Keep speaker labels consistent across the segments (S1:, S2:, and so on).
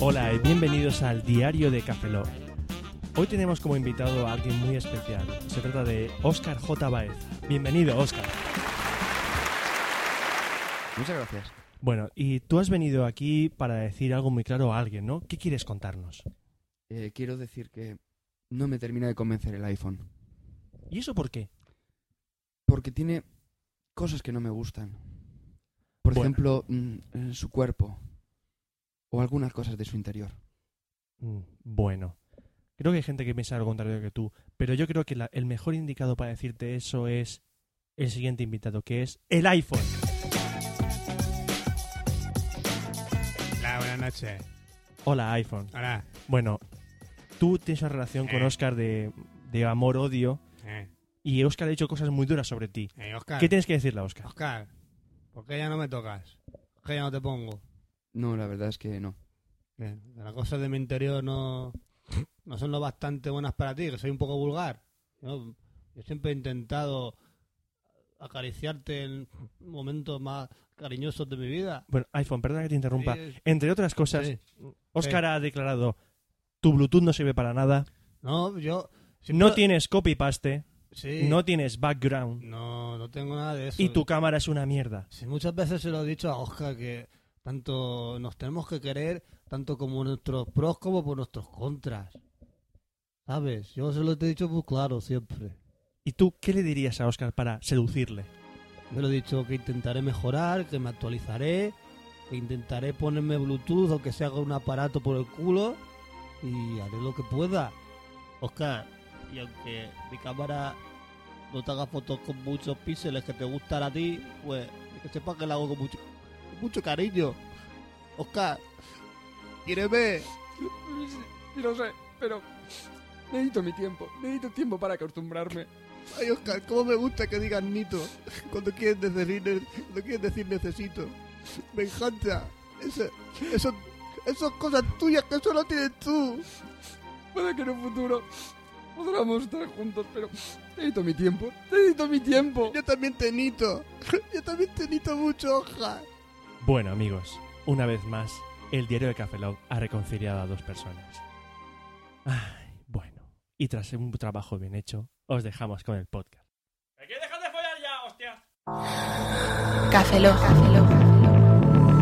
S1: Hola y bienvenidos al Diario de Cafeló. Hoy tenemos como invitado a alguien muy especial. Se trata de Óscar J. Baez. Bienvenido, Óscar.
S2: Muchas gracias.
S1: Bueno, y tú has venido aquí para decir algo muy claro a alguien, ¿no? ¿Qué quieres contarnos?
S2: Eh, quiero decir que no me termina de convencer el iPhone.
S1: ¿Y eso por qué?
S2: Porque tiene cosas que no me gustan. Por
S1: Bueno.
S2: ejemplo, mm, eh, su cuerpo. O algunas cosas de su interior.
S1: Mm, Bueno, creo que hay gente que piensa lo contrario que tú, pero yo creo que la- el mejor indicado para decirte eso es el siguiente invitado, que es el iPhone.
S3: Hola, buenas noches.
S1: Hola, iPhone.
S3: Hola.
S1: Bueno, tú tienes una relación con
S3: Eh.
S1: Óscar de, de amor-odio
S3: Eh,
S1: y Óscar ha dicho cosas muy duras sobre ti.
S3: eh, Oscar.
S1: ¿Qué tienes que decirle a Óscar?
S3: Oscar, ¿por qué ya no me tocas? ¿Por qué ya no te pongo?
S2: No, la verdad es que no.
S3: Eh, Las cosas de mi interior no, no son lo bastante buenas para ti, que soy un poco vulgar. Yo, yo siempre he intentado acariciarte en momentos más cariñosos de mi vida.
S1: Bueno, iPhone, perdona que te interrumpa.
S3: Sí,
S1: Entre otras cosas,
S3: sí.
S1: Óscar ha declarado, tu Bluetooth no sirve para nada,
S3: No, yo...
S1: no
S3: siempre-
S1: tienes copy-paste,
S3: sí.
S1: no tienes background
S3: no, no tengo nada de eso.
S1: y tu cámara es una mierda.
S3: Sí, muchas veces se lo he dicho a Oscar que tanto nos tenemos que querer, tanto como nuestros pros como por nuestros contras. ¿Sabes? Yo se lo he dicho muy claro siempre.
S1: ¿Y tú qué le dirías a Óscar para seducirle?
S3: Me lo he dicho que intentaré mejorar, que me actualizaré, que intentaré ponerme Bluetooth o que se haga un aparato por el culo y haré lo que pueda. Oscar, y aunque mi cámara no te haga fotos con muchos píxeles que te gustan a ti, pues que sepas que la hago con mucho, con mucho cariño. Oscar, quiéreme.
S4: Y lo sé, pero necesito mi tiempo. Necesito tiempo para acostumbrarme.
S3: Ay, Oscar, cómo me gusta que digas Nito cuando quieres decir, cuando quieres decir necesito. Me encanta. Eso, eso, esas cosas tuyas que solo tienes tú.
S4: Puede que en un futuro podamos estar juntos, pero necesito mi tiempo. Necesito mi tiempo.
S3: Yo también te nito. Yo también te nito mucho, Oscar.
S1: Bueno, amigos, una vez más, el diario de Cafelog ha reconciliado a dos personas. Ay, bueno, y tras un trabajo bien hecho, os dejamos con el podcast.
S5: Café Lock. Café Lock.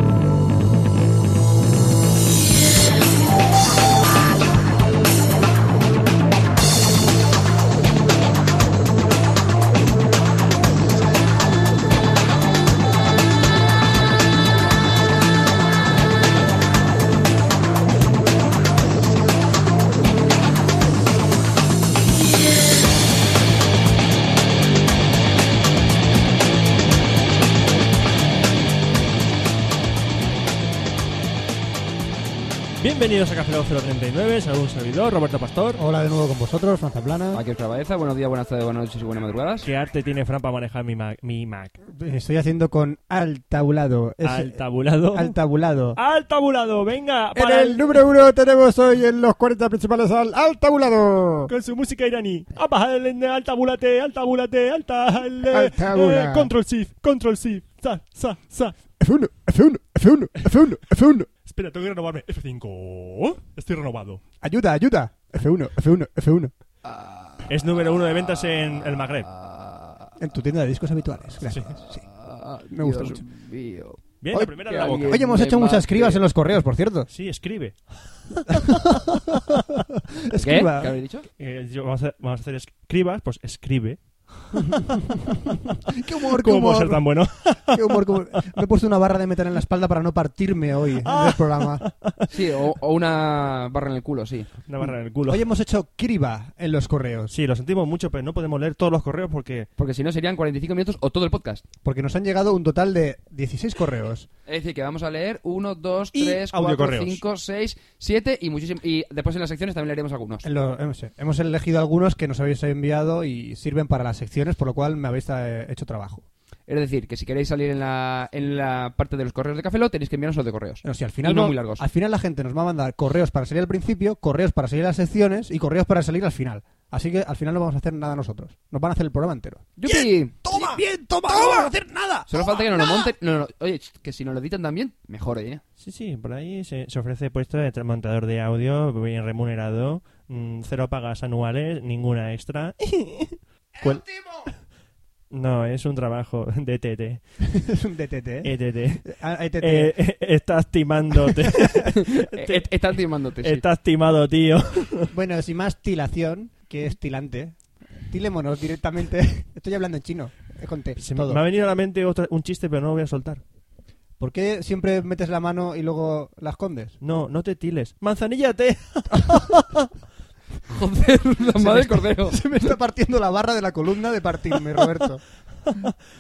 S1: Bienvenidos a Cafelog 039, saludos un servidor, Roberto Pastor.
S3: Hola de nuevo con vosotros, Franza Plana.
S2: Aquí Oscar Baeza, buenos días, buenas tardes, buenas noches y buenas madrugadas.
S1: ¿Qué arte tiene Fran para manejar mi Mac? Mi Mac?
S6: Estoy haciendo con al tabulado. Es-
S1: ¿Al tabulado?
S6: al tabulado.
S1: ¡Al tabulado! ¡Venga!
S6: En
S1: para
S6: el número uno tenemos hoy en los 40 principales al, al tabulado.
S1: Con su música iraní. ¡Ah, baja el- el- Al tabulate, al tabulate, al ta- el, eh,
S6: Al tabula.
S1: eh, control shift, control shift. Sa, sa, sa.
S6: F1, F1, F1, F1, F1.
S1: Espera, tengo que renovarme. F5. Estoy renovado.
S6: Ayuda, ayuda. F1, F1, F1.
S1: Es número uno de ventas en el Magreb.
S6: En tu tienda de discos habituales. Gracias. Sí. Me gusta
S2: Dios
S6: mucho.
S2: mío.
S1: Bien, la
S6: Oye,
S1: primera
S2: que
S1: de la boca.
S2: alguien-
S6: Oye, hemos
S2: Me
S6: hecho muchas
S2: mate.
S6: escribas en los correos, por cierto.
S1: Sí, escribe.
S2: ¿Qué? ¿Qué
S6: Escriba.
S2: habéis dicho?
S1: Eh, yo- vamos, a, hacer- vamos a hacer escribas, pues escribe.
S6: Qué humor, qué
S1: ¿Cómo puedo ser
S6: humor.
S1: tan bueno?
S6: Qué humor, qué humor. Me he puesto una barra de metal en la espalda para no partirme hoy en
S1: Ah.
S6: el programa.
S2: Sí, o, o una barra en el culo, sí.
S1: Una barra en el culo.
S6: Hoy hemos hecho criba en los correos.
S1: Sí, lo sentimos mucho, pero no podemos leer todos los correos porque
S2: Porque si no serían 45 minutos o todo el podcast.
S6: Porque nos han llegado un total de 16 correos.
S2: Es decir, que vamos a leer 1, 2,
S1: Y
S2: 3, 4,
S1: audiocorreos.
S2: 5, 6, 7 y muchísimo. Y después en las secciones también leeremos algunos.
S6: En lo- hemos, eh, hemos elegido algunos que nos habéis enviado y sirven para las secciones, por lo cual me habéis eh, hecho trabajo.
S2: Es decir, que si queréis salir en la, en la parte de los correos de Café Lock, tenéis que enviarnos los de correos.
S6: Pero si al final
S2: Y no
S6: no-
S2: muy largos.
S6: Al final la gente nos va a mandar correos para salir al principio, correos para salir a las secciones y correos para salir al final.
S3: Así que al final no vamos a hacer nada nosotros. Nos van a hacer el programa entero.
S2: ¡Yupi!
S3: ¡Toma! ¡Bien, toma! ¡No vamos a hacer nada!
S2: Solo falta que nos lo monten. no, no, oye, ch, que si nos lo editan también, mejor, ¿eh?
S1: Sí, sí, por ahí se, se ofrece puesto de tra- montador de audio, bien remunerado, mm, cero pagas anuales, ninguna extra. Cuel- No, es un trabajo de
S3: ¿Eh?
S1: TT.
S3: es un DTT. ¿eh?
S1: ETT.
S3: Ah, ETT.
S1: Eh, eh, estás timándote.
S2: Eh, eh, Están timándote, sí.
S1: estás timado, tío.
S3: Bueno, sin más tilación, que es tilante. Tilémonos directamente. Estoy hablando en chino. Es con T.
S1: Se me,
S3: todo.
S1: me ha venido a la mente otra- un chiste, pero no lo voy a soltar.
S3: ¿Por qué siempre metes la mano y luego la escondes?
S1: No, no te tiles. ¡Manzanilla té!
S2: Joder, la madre del cordero.
S3: Se me está partiendo la barra de la columna de partirme, Roberto.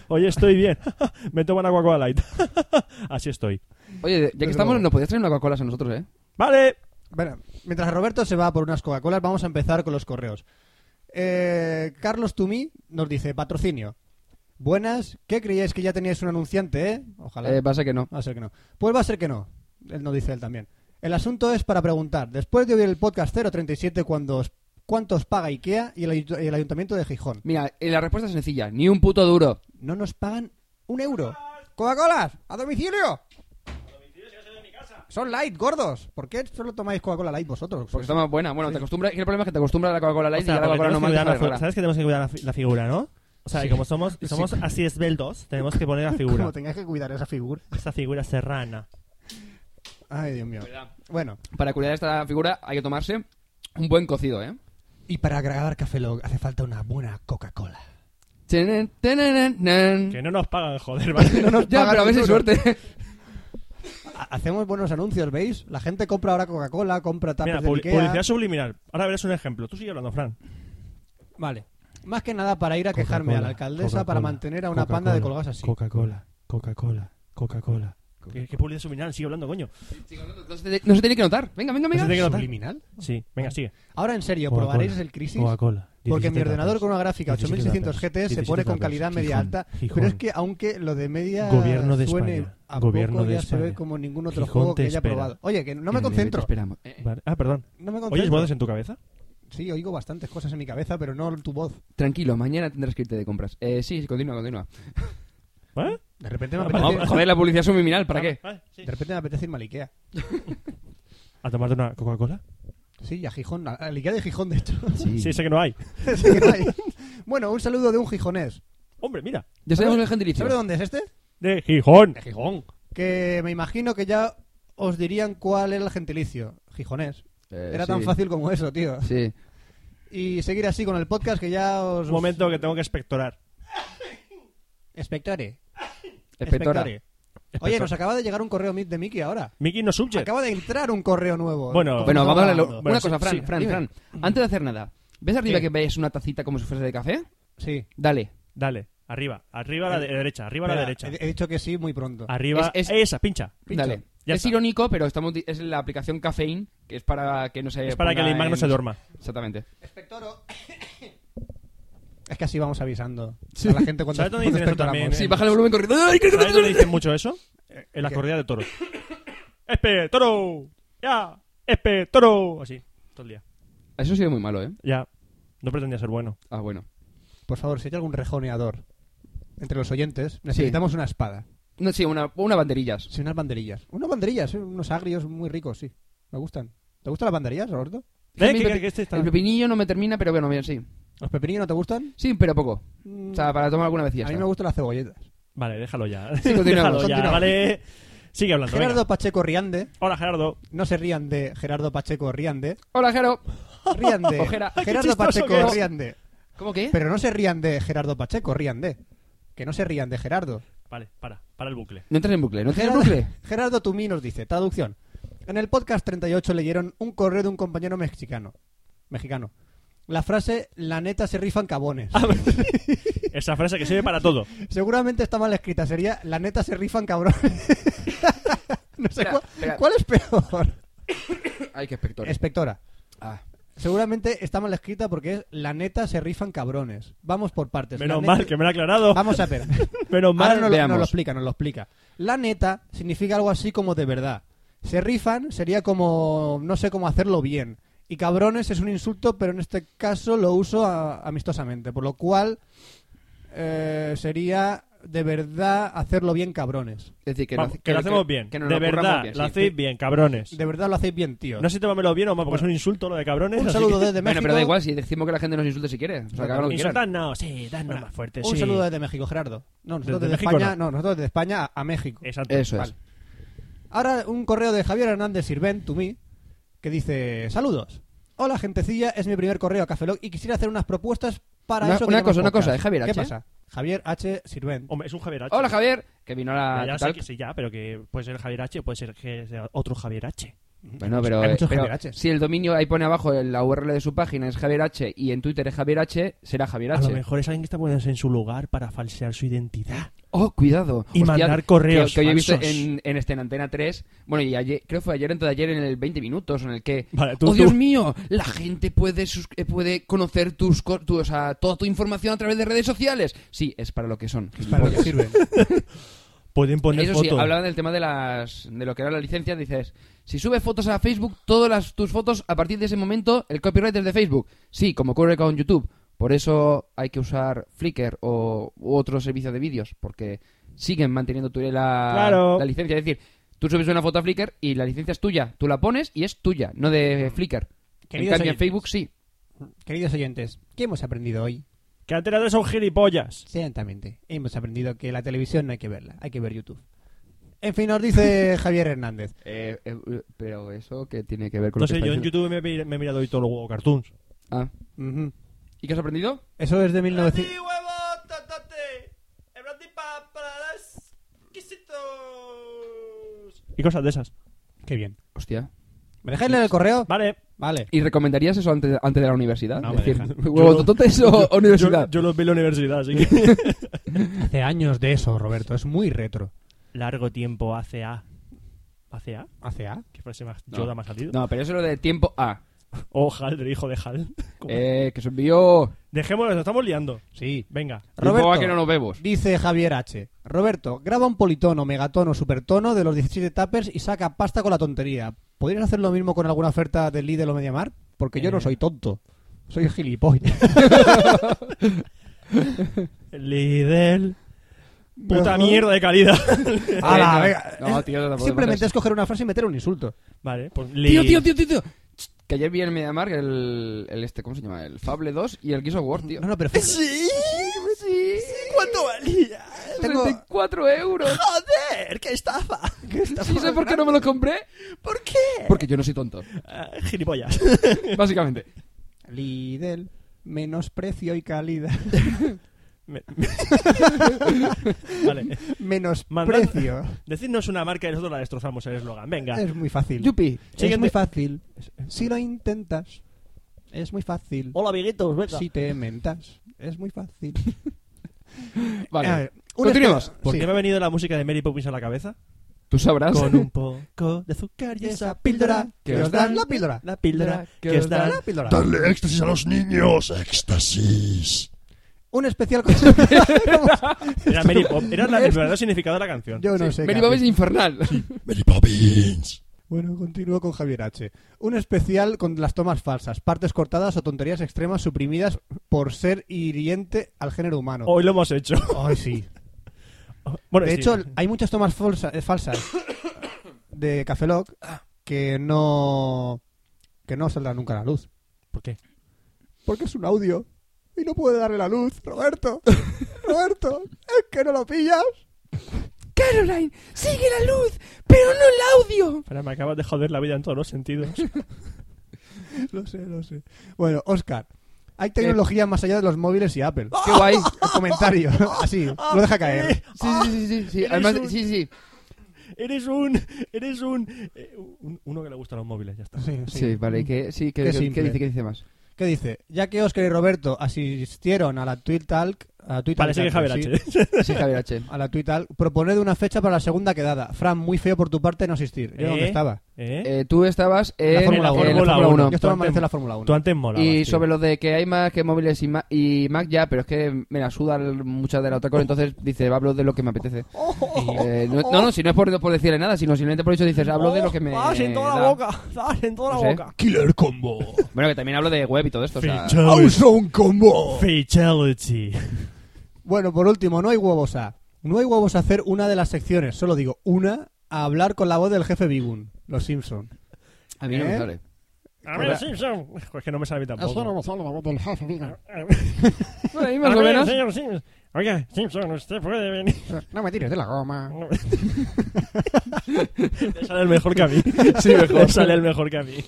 S1: Hoy estoy bien. me toman agua cola light. Así estoy.
S2: Oye, ya que
S3: Desde
S2: estamos,
S3: luego.
S2: nos podías traer una Coca-Cola a nosotros, ¿eh?
S1: Vale.
S3: Bueno, mientras Roberto se va por unas Coca-Colas, vamos a empezar con los correos. Eh, Carlos Tumí nos dice, patrocinio. Buenas, ¿qué creíais que ya teníais un anunciante, eh? Ojalá.
S2: Eh, pasa que no.
S3: Va a ser que no. Pues va a ser que no. Él nos dice él también. El asunto es para preguntar. Después de oír el podcast 037, cuando os- ¿cuánto os paga IKEA y el, ayu- el Ayuntamiento de Gijón?
S2: Mira, eh, la respuesta es sencilla. Ni un puto duro.
S3: No nos pagan un euro. ¡Coca-Colas! ¡A domicilio! Son light, gordos. ¿Por qué solo tomáis Coca-Cola light vosotros? Pues
S2: Porque está más buena. Bueno, te acostumbras. El problema es que te acostumbras a la Coca-Cola Light
S1: O sea,
S2: y ya la
S1: porque
S2: Coca-Cola
S1: tenemos que
S2: normal
S1: cuidar la
S2: te sabe
S1: fi-
S2: rara.
S1: ¿Sabes que tenemos que cuidar la, fi- la figura, no? O sea, y como somos, y somos así esbeltos, tenemos que poner la figura.
S3: Como tengáis que cuidar esa figura.
S1: Esa figura serrana.
S3: Ay, Dios mío. Bueno,
S2: Para cuidar esta figura hay que tomarse un buen cocido, ¿eh?
S3: y para agregar Café Log hace falta una buena Coca-Cola.
S2: Tenen, tenen, nen.
S1: Que no nos pagan, joder, ¿vale?
S2: Ya,
S3: pagan
S2: pero a
S3: un
S2: veces
S3: duro.
S2: suerte.
S3: Ha- Hacemos buenos anuncios, ¿veis? La gente compra ahora Coca-Cola, compra tapes
S1: Mira,
S3: de
S1: publi-
S3: Ikea.
S1: publicidad subliminal. Ahora verás un ejemplo. Tú sigue hablando, Fran.
S3: Vale. Más que nada para ir a quejarme a la alcaldesa para mantener a una panda de colgadas así.
S1: Coca-Cola, Coca-Cola, Coca-Cola. ¿Qué, qué publicidad subliminal? Sigue hablando, coño.
S2: No se, te- no se tiene que notar. Venga, venga, venga.
S1: No se tiene que notar.
S3: ¿Subliminal?
S1: Sí, venga, sigue.
S3: Ahora en serio,
S1: Coca-Cola.
S3: ¿probaréis el crisis?
S1: Coca-Cola.
S3: Porque mi ordenador con una gráfica 8600 GT se
S1: 17
S3: pone con
S1: datos.
S3: calidad media
S1: Gijón,
S3: alta.
S1: Gijón.
S3: Pero es que aunque lo de media
S1: Gobierno de
S3: suene
S1: España.
S3: a
S1: Gobierno
S3: poco,
S1: de
S3: ya
S1: España.
S3: se ve como ningún otro
S1: Gijón
S3: juego
S1: te
S3: que haya
S1: espera.
S3: probado. Oye, que no
S2: En
S3: me
S2: el evento
S3: concentro.
S2: Esperamos. Eh,
S1: Vale. Ah, perdón.
S3: No me
S1: ¿Oyes
S3: concentro.
S1: voces en tu cabeza? ¿Eh?
S3: Sí, oigo bastantes cosas en mi cabeza, pero no tu voz.
S2: tranquilo, mañana tendrás que irte de compras. Eh, sí, sí, continúa, continúa. Eh,
S1: ¿Eh?
S3: De repente me
S1: Vale.
S3: apetece,
S2: Joder, la publicidad subliminal, ¿para qué?
S1: Vale, sí.
S3: de repente me apetece irme a Ikea.
S1: ¿A tomarte una Coca-Cola?
S3: Sí, y a Gijón. A a Ikea de Gijón, de hecho.
S1: Sí, sé que no hay.
S3: Sí que hay. bueno, un saludo de un gijonés.
S1: Hombre, mira.
S2: Ya sabemos el
S3: ¿Sabes
S2: gentilicio.
S3: dónde es este?
S1: De Gijón.
S3: Gijón. Que me imagino que ya os dirían cuál era el gentilicio. Gijonés.
S2: Eh,
S3: Era
S2: sí.
S3: tan fácil como eso, tío.
S2: Sí.
S3: Y seguir así con el podcast que ya os...
S1: Un momento que tengo que espectorar.
S3: Espectore.
S2: Espectora.
S3: Espectore. Oye, nos acaba de llegar un correo de Mickey ahora.
S1: Miki no subjet.
S3: Acaba de entrar un correo nuevo.
S1: Bueno,
S2: Bueno, vamos a hablar.
S3: hablando.
S2: Una
S1: Bueno,
S2: cosa,
S1: sí,
S2: Fran,
S1: sí,
S2: Fran,
S3: dime.
S2: Fran. Antes de hacer nada, ¿ves arriba
S3: Sí.
S2: que ves una tacita como si fuese de café?
S3: Sí.
S2: Dale.
S1: Dale, arriba. Arriba a la de- derecha, arriba a la
S3: Espera,
S1: derecha. Ah.
S3: He, he dicho que sí muy pronto.
S1: Arriba.
S2: Es-
S1: Esa, pincha. pincha.
S2: Dale.
S1: Ya
S2: es
S1: está.
S2: irónico, pero estamos di- es la aplicación Cafeín, que es para que no se
S1: Es para que
S2: ponga
S1: la imagen no
S2: en-
S1: se duerma.
S2: Exactamente.
S3: Espectoro. es que así vamos avisando a la gente cuando,
S1: ¿Sabes dónde dicen
S3: cuando
S1: eso también,
S3: espectoramos.
S1: eh?
S2: Sí, baja el volumen corriendo. ¡Ay, que-
S1: ¿Sabes dónde dicen mucho eso? En las
S3: ¿Qué?
S1: corridas de toros. ¡Espe, toro! ¡Ya! ¡Espe, toro! Así, todo el día.
S2: Eso ha sido muy malo, ¿eh?
S1: Ya. No pretendía ser bueno.
S2: Ah, bueno.
S1: eh?
S3: Por favor, si hay algún rejoneador entre los oyentes, necesitamos una espada.
S2: No, sí, una, una banderillas.
S3: Sí, unas banderillas. Unas banderillas, eh, unos agrios muy ricos, sí. Me gustan. ¿Te gustan las banderillas, Roberto?
S1: ¿Ves
S2: mi
S1: que-
S2: pepe-
S1: que este está-
S2: El pepinillo no me termina, pero bueno, bien, sí.
S3: ¿Los pepinillos no te gustan?
S2: Sí, pero poco.
S3: Mm,
S2: O sea, para tomar alguna vez y ya
S3: a mí
S2: está.
S3: me gustan las cebolletas.
S1: Vale, déjalo ya.
S2: continuamos,
S1: déjalo ya,
S3: continuamos.
S1: vale. Sigue hablando. venga.
S3: Gerardo Pacheco Riande.
S1: Hola, Gerardo.
S3: No se rían de Gerardo Pacheco Riande.
S2: Hola, Jero.
S3: Riande.
S2: Ojera.
S1: qué
S2: Ay,
S3: Gerardo
S1: chistoso
S3: Pacheco
S1: que es.
S3: Riande.
S2: ¿Cómo que?
S3: Pero no se rían de Gerardo Pacheco Riande. Que no se rían de Gerardo.
S1: Vale, para, para el bucle.
S2: No entres en bucle, no entres en
S3: Gerardo,
S2: bucle.
S3: Gerardo Tumí nos dice, traducción. En el podcast 38 leyeron un correo de un compañero mexicano. Mexicano. La frase, la neta se rifan cabones.
S1: Esa frase que sirve para todo.
S3: Seguramente está mal escrita, sería, la neta se rifan cabrones. no sé
S2: Espera,
S3: cuál,
S2: espera.
S3: cuál es peor.
S2: Ay, qué espector.
S3: Inspectora.
S2: Ah.
S3: Seguramente está mal escrita porque es, la neta se rifan cabrones. Vamos por partes. La
S1: Menos
S3: neta-
S1: mal que me lo ha aclarado.
S3: Vamos a ver.
S1: Menos
S3: Ahora
S1: mal.
S3: nos lo, nos
S2: veamos.
S3: lo explica, nos lo explica. La neta significa algo así como de verdad. Se rifan sería como no sé cómo hacerlo bien. Y cabrones es un insulto, pero en este caso lo uso a- amistosamente, por lo cual eh, sería de verdad hacerlo bien, cabrones.
S2: Es decir, que,
S1: Vamos,
S2: no,
S1: que lo hacemos bien.
S2: que nos
S1: de
S2: lo curramos
S1: verdad,
S2: bien,
S1: lo
S2: sí.
S1: hacéis bien, cabrones.
S3: De verdad lo hacéis bien, tío.
S1: No sé si tomármelo bien o mal, porque es un insulto lo de cabrones.
S3: un
S1: así
S3: saludo
S1: que-
S3: desde México.
S2: Bueno, pero da igual si decimos que la gente nos insulte si quiere. O sea, que hagan lo que quieran.
S1: Insultad no, sí, dadnos más fuerte.
S3: Un
S1: sí.
S3: saludo desde México, Gerardo. No, nosotros
S1: Desde
S3: desde,
S1: México Eh.
S3: España, no. nosotros desde España a, a México.
S1: Exacto.
S2: Eso es.
S3: Vale. Ahora un correo de Javier Hernández Sirven, to me, que dice: Saludos. Hola, gentecilla, es mi primer correo a Cafelog y quisiera hacer unas propuestas para
S2: Una-
S3: eso. que
S2: una
S3: llamamos
S2: cosa, una
S3: podcast".
S2: cosa, ¿es Javier
S3: ¿Qué
S2: H?
S3: pasa? Javier H. Sirven.
S1: Hombre, es un Javier H.
S2: Hola, Javier. Que vino a la...
S1: Ya, ya
S2: ¿qué tal?
S1: sé que sí, ya, pero que puede ser Javier H, puede ser que sea otro Javier H.
S2: Bueno, pero, eh,
S3: Hay muchos
S2: pero
S3: Javier H.
S2: si el dominio ahí pone abajo la URL de su página es Javier H y en Twitter es Javier H, será Javier
S1: A lo
S2: H.
S1: mejor es alguien que está poniéndose en su lugar para falsear su identidad.
S2: Oh, cuidado.
S1: Y mandar correos
S2: Que, que hoy he visto
S1: falsos.
S2: en, en, este, en Antena 3. Bueno, y ayer, creo que fue ayer, antes de ayer, en el 20 minutos, en el que.
S1: Vale, tú-
S2: ¡Oh, Dios
S1: tú.
S2: mío! La gente puede, sus- eh, puede conocer tus, co- tu- o sea, toda tu información a través de redes sociales. Sí, es para lo que son.
S3: Para lo que
S2: gilipollas.
S3: sirven.
S1: Pueden poner
S2: Eso sí,
S1: fotos.
S2: hablaban del tema de las de lo que era la licencia. Dices, si subes fotos a Facebook, todas las, tus fotos, a partir de ese momento, el copyright es de Facebook. Sí, como ocurre con YouTube. Por eso hay que usar Flickr o u otro servicio de vídeos, porque siguen manteniendo tu, la,
S1: Claro.
S2: la licencia. Es decir, tú subes una foto a Flickr y la licencia es tuya. Tú la pones y es tuya, no de Flickr. en
S3: Queridos
S2: cambio, en
S3: oyentes.
S2: Facebook sí.
S3: Queridos oyentes, ¿qué hemos aprendido hoy?
S1: Que Antena 3 son gilipollas.
S3: Exactamente. Hemos aprendido que la televisión no hay que verla, hay que ver YouTube. En fin, nos dice Javier Hernández.
S2: Eh, eh, pero eso que tiene que ver con lo que
S1: Entonces
S2: está
S1: yo en
S2: diciendo?
S1: YouTube me, he- me he mirado hoy todos los huevos cartoons.
S2: Ah.
S3: Ujú.
S2: ¿Y qué has aprendido?
S3: Eso es de 1900.
S1: Y cosas de esas.
S3: Qué bien.
S2: Hostia.
S3: ¿Me dejáis leer el correo?
S1: Vale.
S3: Vale.
S2: ¿Y recomendarías eso antes, antes de la universidad?
S3: No
S2: es
S3: me
S2: decir,
S3: dejan.
S2: huevo
S1: Yo-
S2: tototes o o universidad.
S1: Yo, yo los vi en la universidad, así que...
S3: Hace años de eso, Roberto. Es muy retro.
S1: Largo tiempo hace A. ¿Hace A?
S3: ¿Hace A?
S1: ¿Qué frase más
S2: No.
S1: yoda más salido?
S2: No, pero eso es lo de tiempo A.
S1: O Hal, del hijo de Hal. ¿Cómo?
S2: Eh, que se envió.
S1: Dejémoslo, nos estamos liando.
S3: Sí.
S1: Venga.
S2: Tiempo A que
S3: Roberto,
S2: no nos vemos.
S3: dice Javier H. Roberto, graba un politono, megatono, supertono de los 17 tappers y saca pasta con la tontería. ¿Podrías hacer lo mismo con alguna oferta del Lidl o Mediamar? Porque yo
S1: Eh.
S3: no soy tonto. Soy gilipollas.
S1: Lidl. Puta
S3: Ajá.
S1: mierda de calidad.
S3: Ala,
S2: Eh, no.
S3: venga.
S2: No, tío, tampoco te
S3: Simplemente
S2: metas.
S3: es coger una frase y meter un insulto.
S1: vale, pues
S2: Tío,
S1: Lidl.
S2: tío, tío, tío, tío. Ch, Que ayer vi en Mediamar el, el este, ¿cómo se llama? El Fable 2 y el Gears of War, tío.
S3: No, no, pero... fíjate.
S1: ¿Sí?
S2: Sí,
S1: ¿Cuánto valía?
S3: Tengo-
S2: 34 euros.
S1: ¡Joder! ¡Qué estafa!
S2: ¿Sí sé por qué no me lo compré?
S1: ¿Por qué?
S2: Porque yo no soy tonto,
S1: Ah, gilipollas.
S2: básicamente.
S3: Lidl, menos precio y calidad.
S1: Me- vale.
S3: menos
S1: Mandad-
S3: precio.
S1: Decidnos una marca y nosotros la destrozamos el eslogan. Venga.
S3: Es muy fácil.
S2: Yupi.
S1: Siguiente.
S3: Es muy fácil. Si lo intentas, es muy fácil.
S1: Hola, amiguitos. Venga.
S3: Si te mentas, es muy fácil. A
S2: Vale.
S3: ver, una
S2: Continuemos.
S3: Ah, espe-
S1: ¿Por
S3: sí.
S1: qué me ha venido la música de Mary Poppins a la cabeza?
S2: Tú sabrás.
S1: Con un poco de azúcar y esa píldora
S3: que os dan la píldora.
S1: La píldora que os dan.
S3: La píldora.
S7: Darle éxtasis a los niños, éxtasis.
S3: Un especial con... Vamos,
S1: Era Mary Pop. Era la- el verdadero significado de la canción.
S3: Yo no sé.
S2: Mary
S3: Capi.
S2: Poppins infernal.
S7: Mary Poppins.
S3: Bueno, continúo con Javier H. Un especial con las tomas falsas, partes cortadas o tonterías extremas suprimidas por ser hiriente al género humano.
S1: Hoy lo hemos hecho.
S3: Ay, sí.
S1: Bueno,
S3: De
S1: sí.
S3: hecho, hay muchas tomas falsa- eh, falsas de Café Lock que no que no saldrán nunca a la luz.
S1: ¿por qué?
S3: Porque es un audio y no puede darle la luz, Roberto. Roberto, es que no lo pillas.
S2: Caroline, sigue la luz, pero no el audio.
S1: Para, me acabas de joder la vida en todos los sentidos.
S3: Lo sé, lo sé. Bueno, Oscar, hay tecnología más allá de los móviles y Apple.
S2: Qué guay.
S3: El comentario, así, lo deja caer.
S2: Sí, sí, sí, sí, sí.
S1: Eres
S2: Además,
S1: un-
S2: sí, sí.
S1: Eres un. Eres un, eh, un- Uno que le gustan los móviles, ya está.
S3: Sí, sí.
S2: Sí, vale, que sí, que,
S3: Qué
S2: que-
S3: simple.
S2: que dice, que dice más.
S3: ¿Qué dice? Ya que Oscar y Roberto asistieron a la Tweet Talk, a Tweet
S1: Vale, sigue
S3: Talk,
S1: Javier
S3: sí,
S1: H.
S2: Sí, Javier H.
S3: a la Twitter, proponed una fecha para la segunda quedada. Fran, muy feo por tu parte no asistir. Yo
S1: ¿Eh?
S3: dónde estaba.
S1: ¿Eh?
S2: Eh, tú estabas en
S3: La Fórmula
S2: en
S3: Uno.
S1: Fórmula
S2: Fórmula
S1: Uno.
S3: Yo estaba
S1: Tú
S3: en
S1: antes-
S3: la Fórmula 1.
S1: Tú antes molabas,
S2: Y
S1: tío.
S2: sobre lo de que hay más que móviles y, Ma- y Mac ya, pero es que me la suda el- mucha de la otra
S3: Oh.
S2: cosa, entonces dice, hablo de lo que me apetece. Eh, no, no, no, si no es por, por decirle nada, sino simplemente por eso dices,
S3: Oh.
S2: hablo de lo que me...
S3: Ah,
S2: da".
S3: en toda
S2: No sé.
S7: Killer Combo.
S2: Bueno, que también hablo de web y todo esto. o sea,
S1: Fatality.
S7: Awesome
S3: Oh.
S7: Combo.
S1: Fatality.
S3: Bueno, por último, no hay huevos a. No hay huevos a hacer una de las secciones, solo digo una, a hablar con la voz del jefe Bigun, los Simpson.
S2: a mí no me
S3: ¿Eh?
S2: sale.
S1: A ver, Simpson. Es que no me sale a mí tampoco.
S2: Bueno, ahí
S1: A
S2: más o
S1: ver,
S2: menos.
S1: señor Simpson. Oiga, Simpson, usted puede venir.
S3: No me tires de la goma.
S1: No. Le sale el mejor que a mí. Sí, mejor. sale el mejor que a mí.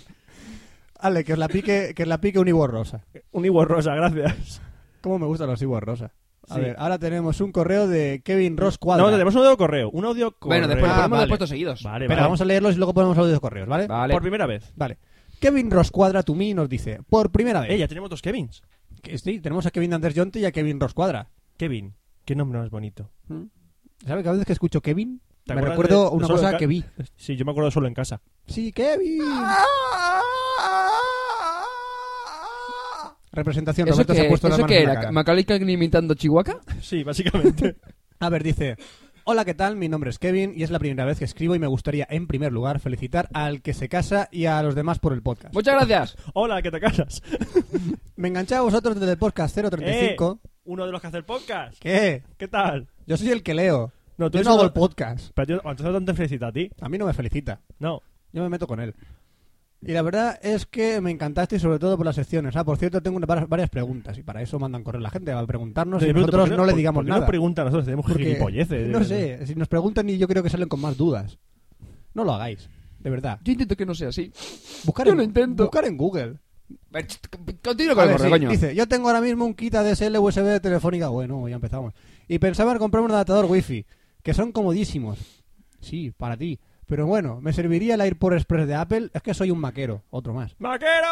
S3: Ale, que os la pique, que os la pique un Ivo Rosa.
S1: Un Iwo Rosa, gracias.
S3: ¿Cómo me gustan los Ivo Rosa? A
S1: Sí.
S3: ver, ahora tenemos un correo de Kevin Ross Cuadra.
S1: No, tenemos un audio correo. Un audio correo.
S2: Bueno, después
S3: Ah,
S2: ponemos
S3: vale.
S2: después todos seguidos.
S1: Vale,
S3: Espera,
S1: vale.
S3: vamos a leerlos y luego ponemos audio de correos, ¿vale?
S2: Vale.
S1: Por primera vez.
S3: Vale. Kevin Ross Cuadra to me nos dice, por primera vez.
S1: Eh, ya tenemos dos Kevins.
S3: Que Sí, tenemos a Kevin Anders Jonte y a Kevin Ross Cuadra.
S1: Kevin, qué nombre más bonito.
S3: ¿Sabes que a veces que escucho Kevin?
S1: ¿Te
S3: Me
S1: acuerdas
S3: recuerdo
S1: de- de
S3: una
S1: solo
S3: cosa
S1: ca-
S3: que vi.
S1: Sí, yo me acuerdo solo en casa.
S3: Sí, Kevin. Representación,
S2: ¿Eso
S3: Roberto se
S2: que,
S3: ha puesto las
S2: ¿eso
S3: manos
S2: que
S3: en la
S2: era?
S3: cara.
S2: ¿Macaulay Culkin imitando Chihuahua?
S1: Sí, básicamente.
S3: A ver, dice... Hola, ¿qué tal? Mi nombre es Kevin y es la primera vez que escribo y me gustaría, en primer lugar, felicitar al que se casa y a los demás por el podcast.
S2: Muchas gracias.
S1: Hola, que te casas.
S3: Me enganché a vosotros desde el podcast 035.
S1: Eh, uno de los que hace el podcast.
S3: ¿Qué?
S1: ¿Qué tal?
S3: Yo soy el que leo.
S1: No, tú
S3: Yo
S1: eres
S3: no hago
S1: uno-
S3: el podcast.
S1: Pero yo, entonces no te felicito a ti.
S3: A mí no me felicita.
S1: No.
S3: Yo me meto con él. Y la verdad es que me encantaste y sobre todo por las secciones. Ah, por cierto, tengo una- var- varias preguntas y para eso mandan correr la gente a preguntarnos y
S1: Yo pregunto,
S3: nosotros
S1: ¿por qué
S3: no le
S1: por-
S3: digamos
S1: por qué
S3: nada.
S1: Nos preguntan, nosotros tenemos
S3: Porque,
S1: gilipolleces. eh.
S2: eh.
S3: No sé, si nos preguntan y yo creo que salen con más dudas. No lo hagáis, de verdad.
S2: Yo intento que no sea así.
S3: Buscar
S2: Yo
S3: en,
S2: lo intento.
S3: Buscar en Google.
S2: Ver, ch- Continúa con
S3: A
S2: el
S3: ver,
S2: correo,
S3: sí,
S2: coño.
S3: dice, yo tengo ahora mismo un kit ADSL USB de telefónica. Bueno, ya empezamos. Y pensaba en comprar un adaptador wifi, que son comodísimos. Sí, para ti. Pero bueno, me serviría el AirPort Express de Apple. Es que soy un maquero, otro más.
S1: ¡Maquero!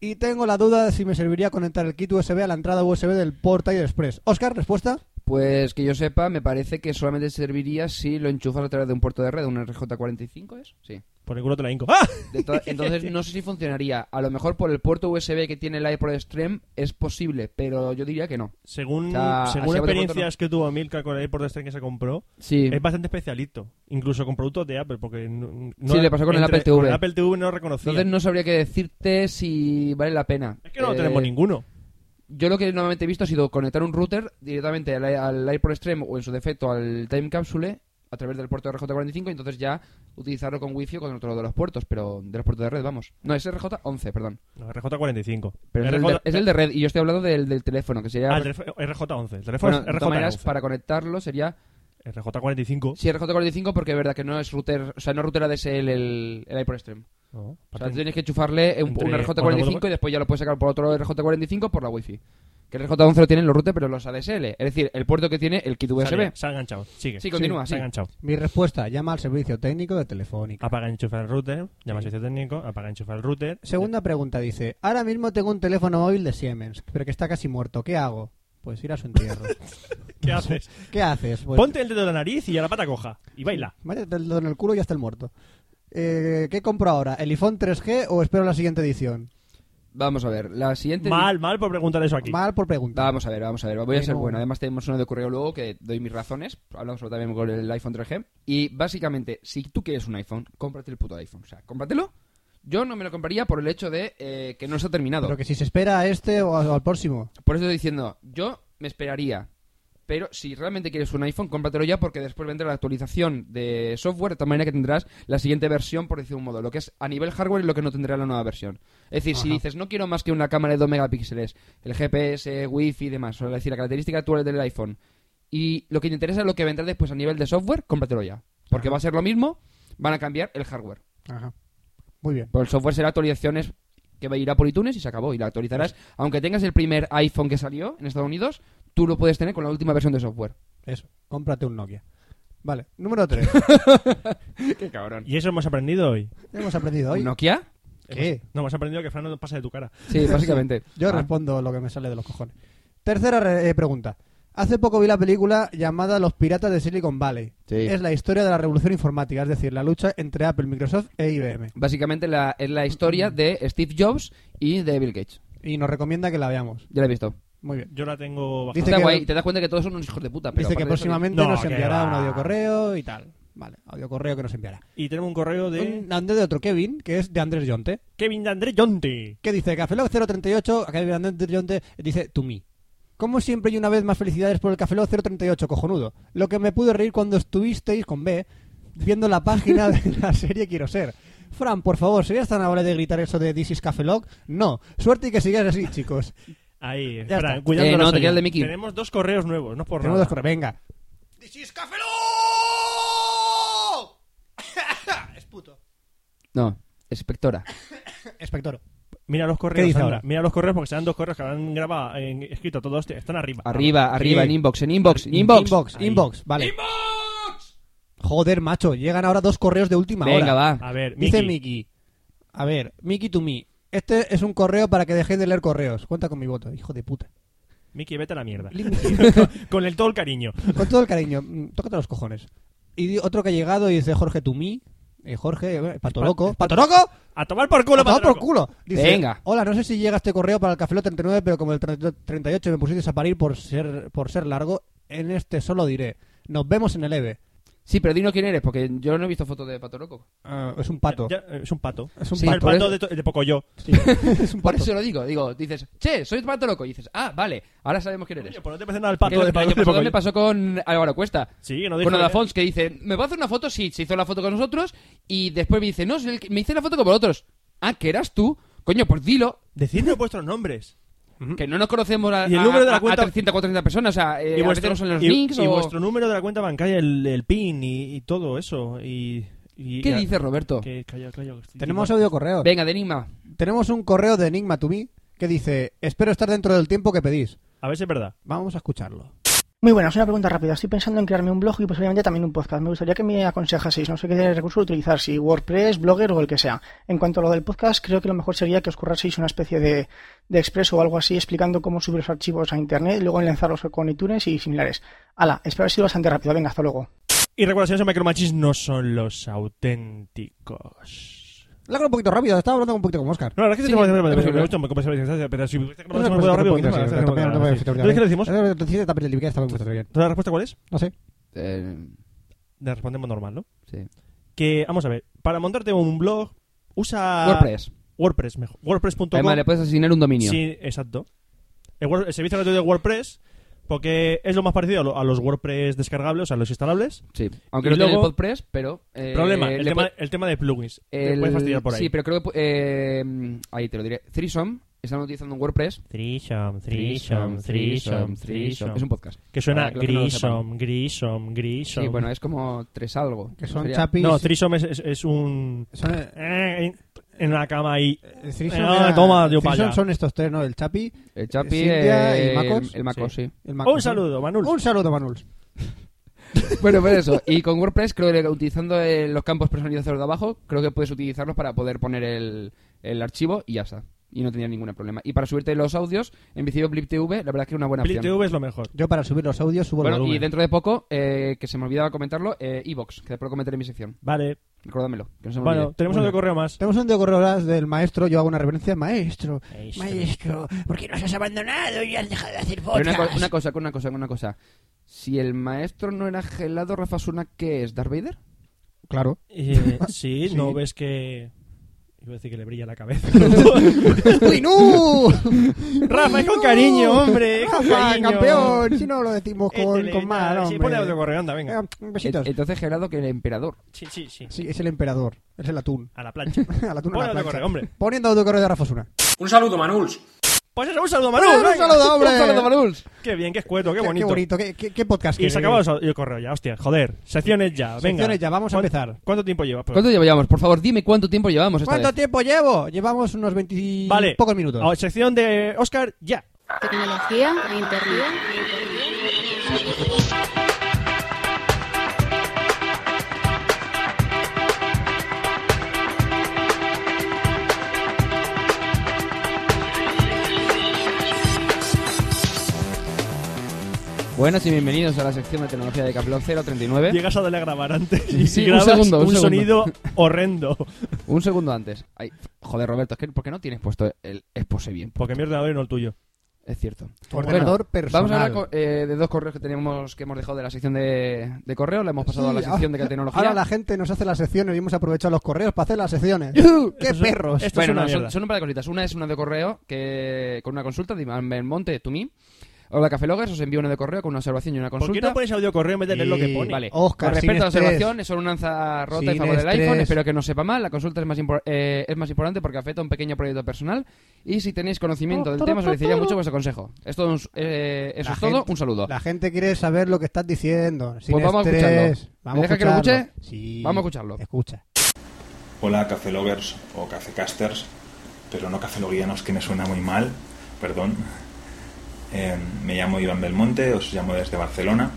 S3: Y tengo la duda de si me serviría conectar el kit USB a la entrada USB del Port Tiger Express. Oscar, respuesta.
S2: Pues que yo sepa, me parece que solamente serviría si lo enchufas a través de un puerto de red, un RJ45 es. Sí.
S1: Por el culo te la hinco. ¡Ah!
S2: De to- Entonces no sé si funcionaría. A lo mejor por el puerto USB que tiene el iPod Stream es posible, pero yo diría que no.
S1: Según,
S2: O sea, así
S1: según
S2: a bote pronto
S1: experiencias que tuvo Milka con el por este que se compró,
S2: Sí.
S1: es bastante especialito. Incluso con productos de Apple, porque no, no-
S2: Sí, le pasó con el Apple TV.
S1: con el Apple TV no reconocía.
S2: Entonces no sabría qué decirte si vale la pena.
S1: Es que no lo
S2: Eh,
S1: tenemos ninguno.
S2: Yo lo que normalmente he visto ha sido conectar un router directamente al, al iPod Stream o en su defecto al Time Capsule a través del puerto RJ45 y entonces ya utilizarlo con Wi-Fi o con otro de los puertos, pero de los puertos de red, vamos. No, es RJ11, perdón.
S1: No, RJ45.
S2: Pero es, el
S1: RJ
S2: de, es el de red y yo estoy hablando del, del teléfono, que sería...
S1: Ah, el teléfono- RJ11. El teléfono
S2: bueno, de
S1: es
S2: todas maneras,
S1: RJ11.
S2: para conectarlo sería...
S1: RJ45.
S2: Sí, RJ45 porque es verdad que no es router, o sea, no es router ADSL el, el iPod Stream.
S1: No,
S2: O sea,
S1: Oh, aparte-
S2: tienes que enchufarle un,
S1: Entre
S2: un
S1: otro-
S2: RJ45 y después ya lo puedes sacar por otro RJ45 por la Wi-Fi. Que el RJ11 lo tienen los routers, pero los ADSL. Es decir, el puerto que tiene el kit USB.
S1: Sale, Se ha enganchado. Sigue.
S2: Sí, continúa,
S1: Se ha
S2: sí.
S1: enganchado.
S3: Mi respuesta, llama al servicio técnico de Telefónica.
S1: Apaga, enchufa el router. Llama al servicio técnico. Apaga, enchufa el router.
S3: Segunda pregunta dice, ahora mismo tengo un teléfono móvil de Siemens, pero que está casi muerto. ¿Qué hago? Pues ir a su entierro.
S1: ¿Qué haces?
S3: ¿Qué haces? Pues,
S1: Ponte el dedo en la nariz y a la pata coja. Y baila.
S3: métete el dedo en el culo y hasta el muerto. Eh, ¿Qué compro ahora? ¿El iPhone 3G o espero la siguiente edición?
S2: Vamos a ver, la siguiente...
S1: Mal, mal por preguntar eso aquí.
S3: Mal por preguntar.
S2: Vamos a ver, vamos a ver, voy a
S3: Sí,
S2: ser
S3: no.
S2: bueno. Además tenemos uno de correo luego que doy mis razones. Hablamos también con el iPhone 3G. Y básicamente, si tú quieres un iPhone, cómprate el puto iPhone. O sea, cómpratelo. Yo no me lo compraría por el hecho de eh, que no está terminado.
S3: Pero que si se espera a este o al próximo.
S2: Por eso estoy diciendo, yo me esperaría. Pero si realmente quieres un iPhone, cómpratelo ya porque después vendrá la actualización de software de tal manera que tendrás la siguiente versión, por decir un modo. Lo que es a nivel hardware y lo que no tendrá la nueva versión. Es decir, si dices, no quiero más que una cámara de 2 megapíxeles, el GPS, Wi-Fi y demás, o es decir, la característica actual del iPhone, y lo que te interesa es lo que vendrá después a nivel de software, cómpratelo ya. Porque va a ser lo mismo, van a cambiar el hardware.
S3: Ajá. Muy bien.
S2: Pero el software será actualizaciones que irá por iTunes y se acabó. Y la actualizarás. Aunque tengas el primer iPhone que salió en Estados Unidos, tú lo puedes tener con la última versión de software.
S3: Eso. Cómprate un Nokia. Vale. Número 3.
S2: Qué cabrón.
S1: Y eso hemos aprendido hoy.
S3: Hemos aprendido hoy.
S2: ¿Nokia?
S3: ¿Qué?
S1: No, hemos aprendido que Fran no pasa de tu cara.
S2: Sí, básicamente.
S3: Yo
S2: Ah,
S3: respondo lo que me sale de los cojones. Tercera re- eh, pregunta. Hace poco vi la película llamada Los Piratas de Silicon Valley.
S2: Sí.
S3: Es la historia de la revolución informática, es decir, la lucha entre Apple, Microsoft e IBM.
S2: Básicamente la, es la historia de Steve Jobs y de Bill Gates.
S3: Y nos recomienda que la veamos.
S2: Ya la he visto.
S3: Muy bien.
S1: Yo la tengo bajada.
S3: Dice
S2: Está
S3: que-
S2: guay, te das cuenta que todos son unos hijos de puta. Pero
S3: Dice que
S2: aparte de eso,
S3: próximamente
S1: No,
S3: nos
S1: que
S3: enviará
S1: va.
S3: un audio correo y tal. Vale, audio correo que nos enviará.
S1: Y tenemos un correo de
S3: Un andé de otro Kevin, que es de Andrés Yonte,
S1: Kevin de Andrés Yonte.
S3: que dice, Cafelog 038, acá viene Andrés Yonte, dice, to me. Como siempre y una vez más felicidades por el Cafelog 038, cojonudo. Lo que me pude reír cuando estuvisteis con B, viendo la página de la serie Quiero Ser. Fran, por favor, ¿serías tan amable de gritar eso de This is Cafelog? No, suerte y que sigáis así, chicos.
S1: Ahí,
S3: Ya
S1: Fran,
S3: está.
S1: cuidado
S2: Eh,
S1: con
S2: no,
S1: los
S2: te queda el de
S1: oyentes.
S2: Mickey.
S1: Tenemos dos correos nuevos, no es por
S3: Tenemos
S1: nada.
S3: dos correos, venga.
S2: No, inspectora.
S3: Espectoro.
S1: Mira los correos.
S3: dice
S1: anda,
S3: ahora?
S1: Mira los correos porque serán dos correos que han grabado, eh, escrito todos. Están arriba.
S2: Arriba, arriba,
S3: Sí.
S2: en inbox, en inbox, en Ah, inbox.
S3: Inbox,
S1: Ahí.
S3: inbox, vale. Joder, macho, llegan ahora dos correos de última
S2: Venga,
S3: hora.
S2: va.
S1: A ver,
S3: Dice
S1: Mickey.
S3: Miki. A ver, Miki to me. Este es un correo para que dejéis de leer correos. Cuenta con mi voto, hijo de puta.
S1: Mickey, vete a la mierda. con el todo el cariño.
S3: Con todo el cariño, mm, tócate los cojones. Y di- otro que ha llegado y dice Jorge to me. Eh, Jorge, eh, Patoloco.
S1: Pat-
S3: ¿Patoloco?
S1: A tomar por culo,
S3: A tomar por
S1: Patraco.
S3: culo. Dice,
S2: Venga.
S3: Hola, no sé si llega este correo para el Café Lock 39, pero como el 30 38 me pusisteis a parir por ser, por ser largo, en este solo diré. Nos vemos en el EVE.
S2: Sí, pero dinos quién eres, porque yo no he visto fotos de Patoroco.
S3: Ah, es un pato.
S1: Ya, eh, es un pato.
S3: Es un
S2: Sí,
S1: el
S3: pato.
S2: por
S3: ¿eh?
S1: pato
S2: eso-
S1: de, to- de Pocoyo.
S3: es un
S2: Por
S3: pato.
S2: eso lo digo, digo, dices, che, soy Patoroco. Y dices, ah, vale, ahora sabemos quién eres.
S1: Coño, pues no te parece nada el
S2: Que
S1: pato
S2: lo-
S1: de,
S2: el año
S1: de
S2: pasado
S1: Pocoyo.
S2: me pasó con Álvaro Cuesta.
S1: Sí, que no
S2: Con
S1: dijo-
S2: Adafons, que dice, ¿me va a hacer una foto? Sí, se hizo la foto con nosotros. Y después me dice, no, soy el que- me hice la foto con vosotros. Ah, que eras tú. Coño, pues dilo.
S1: Decidme vuestros nombres.
S2: Que no nos conocemos a,
S1: Y el
S2: a-
S1: número de la
S2: a- a
S1: cuenta-
S2: 300, 400 personas. O sea, eh, a veces no son los
S1: y-
S2: links
S1: y
S2: o-
S1: vuestro número de la cuenta bancaria, el, el PIN y, y todo eso. Y, y-
S2: ¿Qué
S1: y-
S2: dice Roberto?
S1: que- calla, calla, que estoy-
S3: Tenemos audio correo.
S2: Venga, de Enigma.
S3: Tenemos un correo de Enigma to me que dice, espero estar dentro del tiempo que pedís.
S1: A ver si es verdad.
S3: Vamos a escucharlo.
S6: Muy buenas, una pregunta rápida. Estoy pensando en crearme un blog y posiblemente también un podcast. Me gustaría que me aconsejaseis, no sé qué recurso utilizar, si WordPress, Blogger o el que sea. En cuanto a lo del podcast, creo que lo mejor sería que os curraseis una especie de, de expreso o algo así explicando cómo subir los archivos a internet y luego enlazarlos con iTunes y similares. Ala, espero haber sido bastante rápido. Venga, hasta luego.
S1: Y recuerda, señores, micromachis no son los auténticos.
S3: La hago un poquito rápido, estaba hablando un poquito con Oscar.
S1: No, la verdad es que
S2: Sí,
S1: tenemos-
S2: es
S1: tenemos-
S2: posible.
S1: tenemos mucho, como se dice, pero si-
S3: No
S1: tenemos muy rápido, porque tenemos- tenemos- sí. ¿Entonces qué le
S3: Eh,
S1: decimos?
S3: sé
S1: ¿La respuesta cuál es?
S2: Eh,
S1: Le respondemos normal, ¿no?
S2: sí.
S1: Que, vamos a ver, para montarte un blog, usa...
S2: WordPress.
S1: WordPress, mejor. WordPress.com.
S2: Además, le puedes asignar un dominio.
S1: Sí, exacto. El, Word- el servicio gratuito de WordPress, porque es lo más parecido a, lo- a los WordPress descargables, a los instalables.
S2: Sí. Aunque
S1: Y
S2: no tiene
S1: luego-
S2: WordPress, pero... eh,
S1: Problema, el
S2: le
S1: tema,
S2: puede-
S1: el tema de plugins. Te
S2: el-
S1: puedes fastidiar por ahí.
S2: Sí, pero creo que... eh, ahí te lo diré. Threesome. Están utilizando un WordPress.
S1: Threesome,
S2: Threesome, threesome, threesome. Es un podcast.
S1: Que suena
S2: Para que los que no lo
S1: Grisom, Grisom, Grisom.
S2: Sí, bueno, es como tres algo.
S3: Que son
S2: Sería-
S3: chapis...
S1: No, Threesome es, es, es un...
S3: son- eh,
S1: Eh, en la cama ahí.
S3: Threesome
S1: Ah,
S3: era-
S1: toma, tío,
S3: Threesome
S1: para allá.
S3: son estos tres, ¿no? El Chapi,
S2: El Chapi,
S3: Silvia
S2: eh,
S3: y Macos.
S2: El Macos, sí.
S3: el Marcos,
S1: Un saludo,
S3: ¿no?
S1: Manul.
S3: Un saludo, Manuls.
S2: Bueno, pues eso. Y con WordPress, creo que utilizando eh, los campos personalizados de abajo, creo que puedes utilizarlos para poder poner el, el archivo y ya está. Y no tendría ningún problema. Y para subirte los audios, en principio BlipTV, la verdad es que es una buena opción.
S1: BlipTV es lo mejor.
S3: Yo para subir los audios subo el
S2: Bueno, y
S3: volumen.
S2: dentro de poco, eh, que se me olvidaba comentarlo, eh, Evox, que después lo comentaré en mi sección.
S1: Vale.
S2: Recuérdamelo, que no se me
S1: Bueno,
S2: olvide.
S1: tenemos
S3: Muy
S1: otro
S3: bien.
S1: correo más.
S3: Tenemos un de correo ahora del maestro, yo hago una reverencia. Maestro,
S1: Maestro.
S3: maestro, ¿por qué nos has abandonado y has dejado de hacer
S2: Pero una,
S3: podcast?
S2: co- una cosa, una cosa, una cosa. Si el maestro no era gelado, Rafa Suna, ¿qué es? ¿Darth Vader?
S3: Claro.
S1: Eh, sí,
S3: Sí.
S1: no ves que... Iba a decir que le brilla la cabeza.
S3: ¡Uy, no!
S1: Rafa, es con
S3: ¡No!
S1: cariño, hombre, es con
S3: Rafa,
S1: cariño.
S3: campeón. Si no lo decimos con,
S1: Étele,
S3: con mal,
S1: nada,
S3: hombre.
S1: Sí, ponle otro correo, anda, venga.
S3: Eh, besitos.
S2: E- Entonces gelado que el emperador.
S1: Sí, sí, sí.
S3: Sí, es el emperador. Es el atún.
S1: A la plancha.
S3: El atún
S1: Ponle
S3: a la
S1: otro
S3: plancha.
S1: correo, hombre.
S3: Poniendo otro correo de Rafa Osuna.
S8: Un saludo, Manuls.
S1: Pues eso, un saludo, Manu.
S3: ¡Un
S1: venga.
S3: saludo, hombre!
S2: ¡Un saludo, Manuls!
S1: Qué bien, qué escueto, qué
S3: Qué-
S1: bonito.
S3: Qué bonito. Qué, qué- qué podcast.
S1: Y
S3: que-
S1: se acabó el correo ya, hostia. Joder, secciones ya, venga.
S3: Secciones ya, vamos a
S1: ¿Cuán-
S3: empezar.
S1: ¿Cuánto tiempo llevas? Pues-
S2: ¿Cuánto llevamos? Por favor, dime cuánto tiempo llevamos esta
S3: ¿Cuánto
S2: vez.
S3: tiempo llevo? Llevamos unos 20
S1: Vale.
S3: pocos minutos.
S1: A sección de Oscar, ya.
S5: Tecnología, e internet.
S2: Buenas y bienvenidos a la sección de tecnología de Caplón 039.
S1: Llegas a darle a grabar antes y
S2: ¿Eh? Sí, un
S1: grabas
S2: segundo, un segundo.
S1: sonido horrendo.
S2: Un segundo antes. Ay, joder, Roberto, es que ¿por qué no tienes puesto el expose bien?
S1: Porque mi ordenador y no el tuyo.
S2: Es cierto.
S3: Tu ordenador personal.
S2: Vamos a hablar co- eh, de dos correos que tenemos que hemos dejado de la sección de, de correo. La hemos pasado a
S3: Sí, ah,
S2: la sección de tecnología.
S3: Ahora la gente nos hace las secciones y hemos aprovechado los correos para hacer las secciones. ¡Qué
S1: Eso es-
S3: perros!
S1: Esto
S2: bueno,
S1: es una
S2: no,
S1: mierda.
S2: son, son un par de cositas. Una es una de correo que con una consulta de Iván Belmonte, to me. Hola, Café Loggers, os envío una de correo con una observación y una
S1: ¿Por qué
S2: consulta.
S1: no pones audio correo en vez de leer lo que
S3: Y-
S1: pone?
S2: Vale.
S3: Óscar,
S2: Con
S3: sin
S2: respecto a la
S3: estrés.
S2: observación, es solo una lanza rota
S3: Sin
S2: en favor del
S3: estrés.
S2: iPhone. Espero que no sepa mal. La consulta es más, impor- eh, es más importante porque afecta a un pequeño proyecto personal. Y si tenéis conocimiento del tema, os agradecería mucho vuestro consejo. Esto es, eh, eso
S3: La
S2: es todo.
S3: gente-
S2: Un saludo.
S3: La gente quiere saber lo que estás diciendo. Sin
S2: Pues vamos a
S3: estrés.
S2: escucharlo.
S3: Vamos
S2: ¿Me
S3: a
S2: deja que lo
S3: escucharlo.
S2: escuche?
S3: Sí.
S2: Vamos a escucharlo.
S3: Escucha.
S8: Hola Café Lovers o Café Casters, pero no Café Loguianos que me suena muy mal, perdón. Eh, me llamo Iván Belmonte, os llamo desde Barcelona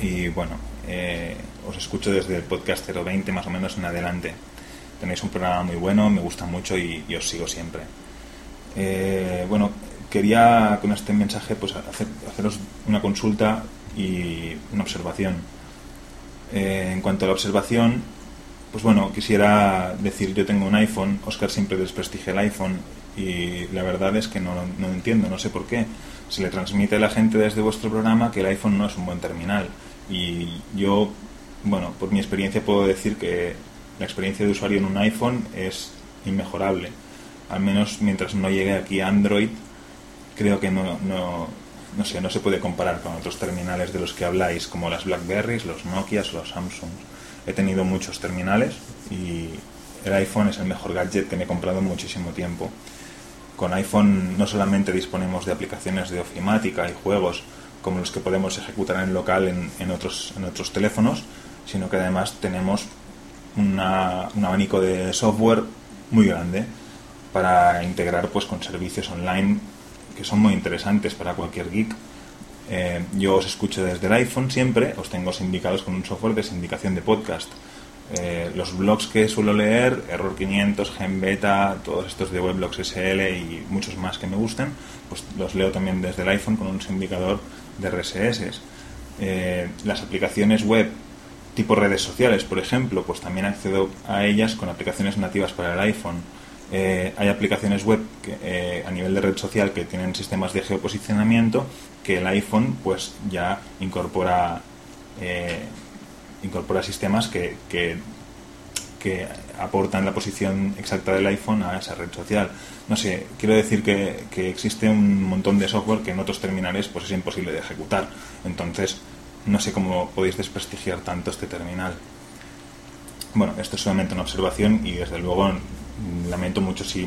S8: y bueno, eh, os escucho desde el podcast 020 más o menos en adelante. Tenéis un programa muy bueno, me gusta mucho y, y os sigo siempre. Eh, bueno, quería con este mensaje pues hacer- haceros una consulta y una observación. Eh, en cuanto a la observación, pues bueno, quisiera decir, yo tengo un iPhone, Oscar siempre desprestigia el iPhone y la verdad es que no, no lo entiendo, no sé por qué. Se le transmite a la gente desde vuestro programa que el iPhone no es un buen terminal y yo, bueno, por mi experiencia puedo decir que la experiencia de usuario en un iPhone es inmejorable. Al menos mientras no llegue aquí a Android, creo que no, no, no sé, no se puede comparar con otros terminales de los que habláis, como las Blackberries, los Nokias, los Samsung. He tenido muchos terminales y el iPhone es el mejor gadget que me he comprado en muchísimo tiempo. Con iPhone no solamente disponemos de aplicaciones de ofimática y juegos como los que podemos ejecutar en local en, en otros, en otros teléfonos, sino que además tenemos una- un abanico de software muy grande para integrar pues con servicios online que son muy interesantes para cualquier geek. Eh, yo os escucho desde el iPhone siempre, os tengo sindicados con un software de sindicación de podcast. Eh, los blogs que suelo leer, Error 500, Gen Beta, todos estos de Weblogs SL y muchos más que me gustan, pues los leo también desde el iPhone con un sindicador de RSS. Eh, las aplicaciones web tipo redes sociales, por ejemplo, pues también accedo a ellas con aplicaciones nativas para el iPhone. Eh, hay aplicaciones web que, eh, a nivel de red social que tienen sistemas de geoposicionamiento que el iPhone pues ya incorpora eh, incorpora sistemas que, que que aportan la posición exacta del iPhone a esa red social. No sé, quiero decir que, que existe un montón de software que en otros terminales pues es imposible de ejecutar. Entonces, no sé cómo podéis desprestigiar tanto este terminal. Bueno, esto es solamente una observación y desde luego mm, lamento mucho si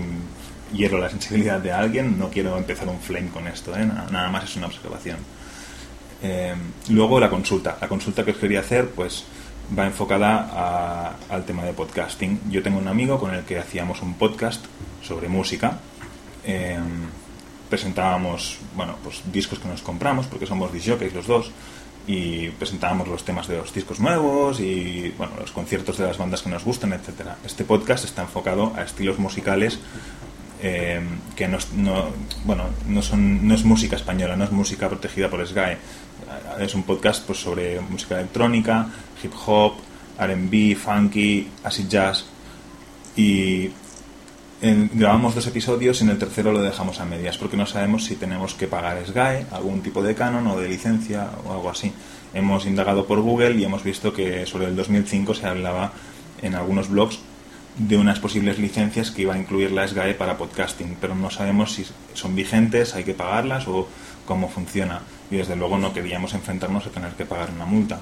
S8: hiero la sensibilidad de alguien. No quiero empezar un flame con esto, ¿eh? Na- nada más es una observación. Eh, luego la consulta. La consulta que os quería hacer, pues va enfocada a- al tema de podcasting. Yo tengo un amigo con el que hacíamos un podcast sobre música. Eh, presentábamos, bueno, pues discos que nos compramos, porque somos disjockeys los dos, y presentábamos los temas de los discos nuevos y, bueno, los conciertos de las bandas que nos gustan, etcétera. Este podcast está enfocado a estilos musicales eh, que no, es- no- bueno no son no es música española no es música protegida por SGAE es un podcast pues sobre música electrónica hip hop R&B funky acid jazz y en- grabamos dos episodios y en el tercero lo dejamos a medias porque no sabemos si tenemos que pagar SGAE, algún tipo de canon o de licencia o algo así. Hemos indagado por Google y hemos visto que sobre el 2005 se hablaba en algunos blogs de unas posibles licencias que iba a incluir la SGAE para podcasting, pero no sabemos si son vigentes, hay que pagarlas o cómo funciona. Y desde luego no queríamos enfrentarnos a tener que pagar una multa.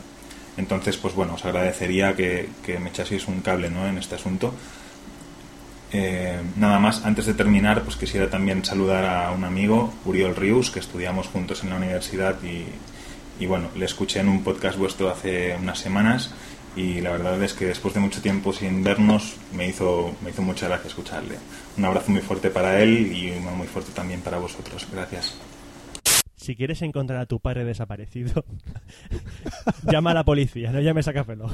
S8: Entonces, pues bueno, os agradecería que, que me echaseis un cable ¿no? en este asunto. Eh, nada más, antes de terminar, pues quisiera también saludar a un amigo, Uriol Rius, que estudiamos juntos en la universidad y, y, bueno, le escuché en un podcast vuestro hace unas semanas y la verdad es que después de mucho tiempo sin vernos me hizo, me hizo mucha gracia escucharle. Un abrazo muy fuerte para él y uno muy fuerte también para vosotros. Gracias.
S1: si quieres encontrar a tu padre desaparecido, llama a la policía, no llames a Café Log.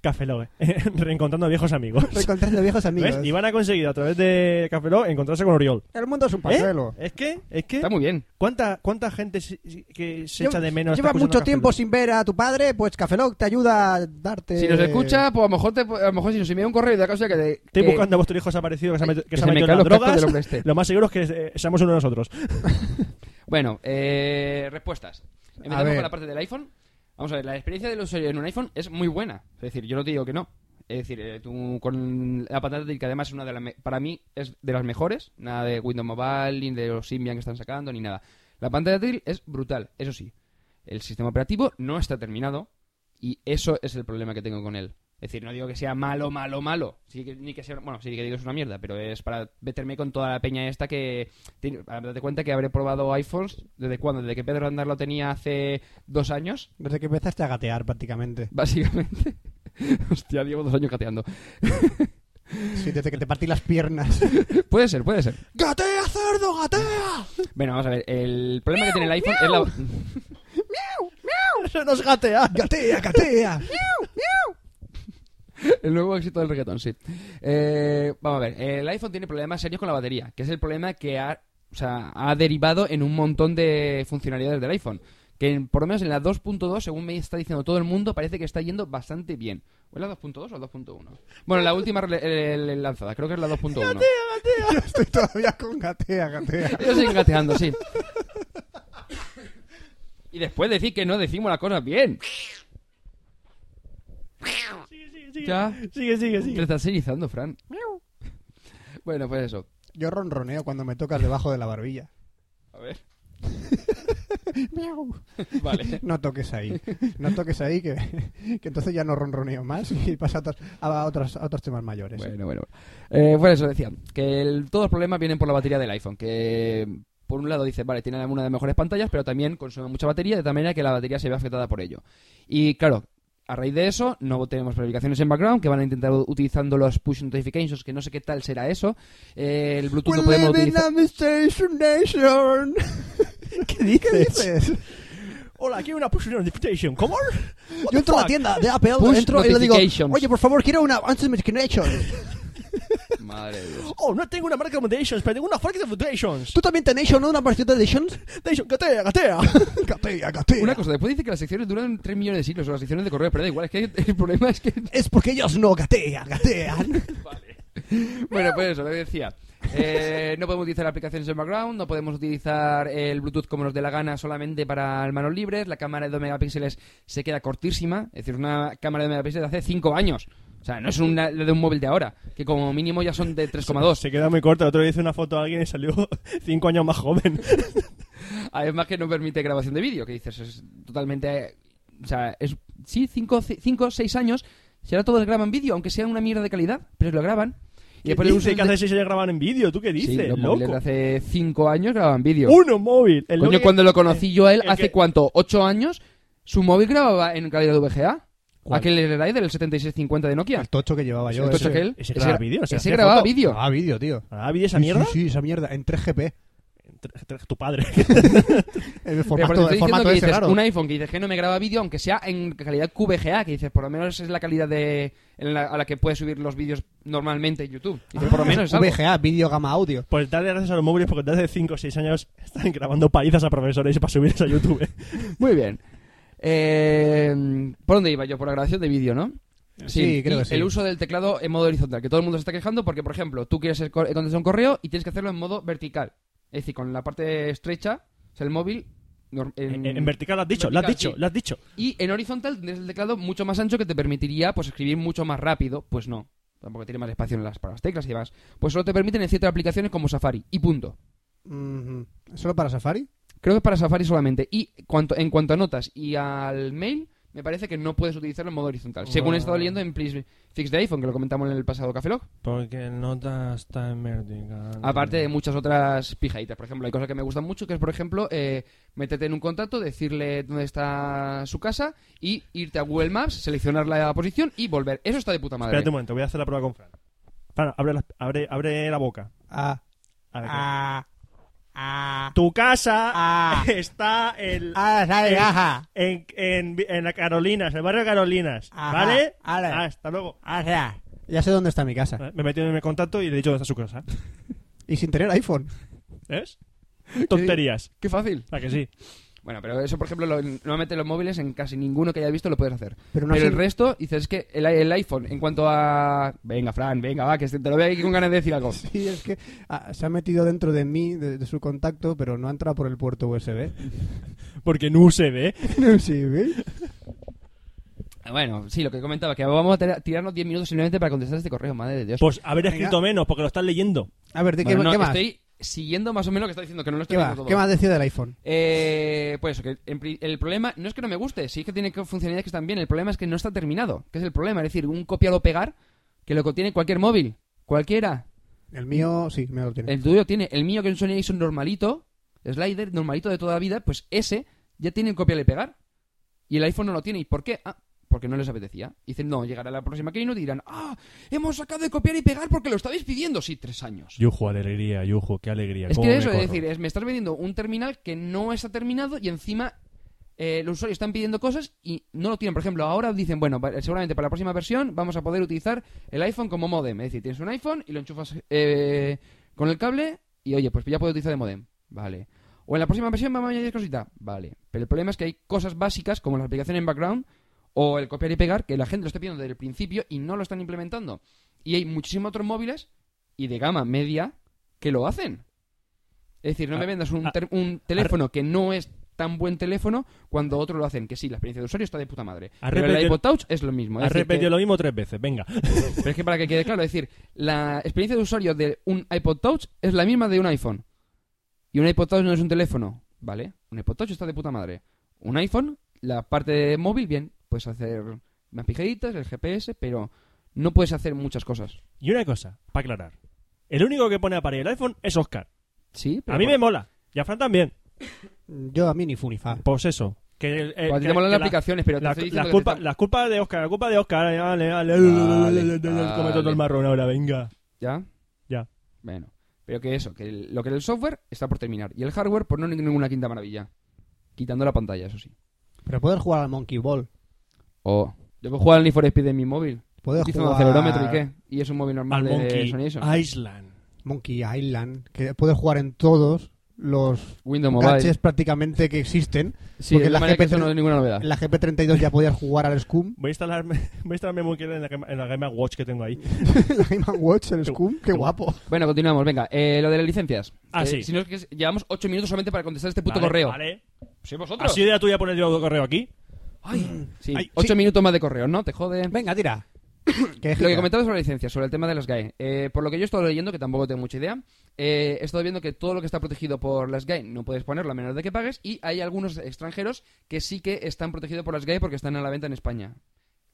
S1: Café Log, eh, reencontrando viejos amigos.
S3: Encontrando viejos amigos.
S1: ¿Ves? Iván ha conseguido a través de Café Lock encontrarse con Oriol. ¿Eh?
S3: El mundo es un pañuelo.
S1: Es que, es que,
S2: Está muy bien.
S1: ¿cuánta, cuánta gente se- se- que se echa de menos? está
S3: Llevas
S1: escuchando
S3: mucho
S1: Café
S3: tiempo
S1: Lock?
S3: sin ver a tu padre, pues Cafeloc te ayuda a darte.
S2: Si nos escucha, pues a lo mejor, te, a lo mejor si nos envía un correo y da causa que... de-
S1: Estoy
S2: que-
S1: buscando a vuestro hijo desaparecido que se ha met- que
S2: que
S1: se
S2: se
S1: ha
S2: me
S1: metido en
S2: caen
S1: las
S2: los cascos del
S1: drogas.
S2: hombre este.
S1: Lo más seguro es que eh, seamos uno de nosotros.
S2: Bueno, eh, respuestas.
S3: A
S2: Empezamos
S3: ver.
S2: con la parte del iPhone. Vamos a ver, la experiencia del usuario en un iPhone es muy buena. Es decir, yo no te digo que no. Es decir, eh, tú con la pantalla táctil, que además es una de las... me- Para mí es de las mejores. Nada de Windows Mobile, ni de los Symbian que están sacando, ni nada. La pantalla táctil es brutal, eso sí. El sistema operativo no está terminado y eso es el problema que tengo con él. Es decir, no digo que sea malo, malo, malo. Sí que- ni que sea, bueno, sí que digo que es una mierda, pero es para meterme con toda la peña esta que... tiene- Date cuenta que habré probado iPhones desde cuándo, desde que Pedro Andar lo tenía hace dos años,
S3: Desde que empezaste a gatear prácticamente.
S2: básicamente. Hostia, llevo dos años cateando.
S3: Sí, desde que te partí las piernas.
S2: Puede ser, puede ser.
S3: ¡Gatea, cerdo, gatea!
S2: Bueno, vamos a ver. El problema que tiene el iPhone es la...
S3: Eso nos gatea. Gatea, gatea.
S2: El nuevo éxito del reggaetón, sí. Eh, vamos a ver, el iPhone tiene problemas serios con la batería, que es el problema que ha, o sea, ha derivado en un montón de funcionalidades del iPhone. Que en- por lo menos en la 2.2, según me está diciendo todo el mundo, parece que está yendo bastante bien. ¿O es la 2.2 o la 2.1? Bueno, la última rele- eh, lanzada, creo que es la 2.1.
S3: Yo estoy todavía con gatea, gatea.
S2: Yo siguen gateando, sí. Y después decir que no decimos las cosas bien. Ya.
S1: Sigue, sigue,
S2: Te
S1: sigue.
S2: estás erizando, Fran. Bueno, pues eso.
S3: Yo ronroneo cuando me tocas debajo de la barbilla.
S2: A ver.
S3: Miau.
S2: Vale.
S3: No toques ahí. No toques ahí, que, que entonces ya no ronroneo más y pasa a otros, a otros, a otros temas mayores.
S2: Bueno, bueno. bueno. Eh, bueno, eso decía. Que el- todos los problemas vienen por la batería del iPhone. Que por un lado dice, vale, tiene una de las mejores pantallas, pero también consume mucha batería, de tal manera que la batería se ve afectada por ello. Y claro, a raíz de eso, no tenemos verificaciones en background, que van a intentar u- utilizando los push notifications, que no sé qué tal será eso. Eh, el Bluetooth no podemos utilizar.
S3: Nation.
S1: ¿Qué dices?
S3: ¿Qué dices?
S1: Hola, quiero una push notification. ¿Cómo? What
S3: Yo
S1: the
S3: entro a la
S1: fuck?
S3: tienda de Apple,
S2: Push
S3: entro y le digo,
S2: notifications.
S3: oye, por favor, quiero una Answer Connection.
S2: Madre de Dios.
S1: Oh, no tengo una marca de foundations, pero tengo una marca de foundations.
S3: ¿Tú también tenés o no una partida de Editions?
S1: Foundation, Gatea, gatea.
S3: Gatea, gatea.
S2: Una cosa, después dice que las secciones duran 3 millones de siglos, o las secciones de correo, pero da igual, es que el problema es que
S3: Es porque ellos no gatean, gatean.
S2: Bueno, pues eso, lo que decía. Eh, no podemos utilizar aplicaciones en background, no podemos utilizar el Bluetooth como nos dé la gana solamente para manos libres. La cámara de 2 megapíxeles se queda cortísima, es decir, una cámara de 2 megapíxeles de hace 5 años. O sea, no es una la de un móvil de ahora, que como mínimo ya son de 3,2.
S1: Se queda muy corta. Otro día hice una foto a alguien y salió cinco años más joven.
S2: Además que no permite grabación de vídeo, que dices, es totalmente... O sea, es, sí, 5 o 6 años, si ahora todos graban vídeo, aunque sea una mierda de calidad, pero lo graban. Y después el uso
S1: dice que
S2: de-
S1: hace seis años grababan en vídeo. ¿Tú qué
S2: Sí,
S1: dices,
S2: los móviles de
S1: loco?
S2: hace 5 años grababan vídeo.
S1: Uno móvil. El
S2: Coño,
S1: loco-
S2: cuando lo conocí yo a él,
S1: el
S2: hace
S1: que-
S2: cuánto, ocho años, su móvil grababa en calidad de VGA.
S1: ¿Cuál?
S2: Aquel Rider, el 7650 de Nokia.
S3: El tocho que llevaba yo.
S2: El tocho
S3: ese.
S2: aquel.
S1: ese grababa vídeo, o sea,
S2: ese
S1: hacía
S2: grababa
S1: foto.
S2: vídeo.
S3: Ah, vídeo, tío.
S1: Ah, ¿vi esa
S3: Sí,
S1: mierda?
S3: Sí, sí, esa mierda. Eh, En 3GP.
S1: Tra- tra- Tu padre.
S3: El
S2: Pero por eso
S3: formato,
S2: estoy
S3: el
S2: diciendo
S3: formato
S2: que
S3: ese
S2: dices,
S3: raro.
S2: un iPhone que dices que no me graba vídeo, aunque sea en calidad QVGA, que dices, por lo menos es la calidad de, en la- a la que puedes subir los vídeos normalmente en YouTube. Dices, por lo
S3: Ah,
S2: menos es algo.
S3: VGA, vídeo gama audio.
S1: Pues dale gracias a los móviles porque desde hace 5 o 6 años están grabando palizas a profesores para subirlas a YouTube.
S2: Muy bien. Eh, ¿Por dónde iba yo? Por la grabación de vídeo, ¿no?
S3: Sí,
S2: y
S3: creo que sí.
S2: El uso del teclado en modo horizontal, que todo el mundo se está quejando porque, por ejemplo, tú quieres el cor- contestar un correo y tienes que hacerlo en modo vertical. Es decir, con la parte estrecha, o sea, el móvil... nor-
S1: En, en vertical lo has dicho, lo has
S2: vertical,
S1: dicho,
S2: sí.
S1: lo has dicho.
S2: Y en horizontal tendrías el teclado mucho más ancho que te permitiría pues escribir mucho más rápido. Pues no. Tampoco tiene más espacio en las, para las teclas y demás. Pues solo te permiten en ciertas aplicaciones como Safari. Y punto.
S3: Mhm. ¿Solo para Safari?
S2: Creo que es para Safari solamente. Y cuanto, en cuanto a notas y al mail, me parece que no puedes utilizarlo en modo horizontal. Según he
S1: Ah.
S2: estado leyendo en Please Fix the iPhone, que lo comentamos en el pasado Café Lock.
S1: Porque el nota está en vertical.
S2: Aparte de muchas otras pijaditas. Por ejemplo, hay cosas que me gustan mucho, que es, por ejemplo, eh, métete en un contacto, decirle dónde está su casa y irte a Google Maps, seleccionar la posición y volver. Eso está de puta madre.
S1: Espérate un momento, voy a hacer la prueba con Fran. Fran, abre la, abre, abre la boca.
S3: Ah,
S1: A ver,
S3: ah,
S9: Ah,
S1: Tu casa
S9: Ah.
S1: está en,
S9: ah, sale,
S1: en,
S9: ajá.
S1: en, en- en la Carolinas, el barrio de Carolinas.
S9: Ajá,
S1: ¿Vale?
S9: vale.
S1: Hasta luego.
S9: Ah, sea.
S3: Ya sé dónde está mi casa.
S1: Me he metido en mi contacto y le he dicho dónde está su casa.
S3: Y sin tener iPhone.
S1: ¿Ves? Tonterías.
S2: Qué fácil.
S1: ¿A que sí?
S2: Bueno, pero eso, por ejemplo, lo- normalmente los móviles en casi ninguno que haya visto lo puedes hacer.
S3: Pero
S2: Pero,
S3: no así-
S2: el resto, dices, es que el, el iPhone, en cuanto a... Venga, Fran, venga, va, que te lo veo aquí con ganas de decir algo.
S3: Sí, es que ah, se ha metido dentro de mí, de, de su contacto, pero no ha entrado por el puerto USB.
S1: Porque no se ve.
S3: No sé, ¿ves?
S2: Bueno, sí, lo que comentaba, que vamos a tira- tirarnos 10 minutos simplemente para contestar este correo, madre de Dios.
S1: Pues haber
S3: Venga.
S1: escrito menos, porque lo estás leyendo.
S3: A ver, ¿de qué,
S2: Bueno, no,
S3: qué más?
S2: estoy siguiendo más o menos lo que está diciendo, que no lo estoy
S3: ¿Qué, más?
S2: viendo todo.
S3: ¿Qué más decía del iPhone?
S2: Eh, pues eso, que en pri- el problema no es que no me guste, sí que tiene que- funcionalidades que están bien, el problema es que no está terminado, que es el problema, es decir, un copiar o pegar que lo contiene cualquier móvil, cualquiera.
S3: El
S2: Mm.
S3: mío, sí, me lo tiene.
S2: El tuyo tiene, el mío que es un Sony Ericsson normalito, slider, normalito de toda la vida, pues ese ya tiene un copiar y pegar. Y el iPhone no lo tiene. ¿Y por qué? Ah, porque no les apetecía. Y dicen, no, llegará la próxima Keynote y dirán, ah, hemos sacado de copiar y pegar porque lo estabais pidiendo. Sí, tres años.
S1: Yujo, alegría, yujo, qué alegría.
S2: Es
S1: cómo
S2: que
S1: me
S2: eso, es
S1: corro.
S2: decir, es, me estás vendiendo un terminal que no está terminado y encima eh, los usuarios están pidiendo cosas y no lo tienen. Por ejemplo, ahora dicen, bueno, va- seguramente para la próxima versión vamos a poder utilizar el iPhone como modem. Es decir, tienes un iPhone y lo enchufas eh, con el cable y oye, pues ya puedo utilizar de modem. Vale. O en la próxima versión vamos a añadir cosita. Vale. Pero el problema es que hay cosas básicas como la aplicación en background o el copiar y pegar que la gente lo está pidiendo desde el principio y no lo están implementando. Y hay muchísimos otros móviles y de gama media que lo hacen. Es decir, no
S1: Ah,
S2: me vendas un,
S1: ah,
S2: ter- un teléfono que no es tan buen teléfono cuando otros lo hacen. Que sí, la experiencia de usuario está de puta madre.
S1: Ha
S2: Pero el
S1: repetido-
S2: iPod Touch es lo mismo. Es
S1: Has
S2: decir, que-
S1: repetido lo mismo tres veces, venga.
S2: pero es que para que quede claro, es decir, la experiencia de usuario de un iPod Touch es la misma de un iPhone. Y un iPod Touch no es un teléfono, ¿vale? Un iPod Touch está de puta madre. Un iPhone, la parte de móvil, bien, puedes hacer más pijaditas, el GPS, pero no puedes hacer muchas cosas.
S1: Y una cosa, para aclarar. El único que pone a parir el iPhone es Oscar.
S2: Sí, pero
S1: A mí
S2: por-
S1: me mola. Y a Fran también.
S3: Yo a mí ni funifa.
S1: Pues eso. Que, el- eh,
S2: Pues a ti
S1: que-
S2: te molan
S1: que
S2: las
S1: la-
S2: aplicaciones, pero te
S1: la-
S2: estoy diciendo
S1: las
S2: que te
S1: culpas
S2: están-
S1: las culpas de Oscar, la culpa de Oscar. eh, Dale, dale,
S2: Vale,
S1: dale, dale, come todo
S2: vale.
S1: el marrón ahora, venga.
S2: ¿Ya?
S1: Ya.
S2: Bueno. Pero que eso, que el- lo que es el software está por terminar. Y el hardware, por no ninguna quinta maravilla. Quitando la pantalla, eso sí.
S3: Pero poder jugar al Monkey Ball.
S2: Oh. Yo puedo jugar al Need for Speed en mi móvil.
S3: Poder
S2: Hizo
S3: jugar
S2: un acelerómetro y qué. Y es un móvil normal
S1: Al
S2: de
S1: Monkey
S2: Sony Ericsson.
S1: Island.
S3: Monkey Island. Que poder jugar en todos los
S2: Windows Mobile.
S3: gadgets prácticamente que existen.
S2: sí,
S3: porque
S2: de
S3: la
S2: manera que
S3: GP3
S2: eso no es ninguna novedad.
S3: En la GP32 ya podías jugar al Scum.
S1: Voy a instalarme, voy a instalarme muy bien en la, Game- en la Game Watch que tengo ahí.
S3: la Game Watch, el Scum. Qué guapo.
S2: Bueno, continuamos, venga. Eh, lo de las licencias.
S1: Ah,
S2: Eh,
S1: sí.
S2: Si no es que es- llevamos 8 minutos solamente para contestar este puto
S1: Vale,
S2: correo.
S1: Vale.
S2: Sí, vosotros.
S1: ¿Ha sido idea tuya poner yo correo aquí?
S2: Ay, sí.
S3: Ay,
S2: 8
S3: sí.
S2: minutos más de correo, ¿no? Te jode.
S3: Venga, tira. Que
S2: Lo que comentabas sobre la licencia, sobre el tema de las GAE. Eh, por lo que yo he estado leyendo, que tampoco tengo mucha idea, eh, he estado viendo que todo lo que está protegido por las GAE no puedes ponerlo a menos de que pagues y hay algunos extranjeros que sí que están protegidos por las GAE porque están a la venta en España.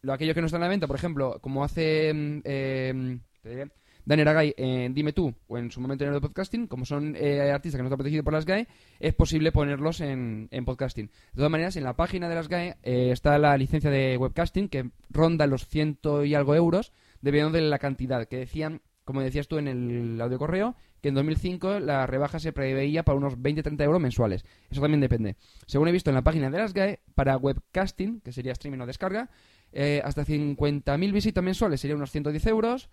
S2: Lo aquellos que no están a la venta, por ejemplo, como hace mm, eh, te diré, Dan Aragay en Dime Tú o en su momento en el podcasting, como son eh, artistas que no están protegidos por las GAE, es posible ponerlos en, en podcasting. De todas maneras, en la página de las GAE eh, está la licencia de webcasting que ronda los ciento y algo euros dependiendo de la cantidad. Que decían, como decías tú en el audio correo, que en 2005 la rebaja se preveía para unos 20-30 euros mensuales. Eso también depende. Según he visto en la página de las GAE, para webcasting, que sería streaming o descarga, eh, hasta 50.000 visitas mensuales serían unos 110 euros.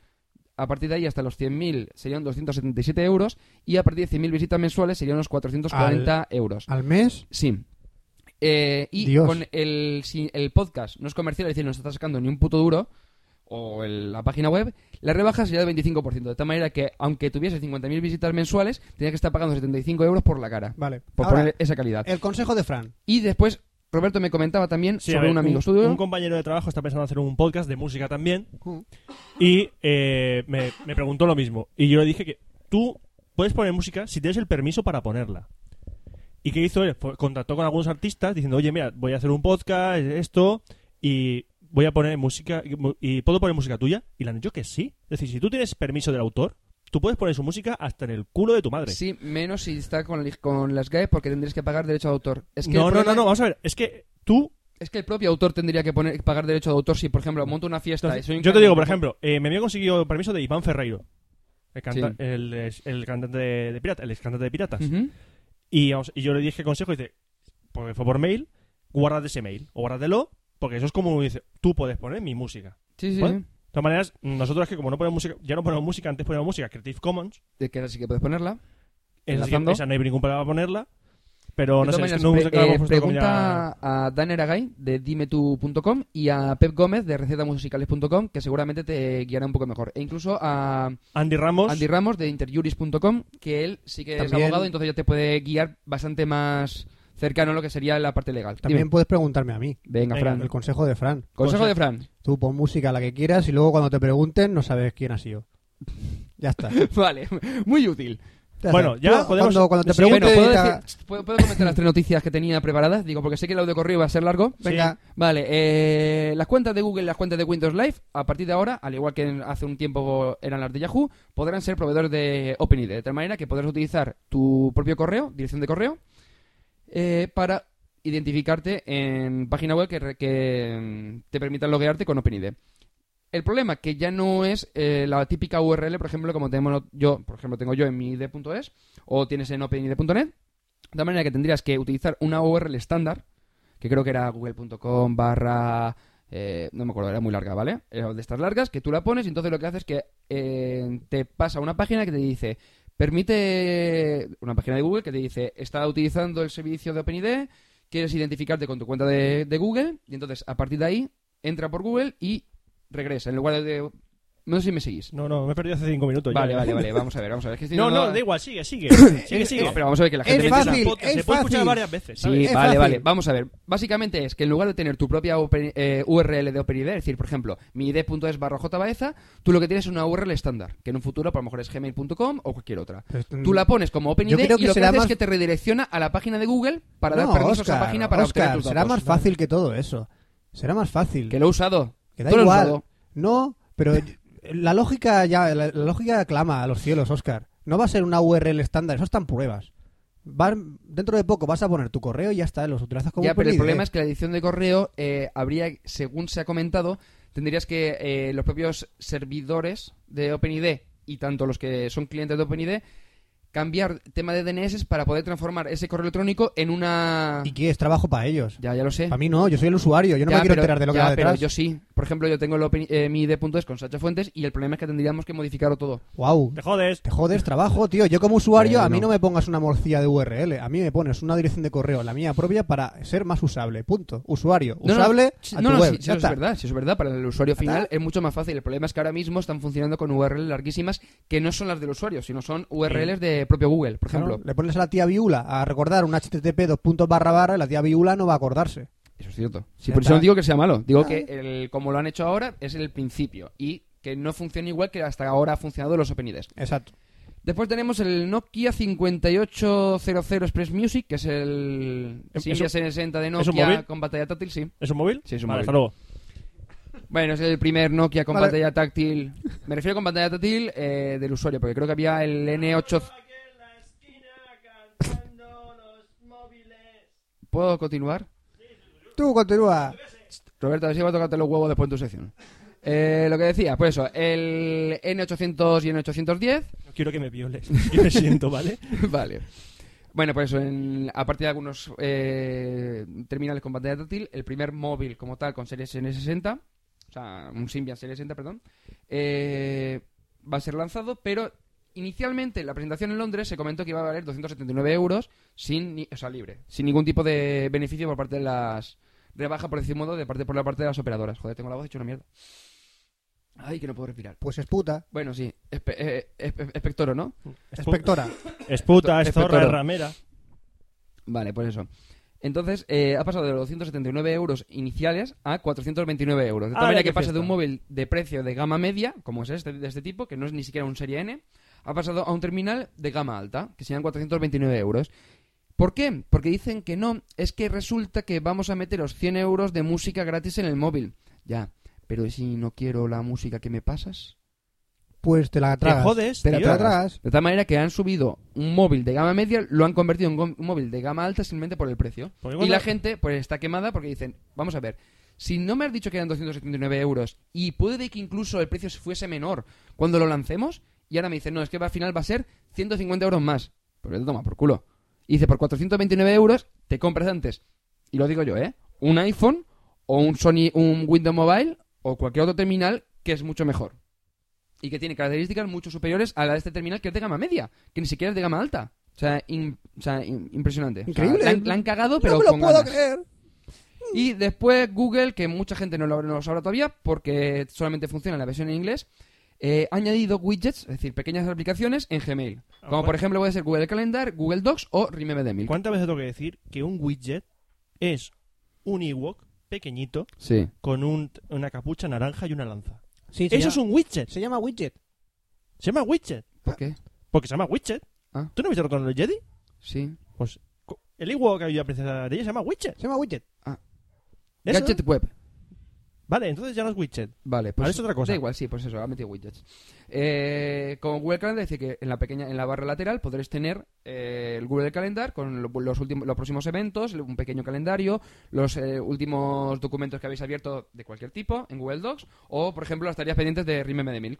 S2: A partir de ahí hasta los 100.000 serían 277 euros. Y a partir de 100.000 visitas mensuales serían unos 440 euros.
S3: Al mes.
S2: Sí. Eh, y
S3: Dios.
S2: con el, si el podcast no es comercial, es decir, no se está sacando ni un puto duro, o el- la página web, la rebaja sería del 25%. De tal manera que, aunque tuviese 50.000 visitas mensuales, tenía que estar pagando 75 euros por la cara.
S3: Vale.
S2: Por
S3: Ahora, eh,
S2: poner esa calidad.
S3: el consejo de Fran.
S2: Y después, Roberto me comentaba también
S1: Sí, a
S2: sobre
S1: ver,
S2: un amigo suyo. Mm.
S1: un compañero de trabajo está pensando hacer un podcast de música también. Y eh, me, me preguntó lo mismo. Y yo le dije que tú puedes poner música si tienes el permiso para ponerla. ¿Y qué hizo él? Fue- contactó con algunos artistas diciendo, oye, mira, voy a hacer un podcast, esto, y voy a poner música, y mu- y ¿puedo poner música tuya? Y le han dicho que sí. Es decir, si tú tienes permiso del autor, tú puedes poner su música hasta en el culo de tu madre.
S2: Sí, menos si está con, li- con las GAE porque tendrías que pagar derecho de autor. Es que el
S1: no, no,
S2: problema
S1: no, no, vamos a ver. Es que tú
S2: Es que el propio autor tendría que poner, pagar derecho de autor si, por ejemplo, monto una fiesta. y soy un
S1: Yo te digo, por
S2: cantante-
S1: ejemplo, eh, me había conseguido el permiso de Iván Ferreiro. el, canta-
S2: Sí.
S1: el, ex- el cantante de, de pirata, el ex cantante de piratas.
S2: Ujú.
S1: Y, vamos, y yo le dije consejo, y dice, porque fue por mail, guárdate ese mail, o guárdatelo, porque eso es como, dice, tú puedes poner mi música.
S2: Sí, sí.
S1: Bueno. De todas maneras, nosotros es que como no ponemos música, ya no ponemos música, antes poníamos música Creative Commons,
S2: De que ahora sí que puedes ponerla.
S1: esa, sí que-
S2: Enlazando.
S1: esa no hay ningún problema ponerla, pero no
S2: De
S1: sé,
S2: todas
S1: es que no
S2: maneras,
S1: hemos
S2: pre-
S1: acabado
S2: eh,
S1: con esto como
S2: pregunta a Dan Eragay de dimetu.com y a Pep Gómez de recetamusicales.com que seguramente te guiará un poco mejor. E incluso a
S1: ya Andy Ramos,
S2: Andy Ramos de interjuris.com que él sí que es
S3: También-
S2: abogado, entonces ya te puede guiar bastante más cercano a lo que sería la parte legal.
S3: También
S2: Dime.
S3: puedes preguntarme a mí.
S1: Venga,
S2: Venga, Fran.
S3: El consejo de Fran.
S2: Consejo de Fran.
S3: Tú pon música la que quieras y luego cuando te pregunten no sabes quién ha sido. Ya está. Ya
S2: Vale, muy útil.
S3: está.
S1: Bueno, ya
S3: Tú,
S1: podemos-
S3: Cuando, cuando te
S1: Sí,
S2: Bueno,
S3: pregunten...
S2: ¿puedo,
S3: ya-
S2: decir- ¿puedo- puedo comentar las tres noticias que tenía preparadas? Digo, porque sé que el audio corrido va a ser largo.
S3: Venga.
S2: Vale, eh, las cuentas de Google y las cuentas de Windows Live, a partir de ahora, al igual que en- hace un tiempo eran las de Yahoo, podrán ser proveedores de OpenID. De tal manera que podrás utilizar tu propio correo, dirección de correo, eh, para identificarte en página web que, re- que, mm, te permitan loguearte con OpenID. El problema que ya no es eh, la típica URL, por ejemplo, como tenemos yo, por ejemplo, tengo yo en mi id.es o tienes en openid.net, de tal manera que tendrías que utilizar una URL estándar, que creo que era google.com barra... eh, no me acuerdo, era muy larga, ¿vale? Era de estas largas, que tú la pones y entonces lo que hace es que eh, te pasa una página que te dice, permite, una página de Google que te dice, está utilizando el servicio de OpenID, quieres identificarte con tu cuenta de, de Google, y entonces a partir de ahí entra por Google y regresa, en lugar de... No sé si me seguís.
S1: no, no, me he perdido hace cinco minutos. Pues ya.
S2: Vale, vale, vale, vamos a ver, vamos a ver. es que estoy
S1: No,
S2: dando-
S1: no, da igual, sigue, sigue, sigue, sigue.
S2: No, pero vamos a ver que la gente...
S1: Este
S3: Es
S2: no entienda.
S3: fácil,
S1: un podcast,
S3: es
S1: se puede escuchar
S3: fácil.
S1: varias veces,
S2: Sí,
S1: ¿sabes?
S3: Es
S2: vale,
S3: fácil.
S2: vale. Vamos a ver. Básicamente es que en lugar de tener tu propia open- eh, URL de OpenID, es decir, por ejemplo, mi id.es barra jbaeza, E tú lo que tienes es una URL estándar, que en un futuro a lo mejor es gmail.com o cualquier otra.
S3: Pues, mm,
S2: Tú la pones como OpenID
S3: Yo creo
S2: y
S3: que
S2: lo que
S3: será
S2: hace es
S3: más-
S2: que te redirecciona a la página de Google para
S3: No,
S2: dar permisos
S3: Oscar,
S2: a la página para
S3: Oscar,
S2: obtener tus
S3: será
S2: datos.
S3: más fácil que todo eso. Será más fácil.
S2: Que lo he usado.
S3: Que da
S2: Tú lo has
S3: igual.
S2: usado.
S3: No, pero la lógica ya, la, la lógica clama a los cielos, Oscar. No va a ser una URL estándar, eso están pruebas. Vas- dentro de poco vas a poner tu correo y ya está, los utilizas como eh.
S2: Ya,
S3: un
S2: pero el
S3: PNID.
S2: problema es que la edición de correo eh, habría, según se ha comentado, tendrías que eh, los propios servidores de OpenID y tanto los que son clientes de OpenID cambiar tema de DNS para poder transformar ese correo electrónico en una.
S3: ¿Y qué es trabajo para ellos?
S2: Ya, ya lo sé.
S3: Para mí no, yo soy el usuario, yo no
S2: Eh. Ya,
S3: me quiero
S2: pero-
S3: enterar de lo que
S2: ya,
S3: va
S2: pero
S3: detrás.
S2: yo sí. Por ejemplo, yo tengo el open, eh, mi ID.es con Sacha Fuentes y el problema es que tendríamos que modificarlo todo.
S3: Guau,
S1: Te jodes.
S3: Te jodes, trabajo, tío. Yo como usuario, a mí
S2: Bueno.
S3: no me pongas una morcilla de URL. A mí me pones una dirección de correo, la mía propia, para ser más usable. Punto. Usuario,
S2: No, no,
S3: usable
S2: sí,
S3: a
S2: no,
S3: tu
S2: no,
S3: web.
S2: sí, sí,
S3: Ya
S2: eso es
S3: está.
S2: verdad, sí, eso es verdad. Para el usuario
S3: está.
S2: final es mucho más fácil. El problema es que ahora mismo están funcionando con URL larguísimas que no son las del usuario, sino son URLs de propio Google, por
S3: Claro,
S2: ejemplo.
S3: le pones a la tía Viula a recordar un http dos puntos barra barra y la tía Viula no va a acordarse.
S2: Eso es cierto. Sí,
S3: Ya
S2: por eso
S3: está.
S2: no digo que sea malo. Digo
S3: Ah.
S2: que el, como lo han hecho ahora es el principio y que no funciona igual que hasta ahora ha funcionado los OpenIDs.
S3: Exacto.
S2: Después tenemos el Nokia 5800 Express Music, que es el
S1: ¿Es-
S2: Symbian
S1: es un-
S2: 60 de
S1: es un
S2: Nokia
S1: móvil?
S2: con pantalla táctil, sí.
S1: ¿Es un móvil?
S2: Sí, es un
S1: vale,
S2: móvil.
S1: hasta luego.
S2: Bueno, es el primer Nokia con
S3: Vale.
S2: pantalla táctil. Me refiero con pantalla táctil eh, del usuario, porque creo que había el N8. ¿Puedo continuar?
S3: Tú continúa.
S2: Roberto, a ver si va a tocarte los huevos después en tu sección. Eh, lo que decía, pues eso, el N800 y N810.
S1: No quiero que me violes. Yo me siento, ¿vale?
S2: vale. Bueno, pues eso, en, aparte de algunos eh, terminales con pantalla táctil, el primer móvil como tal con series N60, o sea, un Symbian Series 60, perdón, eh, va a ser lanzado, pero inicialmente la presentación en Londres se comentó que iba a valer 279 euros, sin, ni- o sea, libre, sin ningún tipo de beneficio por parte de las... Rebaja, por decir modo, de parte, por la parte de las operadoras. Joder, tengo la voz hecha una mierda. Ay, que no puedo respirar.
S3: Pues es puta.
S2: Bueno, sí, espe- eh, espe- espectoro, ¿no?
S1: Es, pu-
S3: Espectora.
S1: es puta, es
S2: Espectoro.
S1: zorra, es ramera.
S2: Vale, pues eso. Entonces, eh, ha pasado de los 279 euros iniciales a 429 euros. De tal
S1: Ah,
S2: manera
S1: ya,
S2: que
S1: qué
S2: pasa de un
S1: fiesta.
S2: móvil de precio de gama media, como es este, de este tipo, que no es ni siquiera un Serie N, ha pasado a un terminal de gama alta, que serían 429 euros. ¿Por qué? Porque dicen que no, es que resulta que vamos a meter los 100 euros de música gratis en el móvil. Ya, pero ¿y si no quiero la música que me pasas?
S3: Pues te la
S1: Te
S3: tragas.
S1: jodes,
S2: Te la
S1: tío.
S2: tragas.
S3: tragas.
S2: De tal manera que han subido un móvil de gama media, lo han convertido en un móvil de gama alta simplemente por el precio.
S1: Porque
S2: Y
S1: cuando-
S2: la gente pues está quemada porque dicen, vamos a ver, si no me has dicho que eran 279 euros y puede que incluso el precio fuese menor cuando lo lancemos, y ahora me dice, no, es que va- al final va a ser 150 euros más. Pues te toma por culo. Y dice, por 429 euros te compras antes. Y lo digo yo, ¿eh? Un iPhone o un Sony, un Windows Mobile o cualquier otro terminal que es mucho mejor. Y que tiene características mucho superiores a la de este terminal que es de gama media, que ni siquiera es de gama alta. O sea, im- o sea, im- impresionante. O sea,
S3: Increíble.
S2: la, han, la han cagado, pero
S3: no me lo
S2: con
S3: puedo
S2: ganas.
S3: creer.
S2: Y después Google, que mucha gente no lo, no lo sabrá todavía porque solamente funciona en la versión en inglés, eh, ha añadido widgets, es decir, pequeñas aplicaciones en Gmail.
S1: Ah,
S2: Como por ejemplo puede ser Google Calendar, Google Docs o Remember the Milk.
S1: ¿Cuántas veces tengo que decir que un widget es un Ewok pequeñito
S2: Sí.
S1: con un- una capucha naranja y una lanza?
S3: Sí, se
S1: Eso
S3: llama-
S1: es un widget.
S3: Se llama widget.
S1: Se llama widget.
S2: ¿Por qué?
S1: Porque se llama widget.
S2: Ah.
S1: ¿Tú no viste Retorno de los Jedi?
S2: Sí.
S1: Pues co- el Ewok que había princesa de ella se llama widget.
S3: Se llama widget.
S1: Eso-
S2: Gadget Web.
S1: Vale, entonces ya no es widget.
S2: Vale, pues
S1: Ahora es otra cosa.
S2: Da igual, sí, pues eso, ha metido widgets. Eh, con Google Calendar dice que en la pequeña, en la barra lateral podréis tener eh, el Google Calendar con lo- los últimos, los próximos eventos, un pequeño calendario, los eh, últimos documentos que habéis abierto de cualquier tipo en Google Docs o, por ejemplo, las tareas pendientes de Remember the Milk.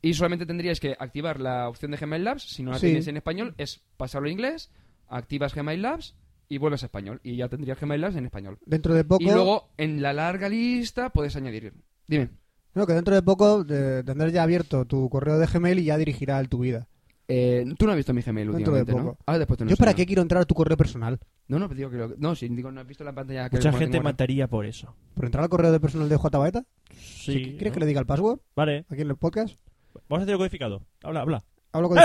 S2: Y solamente tendríais que activar la opción de Gmail Labs. Si no la
S3: Sí.
S2: tenéis en español, es pasarlo a inglés, activas Gmail Labs y vuelves a español. Y ya tendrías Gmail Labs en español.
S3: Dentro de poco.
S2: Y luego, en la larga lista, puedes añadir. Dime.
S3: No, que dentro de poco eh, tendrás ya abierto tu correo de Gmail y ya dirigirá el tu vida.
S2: Eh, tú no has visto mi Gmail
S3: Dentro de
S2: últimamente, ¿no?
S3: poco.
S2: Ahora después te lo
S3: ¿Yo para qué
S2: enseño.
S3: quiero entrar a tu correo personal?
S2: No, no, digo que lo- no, si digo no has visto la pantalla que
S1: Mucha
S2: lo
S1: gente
S2: tengo ahora.
S1: mataría por eso.
S3: ¿Por entrar al correo de personal de J. Baeta?
S1: Sí.
S3: ¿Quieres
S1: ¿no?
S3: que le diga el password
S1: Vale,
S3: aquí en el podcast?
S1: vamos a hacer el codificado. Habla, habla.
S3: Hablo
S2: Eh,
S3: con
S1: El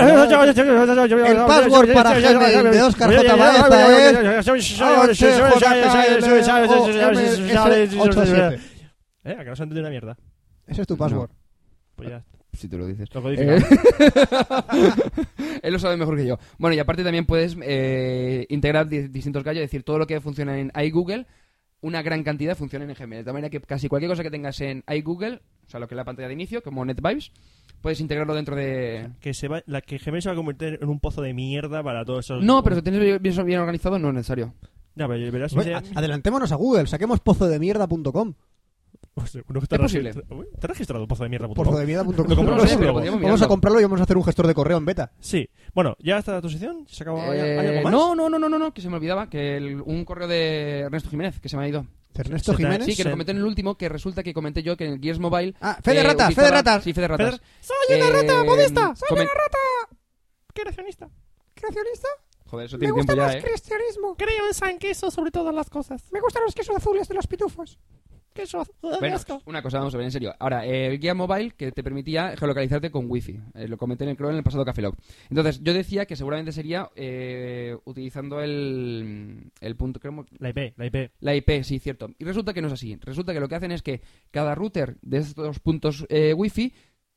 S3: password para Gmail de Oscar J. Baeza
S1: es...
S3: oh, 8J
S1: Eh, acabas de entender una mierda.
S3: Ese es tu password.
S1: Pues ya,
S2: Si te lo dices.
S1: lo
S2: Eh,
S1: codificamos.
S2: Él lo sabe mejor que yo. Bueno, y aparte también puedes eh, integrar di- distintos gallos, es decir, todo lo que funciona en iGoogle, una gran cantidad funciona en Gmail. De tal manera que casi cualquier cosa que tengas en iGoogle, o sea, lo que es la pantalla de inicio, como NetVibes, puedes integrarlo dentro de...
S1: Que se va, la que Gmail se va a convertir en un pozo de mierda para todos esos.
S2: No, pero si tienes bien- bien bien organizado, no es necesario.
S1: Ya, pero verás si
S3: Bueno, a- Adelantémonos a Google, saquemos pozodemierda.com.
S1: Es
S2: posible.
S1: ¿Te has registrado pozo de mierda? puto?
S3: Pozodemierda.com.
S1: Lo compramos
S2: No lo sé,
S1: luego.
S2: pero podríamos
S3: Vamos a
S2: mirarlo.
S3: comprarlo y vamos a hacer un gestor de correo en beta.
S1: Sí. Bueno, ¿ya está tu sección? ¿Se acabó? ¿Hay-
S2: Eh,
S1: hay algo más?
S2: no, no, no, no, no, no, que se me olvidaba, que el- un correo de Ernesto Jiménez, que se me ha ido.
S3: Ernesto
S1: Se te-
S3: Jiménez.
S2: Sí, que
S1: Sí.
S2: lo comenté en el último, que resulta que comenté yo que en el Gears Mobile...
S3: Ah, Fede
S2: eh,
S3: Ratas,
S2: utilizaba-
S3: Fede Ratas.
S2: Sí, Fede Ratas. Eh,
S1: Fede-
S2: ¡Soy una rata modesta! ¡Soy una rata!
S1: Creacionista.
S3: ¿Creacionista?
S2: Joder, eso tiene tiempo ya, ¿eh?
S3: cristianismo.
S1: Creo en San Queso sobre todas las cosas.
S3: Me gustan los quesos azules de los pitufos.
S1: Queso azul.
S2: Bueno, una cosa, vamos a ver, en serio. Ahora, eh, el guía mobile que te permitía geolocalizarte con wifi. Eh, lo comenté en el, creo en el pasado Café Lock. Entonces, yo decía que seguramente sería eh, utilizando el, el punto... creo-
S1: La IP, la IP.
S2: la IP, sí, cierto. Y resulta que no es así. Resulta que lo que hacen es que cada router de estos puntos eh, wifi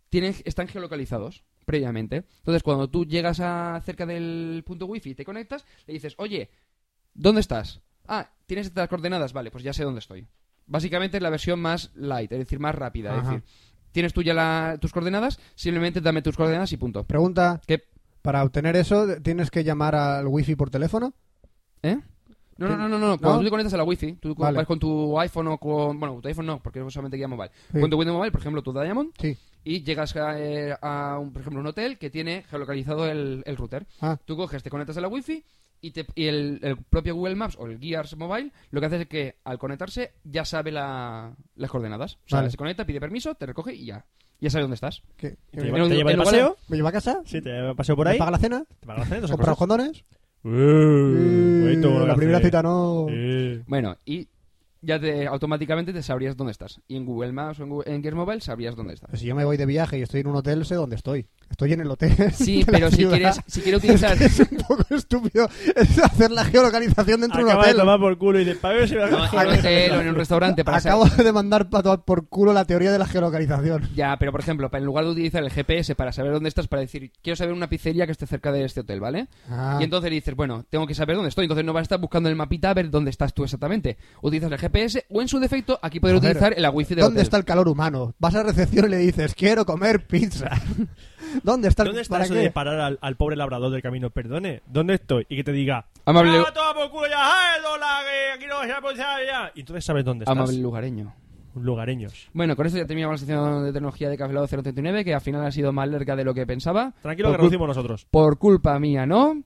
S2: tienen, están geolocalizados previamente. Entonces, cuando tú llegas a cerca del punto wifi y te conectas, le dices, oye, ¿dónde estás? Ah, tienes estas coordenadas. Vale, pues ya sé dónde estoy. Básicamente es la versión más light, es decir, más rápida. Es
S3: Ajá.
S2: decir, tienes tú ya la- tus coordenadas, simplemente dame tus coordenadas y punto.
S3: Pregunta.
S2: ¿Qué?
S3: Para obtener eso, ¿tienes que llamar al wifi por teléfono?
S2: ¿Eh? No, no, no, no, no. Cuando
S3: ¿No?
S2: tú te conectas a la wifi, tú co-
S3: Vale.
S2: vas con tu iPhone o con... Bueno, tu iPhone no, porque es solamente guía mobile.
S3: Sí.
S2: Con tu Windows Mobile, por ejemplo, tu Diamond,
S3: Sí.
S2: y llegas a, eh, a un, por ejemplo, un hotel que tiene geolocalizado el, el router.
S3: Ah.
S2: Tú coges, te conectas a la wifi y, te, y el, el propio Google Maps o el Gears Mobile lo que hace es que al conectarse ya sabe la- las coordenadas. O sea,
S3: Vale.
S2: se conecta, pide permiso, te recoge y ya. Ya sabe dónde estás.
S3: ¿Qué?
S1: ¿Te
S2: En
S1: lleva,
S2: un-
S1: te lleva
S2: en
S1: de
S2: lugar de-
S1: paseo?
S3: ¿Me lleva a casa?
S1: Sí, te lleva de paseo por
S3: ¿Me
S1: ahí.
S3: paga la cena?
S1: ¿Te paga la cena? dos
S3: ¿Comprar
S1: cosas.
S3: condones?
S1: Uh, bonito,
S3: Eh,
S1: bueno,
S3: la primera
S1: hace.
S3: cita no.
S1: Eh.
S2: Bueno, y ya te, automáticamente te sabrías dónde estás. Y en Google Maps o en, Google- en Gears Mobile sabrías dónde estás.
S3: Si yo me voy de viaje y estoy en un hotel, sé dónde estoy. Estoy en el hotel.
S2: Sí,
S3: de la
S2: pero si
S3: ciudad.
S2: quieres, si quieres utilizar...
S3: Es un poco estúpido es hacer la geolocalización dentro de un
S1: Acaba de
S3: hotel.
S1: tomar por culo y de pago se va
S2: No, en un hotel o en un restaurante para
S3: Acabo
S2: saber-
S3: de mandar para tomar por culo la teoría de la geolocalización.
S2: Ya, pero por ejemplo, pa- en lugar de utilizar el GPS para saber dónde estás, para decir, quiero saber una pizzería que esté cerca de este hotel, ¿vale?
S3: Ah,
S2: Y entonces dices, bueno, tengo que saber dónde estoy, entonces no vas a estar buscando en el mapita a ver dónde estás tú exactamente. Utilizas el GPS o en su defecto, aquí podrás
S3: Joder,
S2: utilizar la wifi del
S3: ¿Dónde
S2: hotel.
S3: está el calor humano? Vas a recepción y le dices, quiero comer pizza. ¿Dónde está el
S1: ¿Dónde está
S3: ¿Para
S1: eso
S3: qué?
S1: de parar al, al pobre labrador del camino? Perdone, ¿dónde estoy? Y que te diga,
S2: Amable,
S1: ¡Ah, toma por culo ya! ¡Ah, el dólar! que aquí no se va a poner ya! Y entonces sabes dónde estás.
S2: amable lugareño.
S1: lugareños.
S2: Bueno, con esto ya terminamos la sección de tecnología de Café Lado 039, que al final ha sido más larga de lo que pensaba.
S1: Tranquilo
S2: Por
S1: que lo decimos nosotros.
S2: Por culpa mía, ¿no?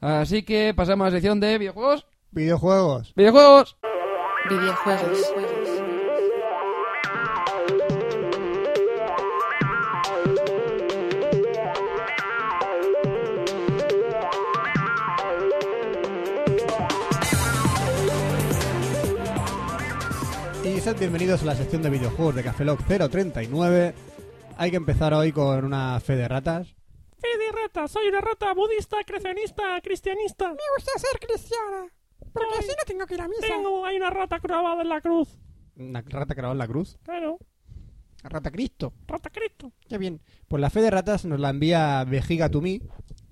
S2: Así que pasamos a la sección de videojuegos.
S3: Videojuegos.
S2: ¡Videojuegos!
S5: videojuegos,
S3: Y sed bienvenidos a la sección de videojuegos de Café Lock 039. Hay que empezar hoy con una fe de ratas.
S1: Fede rata, soy una rata budista, creacionista, cristianista.
S10: Me gusta ser cristiana. Porque así no tengo que ir a misa.
S1: Tengo, hay una rata clavada en la cruz.
S3: Una rata clavada en la cruz.
S1: Claro,
S3: Rata Cristo.
S1: rata Cristo.
S3: Qué bien. Pues la fe de ratas nos la envía Vejiga to Me,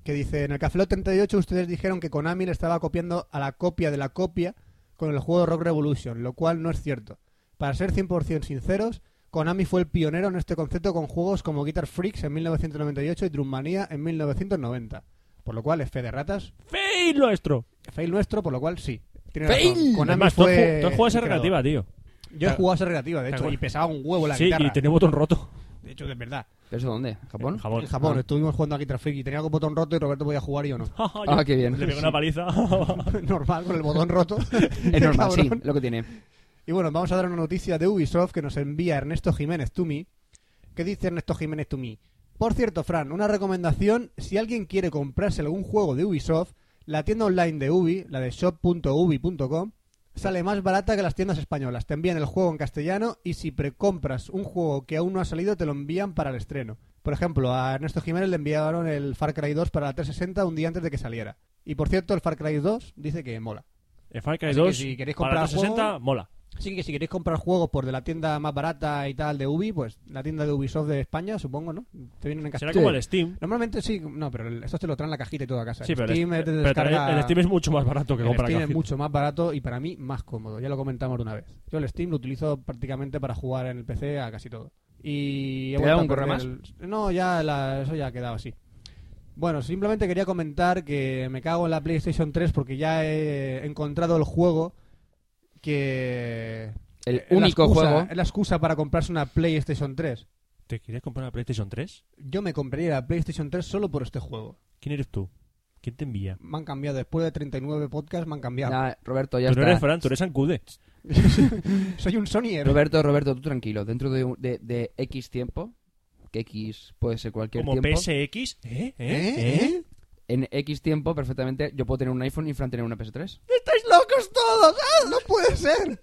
S3: que dice, en el Café Lock 38 ustedes dijeron que Konami le estaba copiando a la copia de la copia con el juego Rock Revolution, lo cual no es cierto. Para ser 100% sinceros, Konami fue el pionero en este concepto con juegos como Guitar Freaks en 1998 y Drummania en 1990. Por lo cual es fe de ratas,
S1: Fail nuestro.
S3: fail nuestro, por lo cual sí. Tiene
S2: Fail.
S3: razón. Konami
S1: Además, tú
S3: fue...
S1: has ju- tú has jugado a esa
S3: creador.
S1: recreativa, tío.
S3: Yo he jugado a esa recreativa, de hecho,
S1: Claro.
S3: y pesaba un huevo la
S1: sí,
S3: guitarra.
S1: y tenía botón roto.
S3: De hecho, de verdad.
S2: ¿Pero eso dónde? ¿Japón?
S1: En Japón.
S3: En Japón,
S2: Ah.
S3: estuvimos jugando a Guitar Freak y tenía el botón roto y Roberto podía jugar y yo no.
S2: Ah, qué bien.
S1: Le pegó una paliza.
S3: normal, con el botón roto.
S2: Es normal, sí,
S3: Cabrón.
S2: lo que tiene.
S3: Y bueno, vamos a dar una noticia de Ubisoft que nos envía Ernesto Jiménez Tumi. ¿Qué dice Ernesto Jiménez Tumi? Por cierto, Fran, una recomendación. Si alguien quiere comprarse algún juego de Ubisoft, la tienda online de Ubi, la de shop.ubi.com, sale más barata que las tiendas españolas. Te envían el juego en castellano y si precompras un juego que aún no ha salido, te lo envían para el estreno. Por ejemplo, a Ernesto Jiménez le enviaron el Far Cry 2 para la 360 un día antes de que saliera. Y por cierto, el Far Cry 2 dice que mola.
S1: En Far Cry
S3: Así que
S1: 2,
S3: si queréis
S1: para
S3: comprar
S1: 60,
S3: juego-
S1: mola.
S3: Sí, que si queréis comprar juegos por de la tienda más barata y tal de Ubi, pues la tienda de Ubisoft de España, supongo, ¿no? Te vienen en
S1: Será
S3: castellano.
S1: como el Steam.
S3: Normalmente sí, no, pero el- estos te lo traen la cajita y todo a casa.
S1: Sí,
S3: El
S1: pero,
S3: Steam
S1: el,
S3: es de
S1: pero
S3: descarga-
S1: también el Steam es mucho más barato que
S3: el
S1: comprar
S3: Steam es
S1: cajita.
S3: mucho más barato y para mí más cómodo, ya lo comentamos de una vez. Yo el Steam lo utilizo prácticamente para jugar en el PC a casi todo. Y he
S2: ¿Te da
S3: vuelto
S2: un
S3: a perder
S2: correo más?
S3: el- No, ya la- eso ya ha quedado así. Bueno, simplemente quería comentar que me cago en la PlayStation 3 porque ya he encontrado el juego que
S2: El
S3: es Eh, la
S2: único
S3: excusa-
S2: juego.
S3: Es la excusa para comprarse una PlayStation 3.
S1: ¿Te querías comprar una PlayStation 3?
S3: Yo me compraría la PlayStation 3 solo por este juego.
S1: ¿Quién eres tú? ¿Quién te envía?
S3: Me han cambiado. Después de 39 podcasts, me han cambiado.
S2: Nah, Roberto, ya
S1: Tú no eres
S2: está.
S1: Fran, tú eres Ancude.
S3: Soy un Sonyer.
S2: Roberto, Roberto, tú tranquilo. Dentro de, de, de X tiempo, que X puede ser cualquier
S1: Como
S2: tiempo.
S1: PSX. ¿Eh? ¿Eh?
S3: ¿Eh?
S1: ¿Eh?
S3: ¿Eh?
S2: En X tiempo, perfectamente, yo puedo tener un iPhone y Fran tener una PS3.
S3: ¡Estáis locos todos! ¡Ah, ¡No puede ser!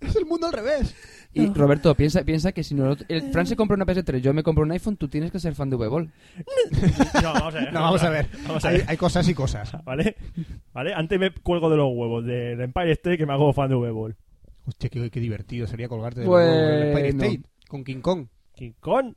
S3: Es el mundo al revés.
S2: Y Roberto, piensa, piensa que si no, el Fran se compra una PS3, yo me compro un iPhone, tú tienes que ser fan de V-Ball.
S1: No, vamos a ver.
S3: ¿Eh? No, vamos a ver.
S1: Vamos a
S3: Hay,
S1: ver.
S3: hay cosas y cosas.
S1: ¿Vale? ¿Vale? Antes me cuelgo de los huevos del Empire State que me hago fan de V-Ball.
S3: Hostia, qué, qué divertido sería colgarte de
S2: Bueno.
S3: nuevo en el Empire State con King Kong.
S1: King Kong.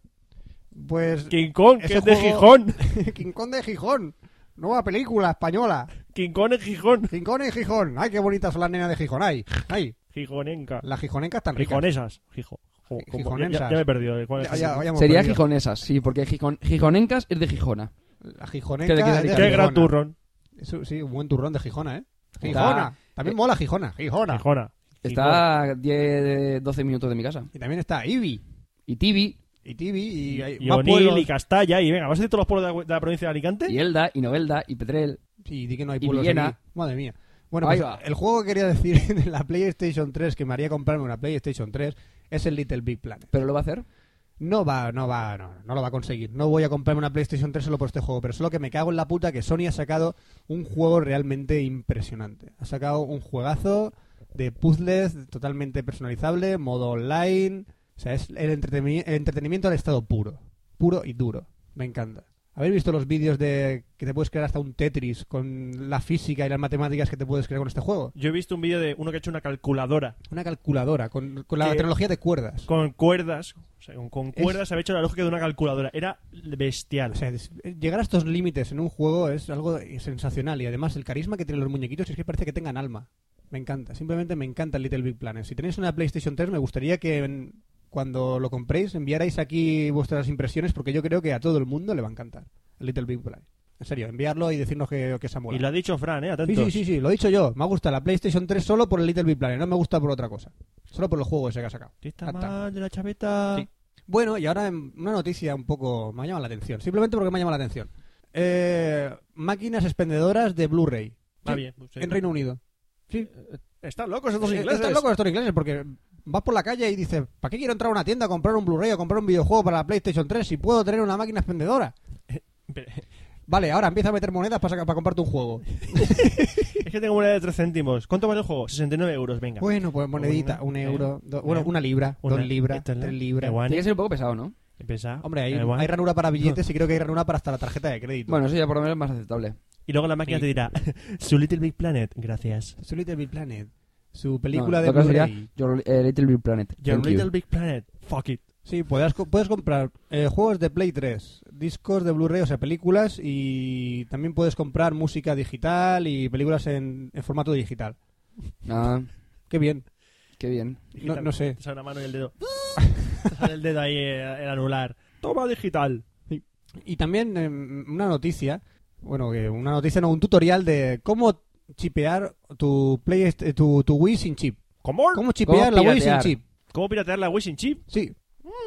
S3: Pues
S1: King Kong, que
S3: Ese
S1: es de
S3: juego-
S1: Gijón.
S3: King Kong de Gijón. Nueva película española.
S1: King Kong es Gijón.
S3: King Kong en Gijón. Ay, qué bonitas son las nenas de Gijón. Ay, ay.
S1: Gijonenca.
S3: Las gijonecas tan ricas.
S1: Gijonesas. Gijo. jo- como-
S3: Gijonensas.
S1: Ya, ya me he perdido. ¿Cuál es?
S3: Ya- ya- ya hemos
S2: Sería
S3: perdido.
S2: Gijonesas, sí, porque Gijon, Gijonencas es de Gijona.
S3: La
S2: Que le queda
S3: gijoneca. es de
S2: rica.
S1: Qué
S3: Gijona.
S1: gran turrón.
S3: Eso, sí, un buen turrón de Gijona, ¿eh?
S2: Está- eh,
S3: Gijona. También mola Gijona. Gijona.
S1: Gijona. Gijón.
S2: Está a 10, 12 minutos de mi casa.
S3: Y también está Ibi.
S2: Y Tibi,
S3: Y Tibi. Y, hay
S1: Y
S3: más
S1: O'Neill
S3: pueblos.
S1: y Castalla. Y venga, ¿vas a decir todos los pueblos de la, de la provincia de
S3: ¿Eh?
S1: Alicante?
S2: y Elda, y Novelda, y Petrel.
S3: Sí, di que no hay
S2: Y
S3: pueblos
S2: Villena.
S3: aquí. Madre mía. Bueno,
S2: Ahí
S3: pues,
S2: va.
S3: el juego que quería decir de la PlayStation 3 que me haría comprarme una PlayStation 3 es el Little Big Planet.
S2: ¿Pero lo va a hacer?
S3: No va, no va, no, no lo va a conseguir. No voy a comprarme una PlayStation 3 solo por este juego, pero solo que me cago en la puta que Sony ha sacado un juego realmente impresionante. Ha sacado un juegazo de puzzles totalmente personalizable, modo online. O sea, es el, entreteni- el entretenimiento al estado puro. Puro y duro. Me encanta. ¿Habéis visto los vídeos de que te puedes crear hasta un Tetris con la física y las matemáticas que te puedes crear con este juego?
S1: Yo he visto un vídeo de uno que ha hecho una calculadora
S3: Una calculadora, con, con la
S1: Que-
S3: tecnología de cuerdas.
S1: con cuerdas. O sea, con, con
S3: Es-
S1: cuerdas había hecho la lógica de una calculadora. Era bestial.
S3: O sea, des- llegar a estos límites en un juego es algo sensacional y además el carisma que tienen los muñequitos es que parece que tengan alma. Me encanta, simplemente me encanta el Little Big Planet. Si tenéis una PlayStation 3 me gustaría que en- cuando lo compréis enviarais aquí vuestras impresiones porque yo creo que a todo el mundo le va a encantar el Little Big Planet. En serio, enviarlo y decirnos que, que se ha molado.
S1: Y lo ha dicho Fran, ¿eh?
S3: Sí,
S1: Atentos.
S3: sí, sí, sí, lo he dicho yo. Me gusta la PlayStation 3 solo por el Little Big Planet, no me gusta por otra cosa. Solo por el juego ese que ha sacado.
S1: Que Está
S3: Ya está.
S1: mal de la chaveta.
S3: Sí. Bueno, y ahora em, una noticia un poco... Me ha llamado la atención, simplemente porque me ha llamado la atención. Eh, máquinas expendedoras de Blu-ray
S1: Va
S3: Sí,
S1: bien. pues, sí.
S3: en Reino Unido. Sí.
S1: Están locos esos
S3: Eh, Están locos estos ingleses porque vas por la calle y dices, ¿para qué quiero entrar a una tienda a comprar un Blu-ray o comprar un videojuego para la PlayStation 3 si puedo tener una máquina expendedora?
S1: Pero-
S3: Vale, ahora empieza a meter monedas para, saca- para comprarte un juego.
S1: Es que tengo una de 3 céntimos. ¿Cuánto vale el juego? 69 euros, venga.
S3: Bueno, pues monedita, un
S1: Una,
S3: euro,
S1: eh,
S3: do- bueno,
S1: eh,
S3: una libra,
S1: Una-
S3: dos libras,
S1: esto es la-
S3: tres libras.
S1: el guani.
S2: Tiene que ser un poco pesado, ¿no?
S1: Empieza.
S3: Hombre, hay,
S1: el guani.
S3: hay ranura para billetes y creo que hay ranura para hasta la tarjeta de crédito.
S2: Bueno, eso ya por lo menos es más aceptable.
S1: Y luego la máquina
S3: Sí.
S1: te dirá, su Little Big Planet, gracias.
S3: su Little Big Planet, su película
S2: No,
S3: de
S2: lo que
S3: Blu-ray.
S2: sería Your eh, Little Big Planet.
S1: Your
S2: Thank you.
S1: Little Big Planet, fuck it.
S3: Sí, puedes, puedes comprar eh, juegos de Play 3, discos de Blu-ray, o sea, películas, y también puedes comprar música digital y películas en, en formato digital.
S2: Ah,
S3: Qué bien.
S2: qué bien.
S3: No, no sé.
S1: Te sale la mano y el dedo. Te sale el dedo ahí, eh, el anular. Toma digital.
S3: Y también eh, una noticia, bueno, que una noticia, no, un tutorial de cómo chipear tu, Play, eh, tu, tu Wii sin chip.
S1: ¿Cómo?
S3: ¿Cómo chipear la Wii sin
S2: piratear?
S3: chip?
S1: ¿Cómo piratear la Wishing Chip?
S3: Sí,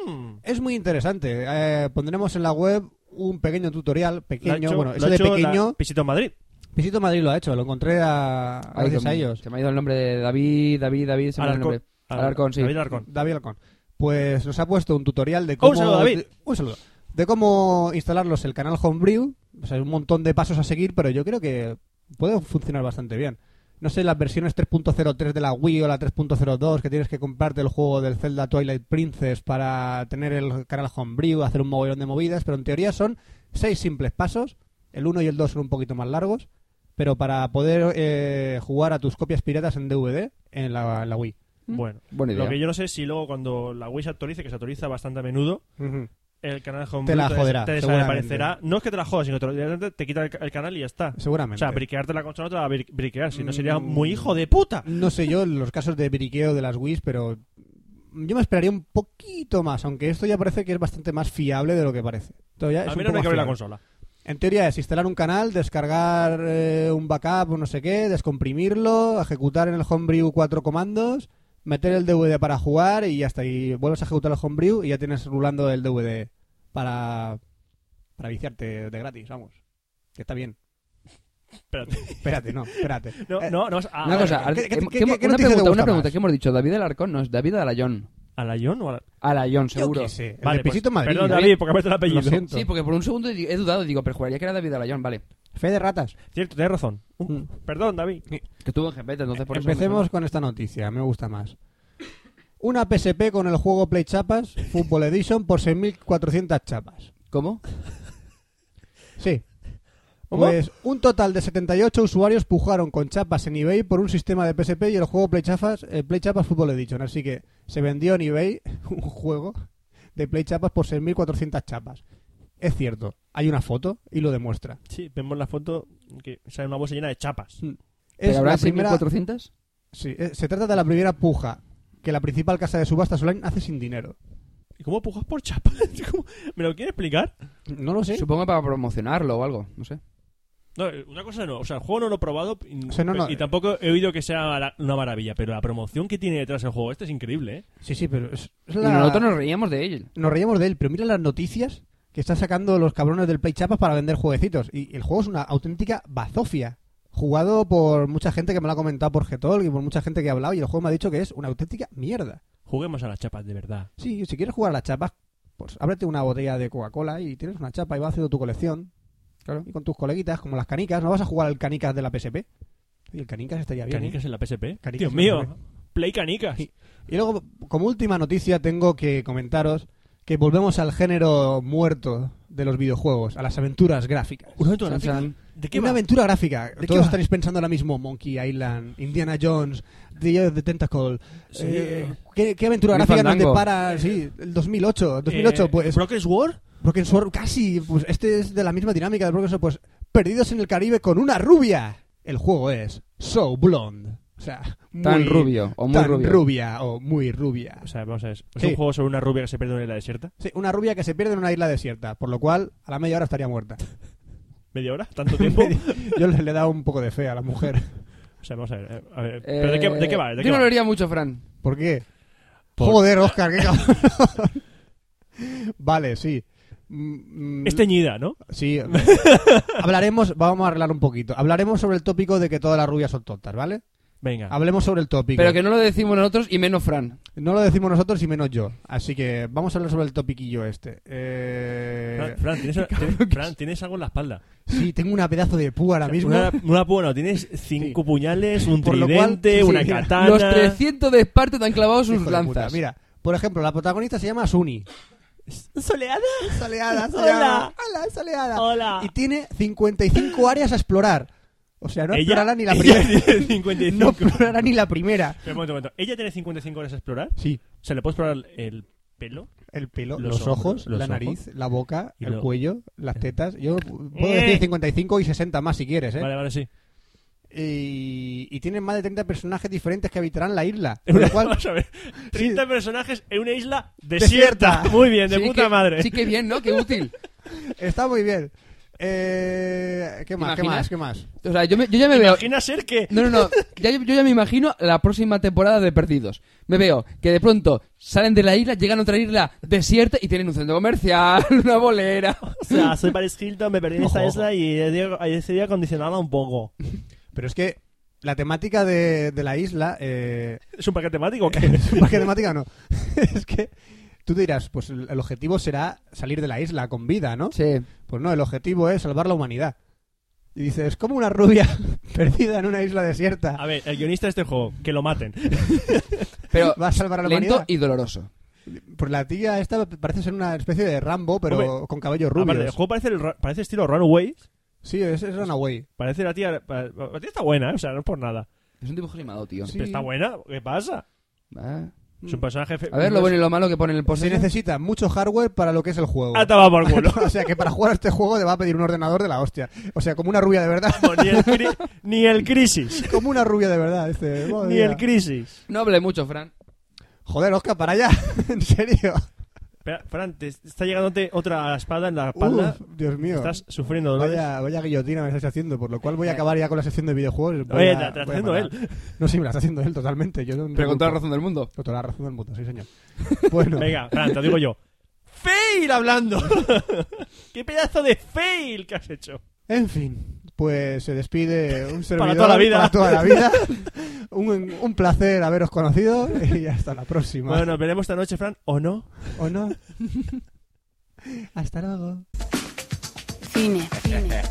S1: Mm.
S3: es muy interesante. Eh, pondremos en la web un pequeño tutorial,
S1: Lo ha
S3: pequeño,
S1: hecho-
S3: bueno,
S1: lo
S3: eso
S1: ha
S3: de
S1: hecho la-
S3: pequeño.
S1: Pisito en Madrid.
S3: Visito Madrid lo ha hecho, lo encontré a,
S2: Ay,
S3: Ah, gracias
S2: que-
S3: a ellos.
S2: Se me ha ido el nombre de David, David, David, se me ha ido el nombre. Alarcón, sí.
S1: David Alarcón.
S3: David Alcón. Pues nos ha puesto un tutorial de cómo.
S1: Un saludo, David.
S3: De, un saludo. De cómo instalarlos el canal Homebrew. O sea, un montón de pasos a seguir, pero yo creo que puede funcionar bastante bien. No sé, las versiones 3.03 de la Wii o la 3.02, que tienes que comprarte el juego del Zelda Twilight Princess para tener el canal Homebrew, hacer un mogollón de movidas, pero en teoría son seis simples pasos. El 1 y el 2 son un poquito más largos, pero para poder eh, jugar a tus copias piratas en DVD en la, en la Wii.
S1: Bueno,
S2: Buena idea.
S1: lo que yo no sé es si luego cuando la Wii se actualice, que se actualiza bastante a menudo, el canal de Homebrew
S3: Te la joderá,
S1: te
S3: seguramente.
S1: desaparecerá. No es que te la jodas, sino que te, lo- te quita el, el canal y ya está. O
S3: Seguramente.
S1: sea, briquearte la consola no te la va a bri- briquear, si no sería
S3: Mm.
S1: muy hijo de puta.
S3: No sé yo los casos de briqueo de las Wii's, pero yo me esperaría un poquito más, aunque esto ya parece que es bastante más fiable de lo que parece. Todavía es
S1: Al
S3: un
S1: menos no
S3: poco
S1: hay que abrir la
S3: fiable.
S1: consola.
S3: En teoría es instalar un canal, descargar eh, un backup o no sé qué, descomprimirlo, ejecutar en el Homebrew cuatro comandos, meter el DVD para jugar y hasta ahí vuelves a ejecutar el Homebrew y ya tienes rulando el DVD para, para viciarte de gratis, vamos. Que está bien.
S1: Espérate.
S3: Espérate, no, espérate.
S1: No,
S3: Eh,
S1: no, no. ah,
S2: Una
S1: vale.
S2: cosa,
S3: ¿qué- qué-
S2: hemos-
S3: qué-
S2: que hemos-
S3: qué
S2: una
S3: noticia te
S2: pregunta,
S3: gusta
S2: una pregunta
S3: más?
S2: que hemos dicho. David Alarcón, no, es David Alarayón.
S1: ¿A la John o a la...
S2: Alayón,
S3: Yo
S2: seguro.
S3: qué sé, el
S1: Vale,
S3: de
S1: pues,
S3: Pisito Madrid. ¿eh?
S1: Perdón,
S3: David.
S1: David, porque me el apellido.
S3: Lo siento.
S2: Sí, porque por un segundo he dudado, digo, pero juraría que era David Alayón, vale.
S3: Fe de ratas.
S1: Cierto, tienes razón. Uh,
S3: Mm.
S1: Perdón, David.
S2: Que tuvo en Gepeta, entonces por eso me
S3: Eh, Empecemos con esta noticia, me gusta más. Una PSP con el juego Play Chapas, Football Edition, por 6.400 chapas.
S2: suena. ¿Cómo?
S3: Sí.
S1: ¿Cómo?
S3: Pues un total de 78 usuarios pujaron con chapas en eBay por un sistema de PSP y el juego Play Chapas, eh, Play Chapas Football Edition. Así que se vendió en eBay un juego de Play Chapas por 6.400 chapas. Es cierto, hay una foto y lo demuestra.
S1: Sí, vemos la foto que sale una bolsa llena de chapas.
S2: ¿Pero
S3: Es
S2: habrá
S3: la primera
S2: 6.400?
S3: Sí, eh, se trata de la primera puja que la principal casa de subastas online hace sin dinero.
S1: ¿Y cómo pujas por chapas? ¿Cómo? ¿Me lo quieres explicar?
S3: No lo sé.
S2: Supongo para promocionarlo o algo, no sé.
S1: No, eh, una cosa no. O sea, el juego no lo he probado y,
S3: O sea, no, no.
S1: y tampoco he oído que sea la- una maravilla, pero la promoción que tiene detrás el juego, este es increíble, ¿eh?
S3: Sí, sí, pero es, es
S2: Y
S3: la-
S2: nosotros nos reíamos de ello.
S3: Nos reíamos de él, pero mira las noticias que está sacando los cabrones del Play Chapas para vender jueguecitos. Y el juego es una auténtica bazofia. Jugado por mucha gente que me lo ha comentado por Getol y por mucha gente que ha hablado. Y el juego me ha dicho que es una auténtica mierda.
S1: Juguemos a las chapas, de verdad.
S3: Sí, si quieres jugar a las chapas, pues ábrete una botella de Coca-Cola y tienes una chapa y vas haciendo tu colección. Claro. Y con tus coleguitas, como las canicas, no vas a jugar al canicas de la PSP. Y el canicas estaría bien. ¿eh?
S1: ¿Canicas en la PSP?
S3: Canicas
S1: Dios
S3: en la
S1: mío. Play canicas.
S3: Sí. Y luego, como última noticia, tengo que comentaros que volvemos al género muerto de los videojuegos, a las aventuras gráficas.
S1: ¿Un momento,
S2: San,
S1: gráfico?
S2: san.
S1: ¿De qué
S3: Una
S1: va?
S3: aventura gráfica.
S1: qué
S3: Todos
S1: va?
S3: estaréis pensando ahora mismo Monkey Island, Indiana Jones, The Year of the Tentacle.
S1: Sí.
S3: Eh, ¿qué, qué aventura
S2: Grim
S3: gráfica nos
S2: Fandango.
S3: depara? Sí, el 2008. 2008,
S1: Eh,
S3: pues.
S1: ¿Broker's War?
S3: Broken Sword, casi. Pues este es de la misma dinámica de Broken Sword. Pues perdidos en el Caribe con una rubia. El juego es So Blonde. O sea, muy,
S2: Tan rubio, o muy
S3: tan
S2: rubio.
S3: rubia o muy rubia.
S1: O sea, vamos a ver. ¿Es
S3: Sí.
S1: un juego sobre una rubia que se pierde en la desierta?
S3: Sí, una rubia que se pierde en una isla desierta, por lo cual a la media hora estaría muerta.
S1: ¿Media hora? ¿Tanto tiempo?
S3: Yo le, le he dado un poco de fe a la mujer.
S1: O sea, vamos a ver. eh, a ver, ¿Pero de qué, de qué va? ¿De qué
S2: Yo no
S1: va?
S2: lo haría mucho, Fran.
S3: ¿Por qué?
S1: Por-
S3: Joder, Oscar, qué cabrón. vale, sí. Mm, mm,
S2: Este-
S1: Es teñida, ¿no?
S3: Sí. Hablaremos, vamos a arreglar un poquito. Hablaremos sobre el tópico de que todas las rubias son tontas, ¿vale?
S1: Venga.
S3: Hablemos sobre el tópico.
S2: Pero que no lo decimos nosotros y menos Fran.
S3: No lo decimos nosotros y menos yo. Así que vamos a hablar sobre el topiquillo este. Eh,
S1: Fran, Fran, ¿tienes, tienes- Fran, tienes algo en la espalda.
S3: Sí, tengo una pedazo de púa ahora mismo.
S1: Una, una púa no, tienes cinco puñales, un
S3: Por lo cual,
S1: tridente,
S3: sí,
S1: una
S3: mira,
S1: katana.
S2: Los 300 de Esparta te han clavado
S3: Hijo
S2: sus
S3: de puta.
S2: lanzas.
S3: Mira, por ejemplo, la protagonista se llama Suni.
S1: ¿Soleada?
S3: Soleada,
S1: soleada.
S3: Hola, soleada.
S1: Hola.
S3: Y tiene 55 áreas a explorar. O sea, no
S1: Ella-
S3: explorará ni la
S1: ella
S3: primera.
S1: tiene 55.
S3: No explorará ni la primera.
S1: Pero un momento, un momento. ¿Ella tiene 55 horas a explorar?
S3: Sí,
S1: ¿Se le puede explorar el pelo?
S3: el pelo,
S1: Los
S3: los,
S1: hombros,
S3: ojos,
S1: los
S3: la
S1: ojos.
S3: nariz, la boca,
S1: Y
S3: el
S1: lo-
S3: cuello, las tetas. Yo puedo
S1: Eh.
S3: decir 55 y 60 más si quieres, ¿eh?
S1: Vale, vale, sí.
S3: Y, y tienen más de 30 personajes diferentes que habitarán la isla. Con lo cual,
S1: Vamos a ver. 30 personajes en una isla desierta.
S3: Desierta.
S1: Muy bien, de
S2: Sí
S1: puta
S2: que-
S1: madre.
S2: Sí, que bien, ¿no? Qué útil.
S3: está muy bien. Eh, ¿Qué más? ¿Qué
S2: imaginas?
S3: más? ¿Qué más?
S2: O sea, yo, me- yo ya me veo.
S1: Imagina ser que.
S2: No, no, no. Ya- yo ya me imagino la próxima temporada de Perdidos. Me veo que de pronto salen de la isla, llegan a otra isla desierta y tienen un centro comercial, una bolera.
S1: O sea, soy Paris Hilton, me perdí en esta
S3: Ojo.
S1: isla y he de- he decidido acondicionarla un poco.
S3: Pero es que la temática de, de la isla. Eh,
S1: ¿Es un paquete temático o qué?
S3: es más que temática, no. es que tú dirás, pues el el objetivo será salir de la isla con vida, ¿no?
S2: Sí.
S3: Pues no, el objetivo es salvar la humanidad. Y dices, es como una rubia perdida en una isla desierta.
S1: A ver, el guionista de este juego, que lo maten.
S2: Pero
S3: Va a salvar a la
S2: lento
S3: humanidad.
S2: y doloroso.
S3: Pues la tía esta parece ser una especie de Rambo, pero
S1: Hombre,
S3: con cabellos rubios.
S1: Aparte, el juego parece, el ru- parece estilo Runaway.
S3: Sí, es, es Runaway.
S1: Parece la tía. pa- La tía está buena, ¿eh? o sea, no es por nada.
S2: Es un dibujo animado, tío.
S3: Sí.
S1: Pero está buena, ¿qué pasa?
S2: Ah.
S1: Es un personaje. fe-
S2: A ver lo bueno y lo malo que pone en el post.
S3: Se necesita mucho hardware para lo que es el juego.
S1: Ah, toma por culo.
S3: o sea que para jugar a este juego te va a pedir un ordenador de la hostia. O sea, como una rubia de verdad.
S1: ni, el cri- ni el crisis.
S3: como una rubia de verdad. Este, madre
S1: Ni
S3: mía.
S1: el crisis.
S2: No hable mucho, Fran.
S3: Joder, Oscar, para allá. en serio.
S1: Espera, Fran, te está llegándote otra espada en la espalda.
S3: Uf, Dios mío.
S1: Estás sufriendo dolores.
S3: Vaya, vaya guillotina me estás haciendo, por lo cual voy a acabar ya con la sección de videojuegos. Voy
S1: Oye,
S3: a-
S1: te la- te la está
S3: voy a
S1: haciendo
S3: parar. No, sí, me la está haciendo él totalmente. Yo no
S2: Pero con toda la
S3: culpo.
S2: razón del mundo.
S3: Con toda la razón del mundo, sí, señor. Bueno,
S1: Venga, Fran, te lo digo yo. ¡Fail hablando! ¡Qué pedazo de fail que has hecho!
S3: en fin, pues se despide un servidor.
S1: toda la vida.
S3: Para toda la vida. un, un placer haberos conocido y hasta la próxima.
S1: Bueno, nos veremos esta noche, Fran, o no.
S3: ¿O no? hasta luego.
S5: Cine. Cine.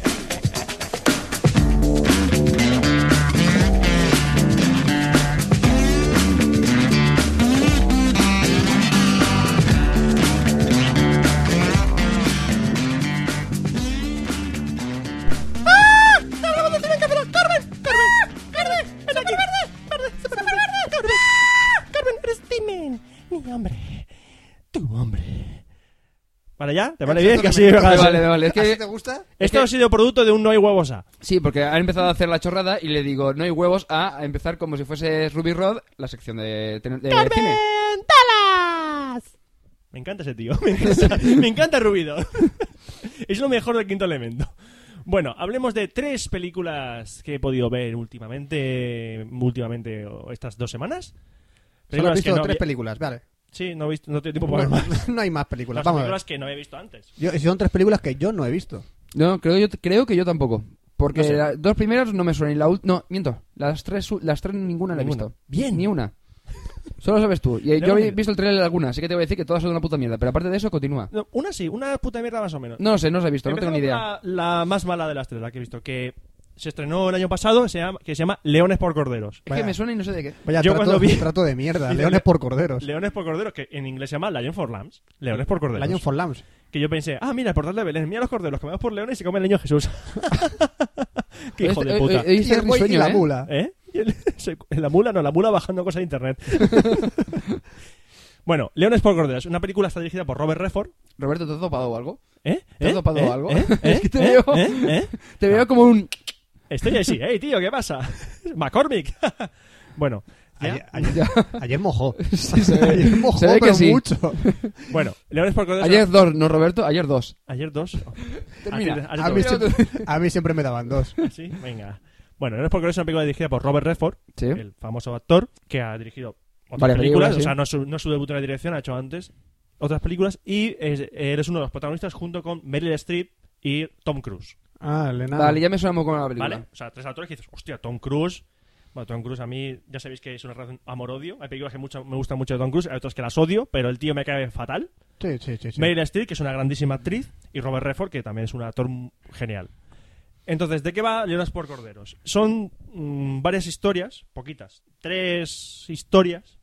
S3: ¡Ah!
S10: Carmen, eres Timen.
S1: ¡Ah! Mi hombre. Tu hombre. ¿Vale ya? ¿Te vale
S3: Perfecto,
S1: bien? Que
S3: que
S1: así
S3: me-
S1: me
S2: Vale,
S1: hagas-
S2: vale, vale. Es
S3: ¿Así
S2: que,
S3: te gusta?
S1: Esto ha sido producto de un no hay huevosa.
S2: sí, porque han empezado a hacer la chorrada y le digo, no hay huevos, a, a empezar como si fuese Ruby Rod la sección de, de- de cine.
S10: ¡Talas!
S1: Me encanta ese tío. Me encanta, me encanta Rubido. es lo mejor del quinto elemento. Bueno, hablemos de tres películas que he podido ver últimamente, últimamente o estas dos semanas.
S3: Solo
S1: Películas
S3: has
S1: que
S3: visto
S1: no
S3: tres
S1: había-
S3: películas, vale.
S1: Sí, no, he visto, no tengo tiempo
S3: No,
S1: para ver más.
S3: no hay más películas,
S1: Las
S3: pues vamos a ver.
S1: películas que no había visto antes.
S3: Yo- son tres películas que yo no he visto.
S2: No, creo, yo, creo que yo tampoco. Porque
S1: No sé.
S2: las dos primeras no me suenan y la ult- No, miento. Las tres, su- las tres ninguna la he
S1: Ninguna.
S2: visto.
S1: Bien.
S2: Ni una. Solo sabes tú. Y eh,
S1: Tengo
S2: yo he
S1: miedo.
S2: visto el trailer de alguna, así que te voy a decir que todas son una puta mierda. Pero aparte de eso, continúa.
S1: No, una sí, una puta mierda más o menos.
S2: No lo sé, no las he visto, no tengo
S1: Empezamos
S2: ni idea.
S1: con La, la más mala de las tres, la que he visto, que se estrenó el año pasado, se llama- que se llama Leones por Corderos.
S2: Es que me suena y no sé de qué.
S3: Vaya,
S1: Yo
S3: trato,
S1: cuando vi-
S3: trato de mierda.
S1: Y-
S3: Leones por corderos.
S1: Leones por Corderos, que en inglés se llama Lion for Lambs. Leones por Corderos.
S3: Lion for Lambs.
S1: Que yo pensé, ah, mira, el portal de Belén, mira los corderos comidos por leones y se come el niño Jesús. Qué hijo de
S2: Este-
S1: puta.
S2: eh, eh, este
S3: Y
S2: es
S3: el
S2: mi
S3: buey y
S2: sueño,
S3: la
S2: ¿eh?
S3: mula.
S1: ¿Eh? Y el- se- la mula, no, la mula bajando cosas de internet. bueno, Leones por Corderos, una película está dirigida por Robert Redford.
S2: Roberto, ¿te has dopado o algo?
S1: ¿Eh?
S2: ¿Te has
S1: ¿Eh?
S2: dopado
S1: ¿Eh?
S2: algo?
S1: ¿Eh?
S2: Es que te
S1: ¿Eh?
S2: veo-
S1: ¿Eh? ¿Eh?
S2: Te veo como un...
S1: Estoy así, hey tío, ¿qué pasa? McCormick. bueno,
S3: Ayer,
S2: Ya.
S3: ayer- ayer mojó.
S2: Sí, se ve.
S3: ayer mojó,
S2: Se ve que
S3: pero
S2: sí.
S3: mucho.
S1: Bueno, leones por corderos.
S2: Ayer dos, no, Roberto, ayer dos.
S1: Ayer dos.
S2: Termina.
S1: Ayer-
S2: Ah,
S1: ayer
S3: A mí,
S1: dos.
S3: siempre, a mí siempre me daban dos.
S1: Oh, ¿Sí? Venga. Bueno, Leones por corderos es una película dirigida por Robert Redford,
S2: Sí.
S1: el famoso actor que ha dirigido otras
S2: Varias
S1: películas,
S2: películas,
S1: o
S2: sí.
S1: sea, no es su, no es su debut en la dirección, ha hecho antes otras películas y es, eres uno de los protagonistas junto con Meryl Streep y Tom Cruise,
S3: Ah, Elena.
S2: Vale, ya me suena muy como la película.
S1: ¿vale? O sea, tres actores que dices, hostia, Tom Cruise... Bueno, Tom Cruise a mí ya sabéis que es una relación amor-odio. Hay películas que mucho- me gustan mucho de Tom Cruise, hay otras que las odio, pero el tío me cae fatal.
S3: Sí, sí, sí. sí.
S1: Meryl Streep, que es una grandísima actriz, y Robert Redford, que también es un actor m- genial. Entonces, ¿de qué va Leonas por Corderos? Son mm, varias historias, poquitas, tres historias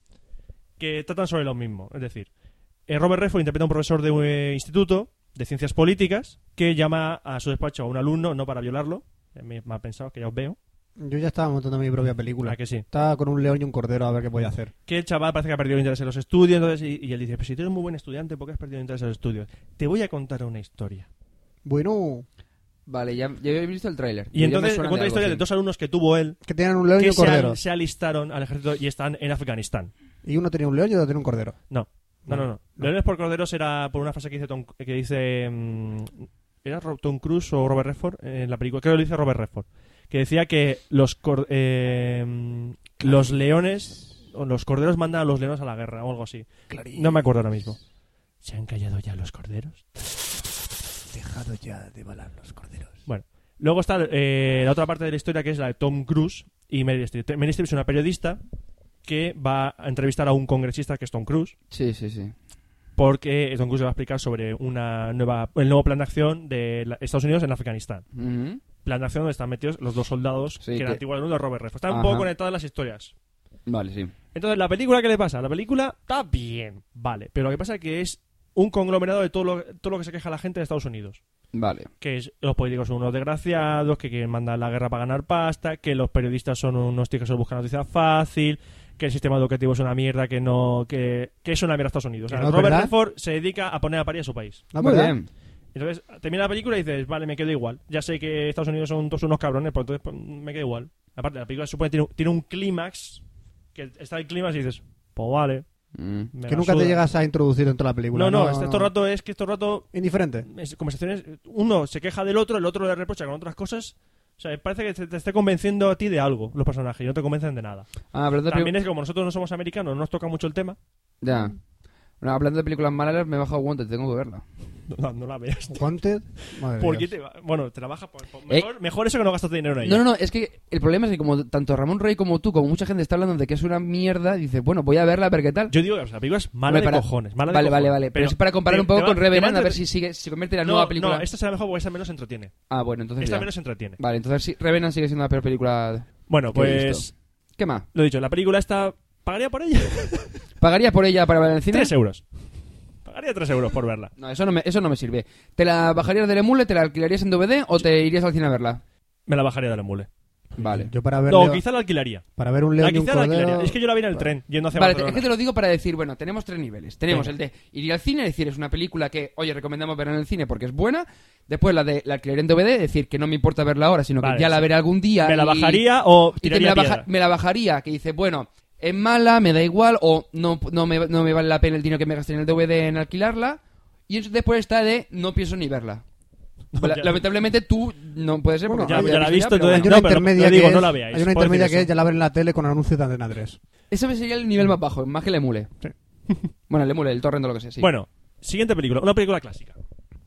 S1: que tratan sobre lo mismo. Es decir, eh, Robert Redford interpreta a un profesor de un eh, instituto de ciencias políticas que llama a su despacho a un alumno, no para violarlo, eh, me, me ha pensado que ya os veo,
S3: Yo ya estaba montando mi propia película.
S1: ¿a que sí?
S3: Estaba con un león y un cordero a ver qué podía hacer.
S1: que el chaval parece que ha perdido interés en los estudios, entonces, y, y él dice, pues si tú eres muy buen estudiante, ¿por qué has perdido interés en los estudios? Te voy a contar una historia.
S3: Bueno,
S2: Vale, ya, ya he visto el tráiler.
S1: Y entonces te cuenta la historia de dos alumnos que tuvo él
S3: que tenían un león y
S1: que
S3: un
S1: se,
S3: cordero.
S1: al- se alistaron al ejército y están en Afganistán.
S3: Y uno tenía un león y otro tenía un cordero.
S1: No, no, no. no. Leones por Corderos era por una frase que dice Tom- que dice mm, era Ro- Tom Cruise o Robert Redford eh, en la película, creo que lo dice Robert Redford, que decía que los cor- eh, mm, los leones o los corderos mandan a los leones a la guerra o algo así. No me acuerdo ahora mismo. ¿Se han callado ya los corderos?
S3: Dejado ya de balar los corderos.
S1: Luego está eh, la otra parte de la historia que es la de Tom Cruise y Meryl Streep. Meryl Streep es una periodista que va a entrevistar a un congresista que es Tom Cruise,
S2: Sí, sí, sí.
S1: porque Tom Cruise le va a explicar sobre una nueva, el nuevo plan de acción de la- Estados Unidos en Afganistán.
S2: Ujú.
S1: Plan de acción donde están metidos los dos soldados
S2: Sí,
S1: que eran
S2: que-
S1: antiguos alumnos de Robert Redford. Están un
S2: Ajá.
S1: poco conectadas las historias.
S2: Vale, sí.
S1: Entonces, ¿la película qué le pasa? La película está bien, vale, pero lo que pasa es que es un conglomerado de todo lo, todo lo que se queja la gente de Estados Unidos
S2: Vale.
S1: que es- los políticos son unos desgraciados, que quieren mandar la guerra para ganar pasta, que los periodistas son unos tíos que solo buscan noticias fácil, que el sistema educativo es una mierda, que no que, que es una mierda Estados Unidos. O sea,
S3: Que no es
S1: Robert
S3: verdad.
S1: Redford se dedica a poner a parir a su país.
S3: ¿No,
S2: Muy
S3: verdad?
S2: bien.
S1: Entonces, termina la película y dices, vale, me quedo igual. Ya sé que Estados Unidos son todos unos cabrones, pues entonces pues, me quedo igual. Aparte, la película supone tiene, un- tiene un clímax, que está el clímax y dices, pues vale.
S2: Mm.
S1: me
S3: Que
S1: la
S3: nunca
S1: suda.
S3: te llegas a introducir dentro de la película.
S1: No, no, este, todo rato es que este rato
S3: Indiferente.
S1: es- conversaciones, uno se queja del otro, el otro le reprocha con otras cosas. O sea, parece que te, te esté convenciendo a ti de algo los personajes y no te convencen de nada.
S2: Ah, hablando de,
S1: También
S2: peli-
S1: es que como nosotros no somos americanos, no nos toca mucho el tema.
S2: ya. No, hablando de películas malas, me he bajado Wanted, tengo que verla.
S1: No, no la veas.
S3: Wanted. Madre
S1: ¿Por
S3: de
S1: qué
S3: Dios.
S1: te va- Bueno, trabaja por, por- mejor, mejor eso que no gastas dinero en ella.
S2: Eh. No, no, no, es que el problema es que como tanto Ramón Rey como tú, como mucha gente está hablando de que es una mierda, dices, bueno, voy a verla a ver qué tal.
S1: Yo digo, o sea, la película es mala
S2: Hombre,
S1: de
S2: para-
S1: cojones. Mala de
S2: vale, vale,
S1: cojones.
S2: vale. Pero, es para comparar
S1: te-
S2: un poco
S1: te va-
S2: con
S1: te
S2: Revenant,
S1: va
S2: a ver si sigue, si se convierte en la
S1: no,
S2: nueva película.
S1: No, esta será mejor porque esta menos entretiene.
S2: Ah, bueno, entonces
S1: Esta
S2: ya.
S1: menos entretiene.
S2: Vale, entonces sí, Revenant sigue siendo la peor película.
S1: Bueno,
S2: ¿Qué he
S1: pues
S2: visto? ¿Qué más?
S1: lo dicho, la película esta pagaría por ella
S2: ¿Pagarías por ella para ver en el cine?
S1: tres euros. Pagaría tres euros por verla.
S2: No, eso no, me, eso no me sirve. ¿Te la bajarías del emule, te la alquilarías en DVD o te irías al cine a verla?
S1: Me la bajaría del emule.
S2: Vale.
S3: Yo para ver,
S1: No,
S3: Leo-
S1: quizá la alquilaría.
S3: para ver un león
S1: Ah,
S3: y un
S1: quizá la
S3: cordero.
S1: alquilaría. Es que yo la vi en el tren, yendo hacia
S2: Vale, te- es
S1: Barcelona.
S2: que te lo digo para decir, bueno, tenemos tres niveles. Tenemos
S1: Venga.
S2: el de ir al cine, decir es una película que, oye, recomendamos ver en el cine porque es buena. Después la de la alquiler en DVD, decir que no me importa verla ahora, sino
S1: Vale,
S2: que ya la
S1: sí.
S2: veré algún día.
S1: Me la
S2: y-
S1: bajaría o
S2: y que me
S1: tiraría
S2: la, baja-
S1: piedra.
S2: me la bajaría, que dice, bueno, es mala, me da igual, o no, no, me, no me vale la pena el dinero que me gasté en el DVD en alquilarla. Y entonces después está de no pienso ni verla. La-
S1: ya.
S2: Lamentablemente tú no puede ser
S3: Bueno,
S2: porque
S3: ya-
S2: no
S3: ya
S1: la he
S2: habías
S1: visto,
S2: pero
S3: Hay
S1: entonces-
S2: bueno.
S3: una
S1: No, pero
S3: intermedia
S1: yo digo,
S3: que es-
S1: no la veáis,
S3: Hay
S1: puedo
S3: una
S1: decir
S3: intermedia que
S1: eso.
S3: es ya la ver en la tele con anuncios de Antena 3.
S2: Ese sería el nivel más bajo, más que el emule. bueno, el emule, el torrent o lo que sea, sí.
S1: Bueno, siguiente película. Una película clásica.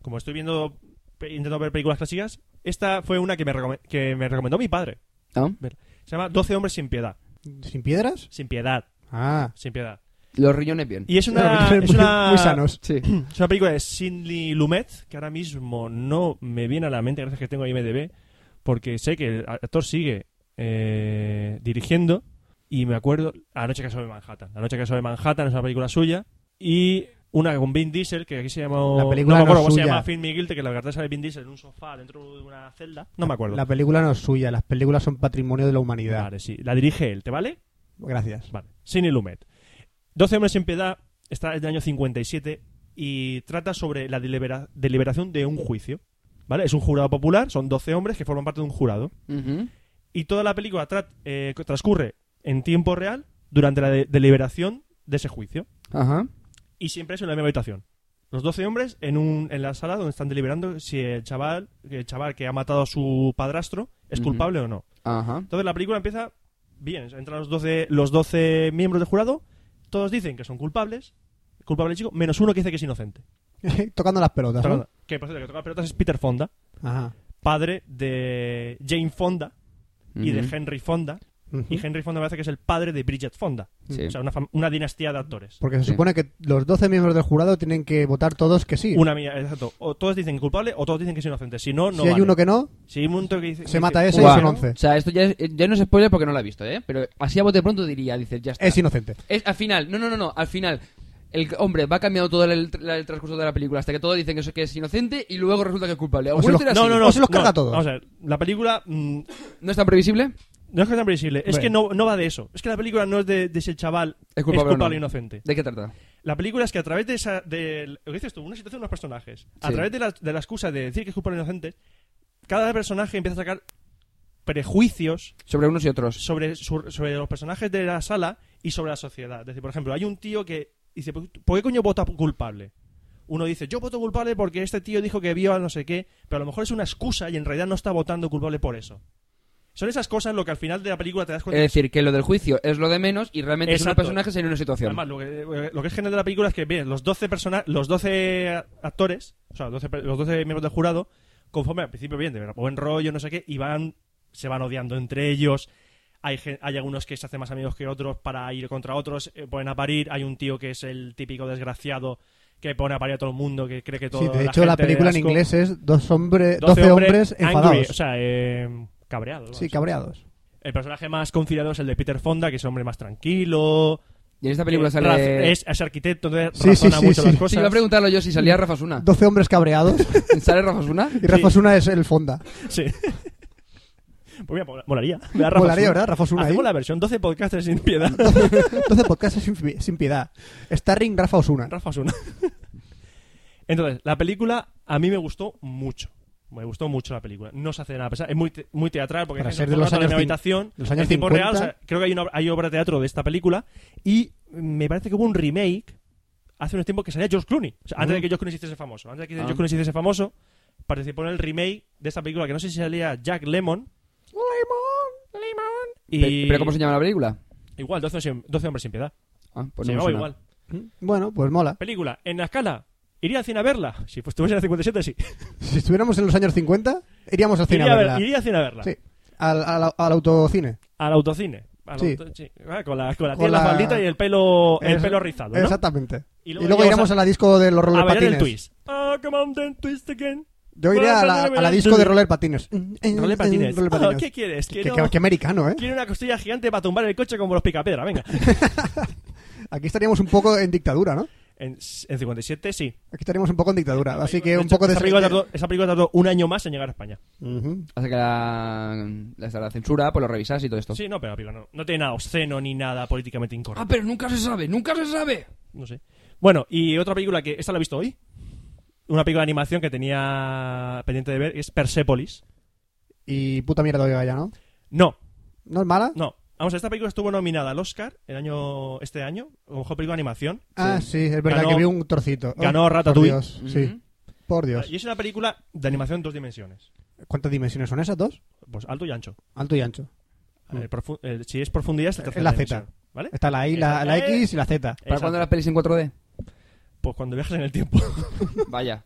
S1: Como estoy viendo, pe- intento ver películas clásicas, esta fue una que me, recome- que me recomendó mi padre.
S2: ¿No?
S1: Se llama 12 hombres sin piedad.
S3: ¿Sin piedras?
S1: Sin piedad,
S3: Ah.
S1: sin piedad.
S2: Los riñones bien.
S1: Y es una,
S3: Muy-
S1: es una,
S3: muy sanos.
S2: Sí.
S1: es una película de Sidney Lumet, que ahora mismo no me viene a la mente, gracias que tengo IMDB, porque sé que el actor sigue eh, dirigiendo y me acuerdo Anoche que sobre Manhattan. Anoche que sobre Manhattan es una película suya y una con Vin Diesel, que aquí se llama...
S3: La película
S1: no me acuerdo
S3: no es
S1: cómo se
S3: suya.
S1: llama, Film Guilty, que la verdad sale Vin Diesel en un sofá dentro de una celda. No me acuerdo.
S3: La película no es suya, las películas son patrimonio de la humanidad.
S1: Vale, sí. La dirige él, ¿te vale?
S3: Gracias.
S1: Vale. Sidney Lumet. 12 hombres sin piedad está del año 57 y trata sobre la delibera- deliberación de un juicio. ¿Vale? Es un jurado popular, son 12 hombres que forman parte de un jurado.
S2: Ujú.
S1: Y toda la película tra- eh, transcurre en tiempo real, durante la de- deliberación de ese juicio.
S2: Ajá.
S1: Y siempre es en la misma habitación. Los 12 hombres en, un, en la sala donde están deliberando si el chaval, el chaval que ha matado a su padrastro es
S2: Ujú.
S1: culpable o no.
S2: Ajá.
S1: Entonces la película empieza bien. Entran los 12, los 12 miembros del jurado, todos dicen que son culpables, culpable el chico, menos uno que dice que es inocente.
S3: Tocando las pelotas. ¿no?
S1: Que por cierto, que toca las pelotas es Peter Fonda,
S3: Ajá.
S1: padre de Jane Fonda y
S2: Ujú.
S1: de Henry Fonda.
S3: Ujú.
S1: Y Henry Fonda me parece que es el padre de Bridget Fonda.
S2: Sí.
S1: O sea, una, fam- una dinastía de actores.
S3: Porque se
S2: Sí.
S3: supone que los 12 miembros del jurado tienen que votar todos que sí.
S1: Una mía, exacto. O todos dicen culpable o todos dicen que es inocente. Si no, no.
S3: si hay
S1: vale.
S3: uno que no,
S1: Si hay un momento que dice.
S3: se mata ese
S2: Guau.
S3: y son 11.
S2: O sea, esto ya, es- ya no es spoiler porque no lo ha visto, ¿eh? Pero así a bote pronto diría, dices, ya está.
S3: Es inocente.
S2: Es al final, no, no, no, no, al final. El hombre va cambiando todo el, el- el transcurso de la película hasta que todos dicen que es, que es inocente y luego resulta que es culpable.
S3: O se
S2: Algunos
S3: los-
S2: dirán
S1: No,
S2: así.
S1: no, no.
S3: O se los carga
S1: no.
S3: todos.
S1: Vamos a ver, la película. mm,
S2: ¿No es tan previsible?
S1: no es que sea previsible, es
S3: Bueno.
S1: que no, no va de eso. Es que la película no es de, de si el chaval
S2: ¿Es culpable o no?
S1: o inocente.
S2: ¿De qué trata?
S1: La película es que a través de esa. De, lo que dices tú, una situación, unos personajes. A
S2: Sí.
S1: través de la, de la excusa de decir que es culpable o inocente, cada personaje empieza a sacar prejuicios
S2: Sobre unos y otros.
S1: sobre, su- sobre los personajes de la sala y sobre la sociedad. Es decir, por ejemplo, hay un tío que dice, "¿Por- ¿por qué coño vota culpable? Uno dice, yo voto culpable porque este tío dijo que vio a no sé qué, pero a lo mejor es una excusa y en realidad no está votando culpable por eso. Son esas cosas lo que al final de la película te das
S2: Es
S1: cuenta.
S2: decir, que lo del juicio es lo de menos y realmente son unos
S1: Exacto.
S2: personajes en una situación.
S1: Además, lo que, eh, lo que es genial de la película es que, bien, los 12, persona, los 12 actores, o sea, los 12, per- los 12 miembros del jurado, conforme al principio, bien, de verdad, buen rollo, no sé qué, y van, se van odiando entre ellos. Hay, gen- hay algunos que se hacen más amigos que otros para ir contra otros, eh, ponen a parir. Hay un tío que es el típico desgraciado que pone a parir a todo el mundo, que cree que todo
S3: Sí, de hecho, la
S1: gente le
S3: película en
S1: asco.
S3: inglés es dos hombre, 12, hombres
S1: angry,
S3: enfadados.
S1: o sea, eh, cabreados.
S3: sí,
S1: vamos.
S3: cabreados.
S1: El personaje más confiado es el de Peter Fonda, que es un hombre más tranquilo,
S2: Y en esta película
S1: eh,
S2: sale...
S1: raz- es, es arquitecto, entonces
S3: Sí, sí,
S1: razona
S3: sí,
S1: mucho
S3: sí.
S1: las
S2: Sí,
S1: cosas.
S2: iba a preguntarlo yo si salía Rafa Osuna.
S3: 12 hombres cabreados
S2: ¿Sale Rafa Osuna?
S3: y Rafa
S1: Sí.
S3: Suna es el Fonda.
S1: Sí. Pues mira, mola- molaría. Ver a Rafa
S3: Molaría,
S1: Sun.
S3: ¿verdad? Rafa Osuna ahí.
S1: Hacemos la versión 12 podcasters sin piedad.
S3: 12 podcasts sin, pi- sin piedad. Starring Rafa Osuna.
S1: Rafa Osuna. Entonces, la película a mí me gustó mucho. Me gustó mucho la película. No se hace nada pesar. Es muy, te- muy teatral porque
S3: Para
S1: es
S3: ser
S1: todo
S3: de
S1: el
S3: los
S1: rato en
S3: años
S1: la
S3: cin-
S1: habitación.
S3: de los años
S1: en tiempo
S3: 50.
S1: real. o sea, creo que hay una, hay obra de teatro de esta película. Y me parece que hubo un remake hace unos tiempos que salía George Clooney. O sea, antes
S2: Mm.
S1: de que George Clooney se hiciese famoso. Antes de que
S2: Ah.
S1: George Clooney se hiciese famoso, participó en el remake de esta película que no sé si salía Jack Lemon.
S10: Limón, limón.
S1: Y,
S2: Pe- ¿Pero cómo se llama la película?
S1: Igual, 12, sin- 12 hombres sin piedad.
S2: Ah, pues
S1: se
S2: no me
S1: llamaba
S2: suena.
S1: igual.
S3: Bueno, pues mola.
S1: Película, en la escala. ¿Iría al cine a verla? Si pues estuviese en el 57, sí.
S3: Si estuviéramos en los años 50, iríamos al cine
S1: iría,
S3: a
S1: a ver-
S3: verla.
S1: iría al cine a verla.
S3: Sí. Al, al- al autocine.
S1: Al autocine. Al
S3: Sí.
S1: auto- sí. Ah, con la, con la
S3: Con
S1: tía en la
S3: la-
S1: faldita y el pelo, el
S3: Es-
S1: pelo rizado, ¿no?
S3: Exactamente.
S1: Y
S3: Y
S1: luego
S3: luego, iríamos
S1: iríamos
S3: a... la disco de los roller
S1: A bailar
S3: patines.
S1: el twist. Ah, come on, then twist again.
S3: Yo iría a la, a la disco de roller patines.
S1: Roller patines.
S3: Mm, Roller
S1: Ah,
S3: patines.
S1: ¿Qué quieres?
S3: Qué-
S1: Quiero,
S3: qué- qué americano, ¿eh?
S1: quiero una costilla gigante para tumbar el coche como los picapedra. Venga.
S3: Aquí estaríamos un poco en dictadura, ¿no?
S1: En, en 57, sí.
S3: Aquí estaríamos un poco en dictadura. así que
S1: De
S3: un
S1: hecho,
S3: poco de...
S1: esa película, tardó, esa película tardó un año más en llegar a España.
S3: Ujú.
S2: Hasta que la, hasta la censura, pues lo revisas y todo esto.
S1: Sí, no, pero la película no, no tiene nada obsceno ni nada políticamente incorrecto.
S2: Ah, pero nunca se sabe, nunca se sabe.
S1: No sé. Bueno, y otra película que. ¿Esta la he visto hoy? Una película de animación que tenía pendiente de ver es Persepolis.
S3: Y puta mierda oiga ya, ¿no?
S1: No,
S3: ¿No es mala?
S1: no. Vamos, esta película estuvo nominada al Oscar el año, este año como mejor película de animación.
S3: Ah, sí, es verdad
S1: Ganó-
S3: que vi un trocito. Oh,
S1: ganó
S3: Por
S1: Ratatouille.
S3: Dios, sí. Por Dios.
S1: Y es una película de animación en dos dimensiones.
S3: ¿Cuántas dimensiones son esas dos?
S1: Pues alto y ancho.
S3: Alto y ancho. Mm.
S1: Eh, profu- eh, si es profundidad, es la,
S3: Es
S1: tercera
S3: la
S1: dimensión,
S3: Z.
S1: ¿Vale?
S3: Está la I, la, la
S1: ¿Eh? Esa-
S3: X y la Z.
S2: ¿Para
S1: Exacto.
S2: cuándo las pelis en 4D?
S1: Pues cuando viajas en el tiempo.
S2: Vaya.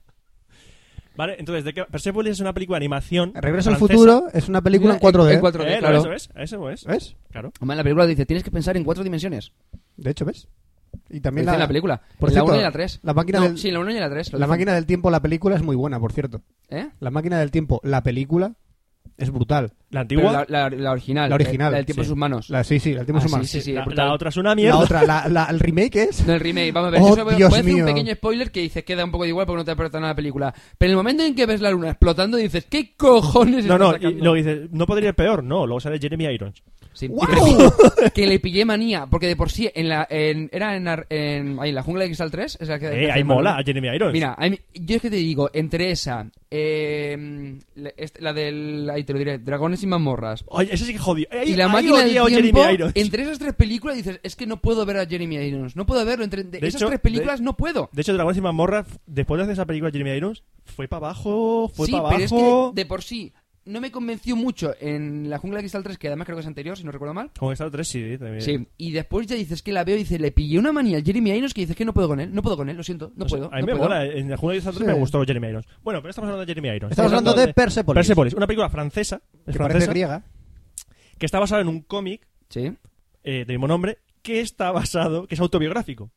S1: ¿Vale? Entonces, ¿de qué? Persepolis es una película de animación.
S3: Regreso al
S1: francesa.
S3: futuro es una película en 4D.
S2: En 4D,
S1: Eh,
S2: claro.
S1: Eso es, eso es.
S3: ¿Ves?
S1: Claro.
S2: Hombre, la película dice, tienes que pensar en cuatro dimensiones.
S3: De hecho, ¿ves? Y
S2: Lo
S3: también
S2: dice
S3: la,
S2: en la película.
S3: por
S2: en la
S3: cierto,
S2: 1 y la 3.
S3: la máquina del-
S2: Sí, en la 1 y en la 3.
S3: la máquina del tiempo, la película es muy buena, por cierto.
S2: ¿Eh?
S3: La máquina del tiempo, la película, es brutal.
S1: La
S2: Pero
S1: antigua.
S2: La, la- la original.
S3: La original,
S2: La del tiempo
S1: sí.
S2: en sus manos.
S3: La, sí, sí, la del tiempo
S2: Ah,
S3: es humana.
S2: sí, sí,
S1: la-
S2: brutal.
S1: la otra es una
S3: La
S1: mierda.
S3: otra, la, la- el remake es...
S2: No, el remake, vamos a ver.
S3: Oh,
S2: eso voy-
S3: Dios
S2: voy a hacer
S3: mío.
S2: un pequeño spoiler que dices queda un poco de igual porque no te aporta nada la película. Pero en el momento en que ves la luna explotando dices, ¿qué cojones
S1: No,
S2: estás
S1: no, y
S2: sacando?
S1: luego dices, no podría ir peor, no, luego sale Jeremy Irons.
S2: Sí.
S9: ¡Guau!
S2: que le pillé manía, porque de por sí en la en- era en, Ar- en- ahí, en la jungla de Cristal 3, es la que
S1: Eh, ahí mola, Jeremy Irons.
S2: Mira, a mí- yo es que te digo, entre esa, eh, la, est- la del, ahí te lo diré, Dragones y Mazmorras,
S1: Oye, eso sí que jodió. Ahí-
S2: y la
S1: ahí
S2: máquina del
S1: odié a
S2: tiempo,
S1: Jeremy Irons.
S2: entre esas tres películas dices, es que no puedo ver a Jeremy Irons, no puedo verlo, entre de
S1: De
S2: esas
S1: hecho,
S2: tres películas no puedo.
S1: De hecho, Dragones y Mazmorras, f- después de hacer esa película Jeremy Irons, fue para abajo, fue
S2: sí,
S1: para
S2: pero
S1: abajo.
S2: es que de por sí no me convenció mucho en La Jungla de Cristal 3, que además creo que es anterior, si no recuerdo mal.
S1: Con Star 3 sí, también.
S2: Sí, y después ya dices que la veo y dices, le pillé una manía a Jeremy Irons que dices que no puedo con él, no puedo con él, lo siento, no
S1: O sea,
S2: puedo.
S1: a mí
S2: no
S1: me
S2: puedo.
S1: mola, eh. en la jungla de Satan
S3: Sí.
S1: me gustó Jeremy Irons. Bueno, pero estamos hablando de Jeremy Irons.
S3: Estamos hablando de Persepolis.
S1: Persepolis, una película francesa, es
S3: Que parece
S1: francesa
S3: griega.
S1: que está basada en un cómic
S2: Sí.
S1: eh, del mismo nombre que está basado, que es autobiográfico.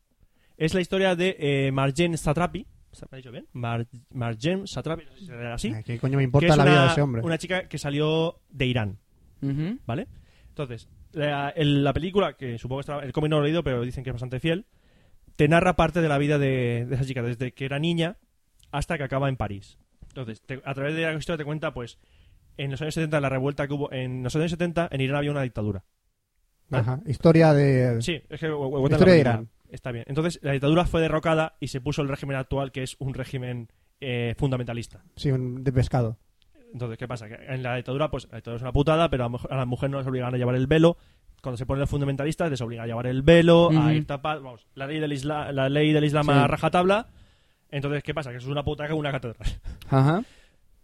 S1: Es la historia de eh, Marjane Satrapi. ¿Se ha dicho bien? Mar- Marjane Satrapi, no sé si se lee así.
S3: Ay, Eh, ¿Qué coño me
S1: que
S3: importa
S1: es
S3: la vida
S1: una-
S3: de ese hombre?
S1: Una chica que salió de Irán,
S2: Ujú.
S1: ¿vale? Entonces, la, el- la película, que supongo que está, el cómic no lo he leído, pero dicen que es bastante fiel, te narra parte de la vida de, de esa chica, desde que era niña hasta que acaba en París. Entonces, te- a través de la historia te cuenta, pues, en los años 70, la revuelta que hubo, en los años 70, en Irán había una dictadura.
S3: Ajá. Historia de...
S1: Sí, es que cu- cu- cuenta la
S3: ¿eh? Historia de
S1: película.
S3: Irán.
S1: Está bien. Entonces, la dictadura fue derrocada y se puso el régimen actual, que es un régimen eh, fundamentalista.
S3: Sí, un- de pescado.
S1: Entonces, ¿qué pasa? Que en la dictadura, pues, la dictadura es una putada, pero a, la mujer- a las mujeres no les obligan a llevar el velo. Cuando se ponen los fundamentalistas, les obligan a llevar el velo,
S2: Ujú.
S1: a ir tapados. Vamos, la ley del, isla, la ley del Islam a
S2: Sí.
S1: rajatabla. Entonces, ¿qué pasa? Que eso es una putada con una catedral.
S2: Ajá.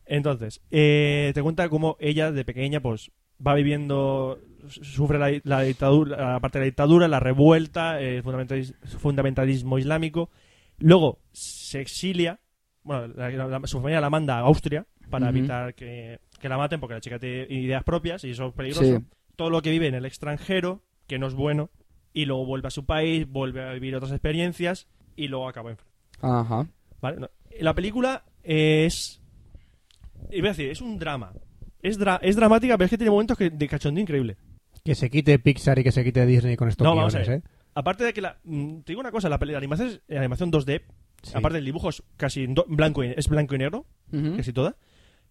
S1: Entonces, eh, te cuenta cómo ella de pequeña, pues, va viviendo, su- sufre la, la dictadura, la parte de la dictadura, la revuelta, eh, fundamentalis- fundamentalismo islámico. Luego se exilia, bueno, la- la- la- su familia la manda a Austria para
S2: Ujú.
S1: evitar que, que la maten, porque la chica tiene ideas propias y eso es peligroso.
S2: Sí.
S1: Todo lo que vive en el extranjero, que no es bueno, y luego vuelve a su país, vuelve a vivir otras experiencias y luego acaba en
S2: Ajá.
S1: Vale, no. La película es. Iba a decir, es un drama. Es, dra- es dramática, pero es que tiene momentos que- de cachondeo increíble.
S3: Que se quite Pixar y que se quite Disney con estos
S1: No, vamos
S3: guiones,
S1: a
S3: ¿eh?
S1: Aparte de que la. mm, Te digo una cosa, la, peli- la animación es eh, animación 2D.
S3: Sí.
S1: Aparte el dibujo es casi en do- blanco y, es blanco y negro,
S2: Ujú.
S1: casi toda.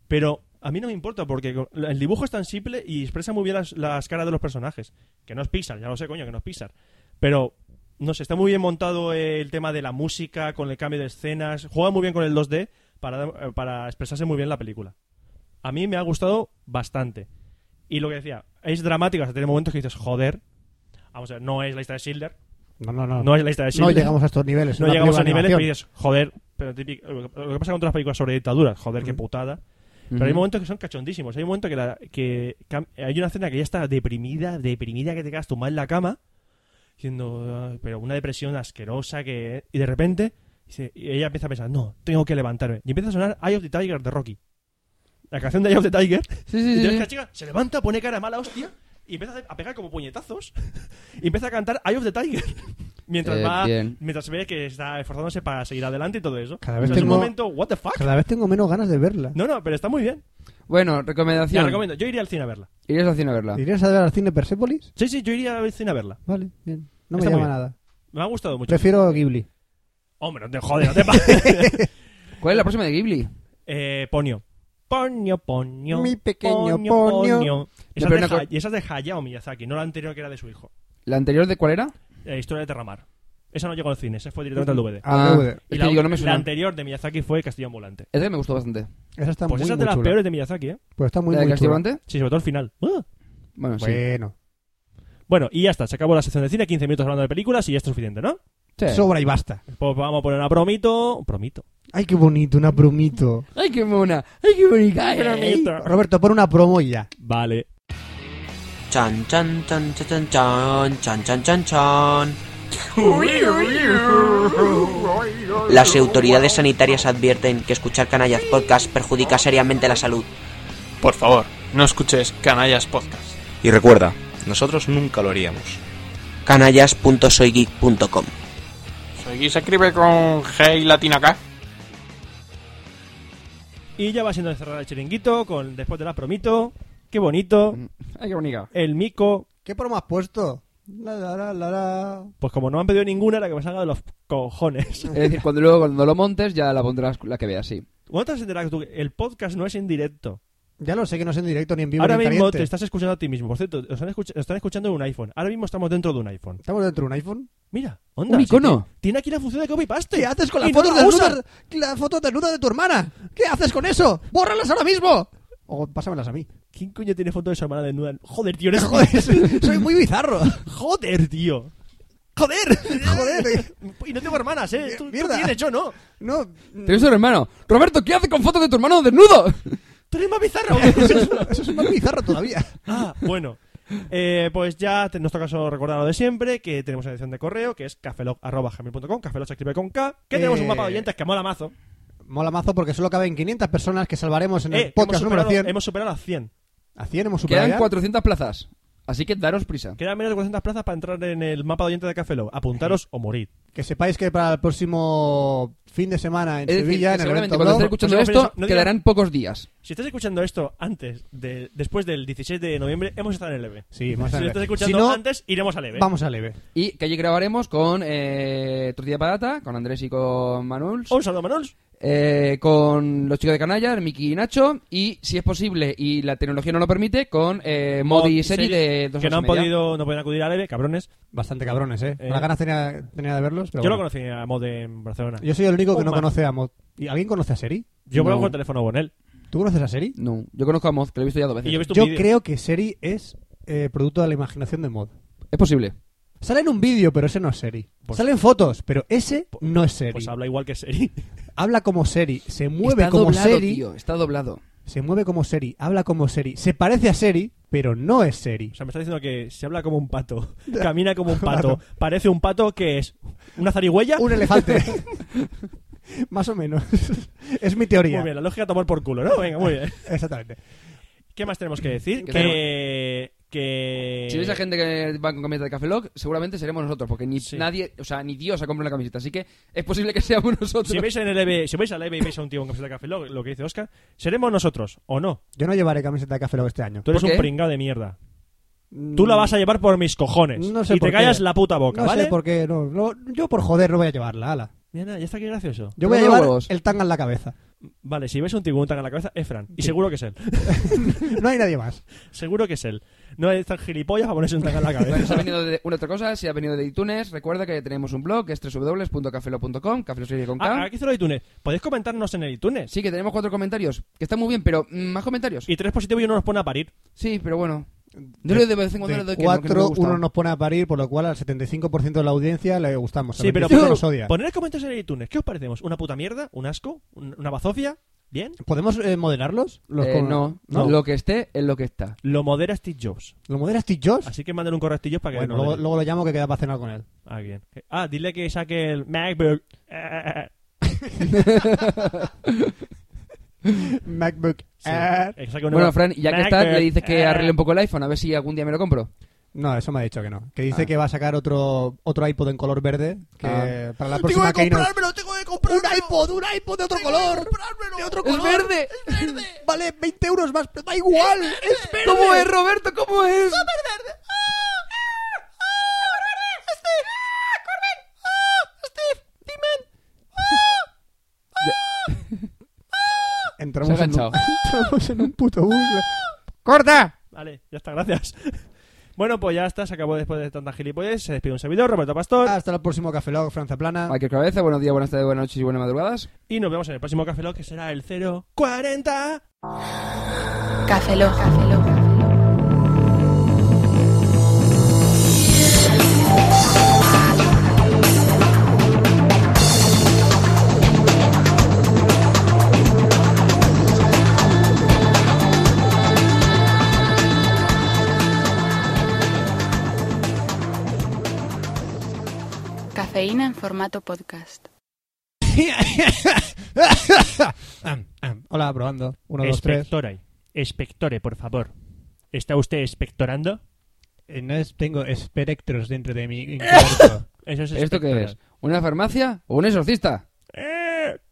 S1: Pero a mí no me importa porque con- el dibujo es tan simple y expresa muy bien las, las caras de los personajes. Que no es Pixar, ya lo sé, coño, que no es Pixar. Pero, no sé, está muy bien montado eh, el tema de la música, con el cambio de escenas. Juega muy bien con el 2D para, eh, para expresarse muy bien la película. A mí me ha gustado bastante. Y lo que decía, es dramática, o sea, tiene momentos que dices, joder. Vamos a ver, no es la lista de Schindler.
S3: No, no, no.
S1: No es la lista de
S3: Ah. No
S1: Schindler
S3: llegamos a estos niveles.
S1: no
S3: una
S1: llegamos a
S3: película de
S1: niveles pero
S3: animación.
S1: dices, joder, pero típico- lo que- lo que pasa con todas las películas sobre dictaduras, joder, qué putada. Pero hay
S2: Ujú.
S1: momentos que son cachondísimos. Hay un momento que, la- que cam- hay una escena que ya está deprimida, deprimida, que te quedas tumbada en la cama, diciendo, "Ay, pero una depresión asquerosa que... Y de repente, dice- y ella empieza a pensar, no, tengo que levantarme. Y empieza a sonar Eye of the Tiger de Rocky. La canción de Eye of the Tiger.
S2: Sí, sí,
S1: Y te ves
S2: sí,
S1: que
S2: sí.
S1: la chica se levanta, pone cara de mala hostia y empieza a hacer- a pegar como puñetazos y empieza a cantar Eye of the Tiger. Mientras
S2: Eh,
S1: va,
S2: bien.
S1: mientras se ve que está esforzándose para seguir adelante y todo eso.
S3: Cada vez
S1: Entonces,
S3: tengo-
S1: un momento, what the fuck?
S3: Cada vez tengo menos ganas de verla.
S1: No, no, pero está muy bien.
S2: Bueno,
S1: La
S2: recomendación.
S1: recomiendo. Yo iría al cine a verla.
S2: Irías al cine a verla.
S3: ¿Irías a ver al cine Persepolis?
S1: Sí, sí, yo iría al cine a verla.
S3: Vale, bien. No me
S1: Está muy bien.
S3: llama nada.
S1: Me ha gustado mucho.
S3: Prefiero Ghibli.
S1: Hombre, no te joder, no te pa-
S2: ¿Cuál es la próxima de Ghibli?
S1: eh, Ponio. Ponio, ponio.
S3: Mi pequeño
S1: ponio.
S3: ponio.
S1: Esa,
S2: pero
S1: es de
S2: una
S1: Ha- y esa es de Hayao Miyazaki, no la anterior que era de su hijo.
S2: ¿La anterior de cuál era?
S1: La historia de Terramar. Esa no llegó al cine, esa fue directamente al DVD.
S3: Ah, DVD.
S2: es
S1: y
S2: que
S1: la,
S2: digo, no me
S1: la
S2: suena.
S1: anterior de Miyazaki fue Castillo Ambulante.
S2: Esa que me gustó bastante.
S3: Esa está
S1: Pues
S3: muy,
S1: esa es de
S3: muy
S1: las
S3: chula.
S1: peores de Miyazaki, ¿eh?
S3: Pues está muy,
S2: ¿La de
S3: muy
S2: Castillo
S3: chula.
S2: Volante?
S1: Sí, sobre todo el final. ¡Ah!
S2: Bueno, sí.
S3: Bueno.
S1: Bueno, y ya está, se acabó la sección de cine, 15 minutos hablando de películas y ya es suficiente, ¿no?
S2: Sí.
S3: Sobra y basta.
S1: Pues vamos a poner a Promito. Promito.
S3: Ay, qué bonito, una promito.
S2: ¡Ay, qué mona! ¡Ay, qué bonita!
S1: Promito.
S3: Roberto, pon una promo y ya.
S1: Vale.
S11: Chan, chan, chan, chan, chan, chan, chan, chan, chan, chan. Las autoridades sanitarias advierten que escuchar Canallas Podcast perjudica seriamente la salud.
S12: Por favor, no escuches Canallas Podcast.
S11: Y recuerda,
S12: Nosotros nunca lo haríamos.
S11: canallas.soygeek.com.
S12: Soy se escribe con G y latina K.
S1: Y ya va siendo de cerrar el chiringuito con después de la Promito. Qué bonito.
S2: ¡Ay, qué bonita!
S1: El Mico.
S3: ¿Qué promo has puesto? La, la, la, la, la.
S1: Pues como no han pedido ninguna, la que me salga de los cojones.
S2: Es decir, cuando luego cuando lo montes ya la pondrás la que veas, sí.
S1: ¿Cuántas enteras tú? El podcast no es en directo.
S3: Ya lo sé que no es en directo ni en vivo.
S1: Ahora
S3: ni en
S1: mismo
S3: caliente.
S1: te estás escuchando a ti mismo. Por cierto, os están, escuch- os están escuchando en un iPhone. Ahora mismo estamos dentro de un iPhone.
S3: ¿Estamos dentro de un iPhone?
S1: Mira, onda.
S3: Un
S1: si
S3: icono.
S1: ti- Tiene aquí la función de copy paste.
S3: ¿Qué haces con las
S1: Y no
S3: fotos
S1: la
S3: desnudas?
S1: usan.
S3: La foto desnuda de tu hermana. ¿Qué haces con eso? ¡Bórralas ahora mismo! O pásamelas a mí.
S1: ¿Quién coño tiene foto de su hermana desnuda? Joder, tío, eres...
S3: Soy muy bizarro.
S1: Joder, tío.
S3: Joder, joder.
S1: Y no tengo hermanas, ¿eh? Tú, tú
S3: Mierda.
S1: tienes, yo no.
S3: No,
S2: Tienes un hermano. Roberto, ¿qué hace con fotos de tu hermano desnudo?
S1: Tú eres más bizarro.
S3: eso es, eso es más bizarro todavía.
S1: Ah, bueno. Eh, pues ya te- en nuestro caso recordar lo de siempre, que tenemos una edición de correo, que es cafelog.com, cafelog se escribe con K, que
S3: Eh,
S1: tenemos un mapa de oyentes que mola mazo.
S3: Mola mazo porque solo caben 500 personas que salvaremos en el
S1: Eh, que hemos,
S3: podcast número
S1: superado,
S3: 100.
S1: hemos superado las 100.
S3: A 100 hemos superado
S2: Quedan
S3: ya.
S2: 400 plazas. Así que daros prisa.
S1: Quedan menos de 400 plazas para entrar en el mapa de oyentes de Cafelog. Apuntaros o morid.
S3: Que sepáis que para el próximo fin de semana en
S2: Es decir,
S3: Sevilla,
S2: que
S3: en el
S2: seguramente
S3: evento
S2: cuando estés
S3: Blog,
S2: escuchando
S1: no
S2: esto,
S1: digas- no digas-
S2: quedarán pocos días.
S1: Si estás escuchando esto antes de, después del 16 de noviembre, hemos estado en el EVE. si
S3: Sí, más
S1: lo
S3: adelante.
S1: estás escuchando
S3: Si no,
S1: antes, iremos al EVE.
S3: Vamos al EVE.
S2: Y que allí grabaremos con eh, Tortilla de Patata, con Andrés y con Manuls.
S1: Un saludo, Manols.
S2: eh, con los chicos de Canalla, Miki y Nacho. Y si es posible y la tecnología no lo permite, con eh, Modi y Seri de dos
S1: Que no
S2: horas
S1: han
S2: y media.
S1: podido, no pueden acudir al EVE, cabrones.
S3: Bastante cabrones, ¿eh?
S1: Eh.
S3: Las ganas tenía, tenía de verlos, pero
S1: Yo lo
S3: bueno.
S1: conocí a Mod en Barcelona.
S3: Yo soy el único que
S1: Un
S3: no
S1: mazo.
S3: conoce a Mod. ¿Y alguien conoce a Seri?
S1: Yo
S2: No.
S1: conozco el teléfono Bonel.
S3: ¿Tú conoces a Seri?
S2: No, yo conozco a Mod, que lo he visto ya dos
S1: Y
S2: veces.
S1: yo he visto un
S3: Yo
S1: vídeo.
S3: creo que Seri es eh, producto de la imaginación de Mod.
S2: Es posible.
S3: Sale en un vídeo, pero ese no es Seri.
S1: Pues-
S3: Salen fotos, pero ese no es Seri.
S1: Pues habla igual que Seri.
S3: Habla como Seri, se mueve
S2: está
S3: como
S2: doblado,
S3: Seri,
S2: tío, está doblado.
S3: se mueve como Seri, habla como Seri, se parece a Seri, pero no es Seri.
S1: O sea, me está diciendo que se habla como un pato, camina como un pato, parece un pato que es una zarigüeya.
S3: Un elefante. Más o menos. es mi teoría.
S1: Muy bien, la lógica a tomar por culo, ¿no? Venga, muy bien.
S3: Exactamente.
S1: ¿Qué más tenemos que decir?
S2: Que
S1: Que... que...
S2: Si veis a gente que va con camiseta de Café Lock, seguramente seremos nosotros, porque ni
S1: Sí.
S2: nadie, o sea, ni Dios ha comprado una camiseta, así que es posible que seamos nosotros.
S1: Si veis, en el EVE, si veis al EVE y veis a un tío con camiseta de café, lo, lo que dice Oscar, seremos nosotros, o no.
S3: Yo no llevaré camiseta de café Lock este año.
S1: Tú eres
S2: ¿Por
S1: un
S2: qué?
S1: pringado de mierda. Tú la vas a llevar por mis cojones.
S3: No sé
S1: y te
S3: por qué.
S1: callas la puta boca,
S3: No
S1: ¿vale?
S3: sé por qué, no, no, yo por joder no voy a llevarla, ala.
S1: Mira, ya está aquí gracioso.
S3: Yo
S2: Pero
S3: voy a
S2: no
S3: llevar
S2: huevos.
S3: el tanga en la cabeza.
S1: Vale, si ves un tío con un tanga en la cabeza, es Fran. Y seguro que es él.
S3: No hay nadie más.
S1: seguro que es él. No es tan gilipollas para ponerse un tanga en la
S2: Bueno, si ha
S1: cabeza.
S2: venido de una otra cosa, si ha venido de iTunes, recuerda que tenemos un blog que es www.cafelo.com, cafelo se escribe con K.
S1: ah, aquí hizo lo de iTunes. Podéis comentarnos en el iTunes.
S2: Sí, que tenemos cuatro comentarios, que están muy bien, pero mm, más comentarios.
S1: Y tres positivos y uno nos pone a parir.
S2: Sí, pero bueno. Yo le de vez en cuando le doy
S3: De
S2: que no, que no me
S3: cuatro,
S2: gusta.
S3: uno nos pone a parir, por lo cual al 75% de la audiencia le gustamos.
S1: Sí,
S3: al
S1: pero
S3: 25
S1: poner-
S3: nos odia.
S1: poner comentarios en el iTunes. ¿Qué os parecemos? ¿Una puta mierda? ¿Un asco? ¿Un- ¿Una bazofia? ¿Bien?
S3: ¿Podemos eh, moderarlos? Los
S2: Eh,
S3: con-
S2: no, lo que esté es lo que está.
S1: Lo modera Steve Jobs.
S3: ¿Lo modera Steve Jobs?
S1: Así que manden un correo a Steve Jobs para que...
S3: Bueno,
S1: lo
S3: luego,
S1: modere.
S3: luego lo llamo que queda para cenar con él.
S1: Ah, bien. Ah, dile que saque el MacBook. Eh,
S3: MacBook
S1: sí,
S3: Air.
S1: que saque un
S2: Bueno,
S1: nuevo
S2: Fran, ya que estás,
S1: MacBook Eh,
S2: le dices que
S1: Air.
S2: arregle un poco el iPhone, a ver si algún día me lo compro.
S3: No, eso me ha dicho que no. Que dice
S2: Ah.
S3: que va a sacar otro otro iPod en color verde. Que
S2: Ah.
S3: para la próxima que
S7: tengo que comprármelo. Un iPod, un iPod de otro color. De otro color.
S2: verde!
S3: Vale, 20 euros más, pero da igual. Es verde.
S2: ¿Cómo es, Roberto? ¿Cómo es?
S3: Entramos,
S2: Se ha
S3: en un,
S2: enganchado.
S3: entramos en un puto bucle.
S2: ¡Corta!
S1: Vale, ya está, gracias. bueno, pues ya está, se acabó después de tantas gilipollas. Se despide un servidor, Roberto Pastor.
S3: Hasta el próximo Café Log, Franza Plana.
S2: Michael Cabeza, buenos días, buenas tardes, buenas noches y buenas madrugadas.
S1: Y nos vemos en el próximo Café Lock, que será el 040.
S5: Café Lock. Cafeína en formato podcast.
S3: Am, am. Hola, probando. 1, 2, 3.
S1: Espectora. Espectore, por favor. ¿Está usted espectorando?
S3: Eh, No es- tengo espectros dentro de mi cuerpo.
S1: Eso es
S2: ¿Esto qué
S1: espectorar.
S2: es? ¿Una farmacia o un exorcista?
S1: ¡Eh!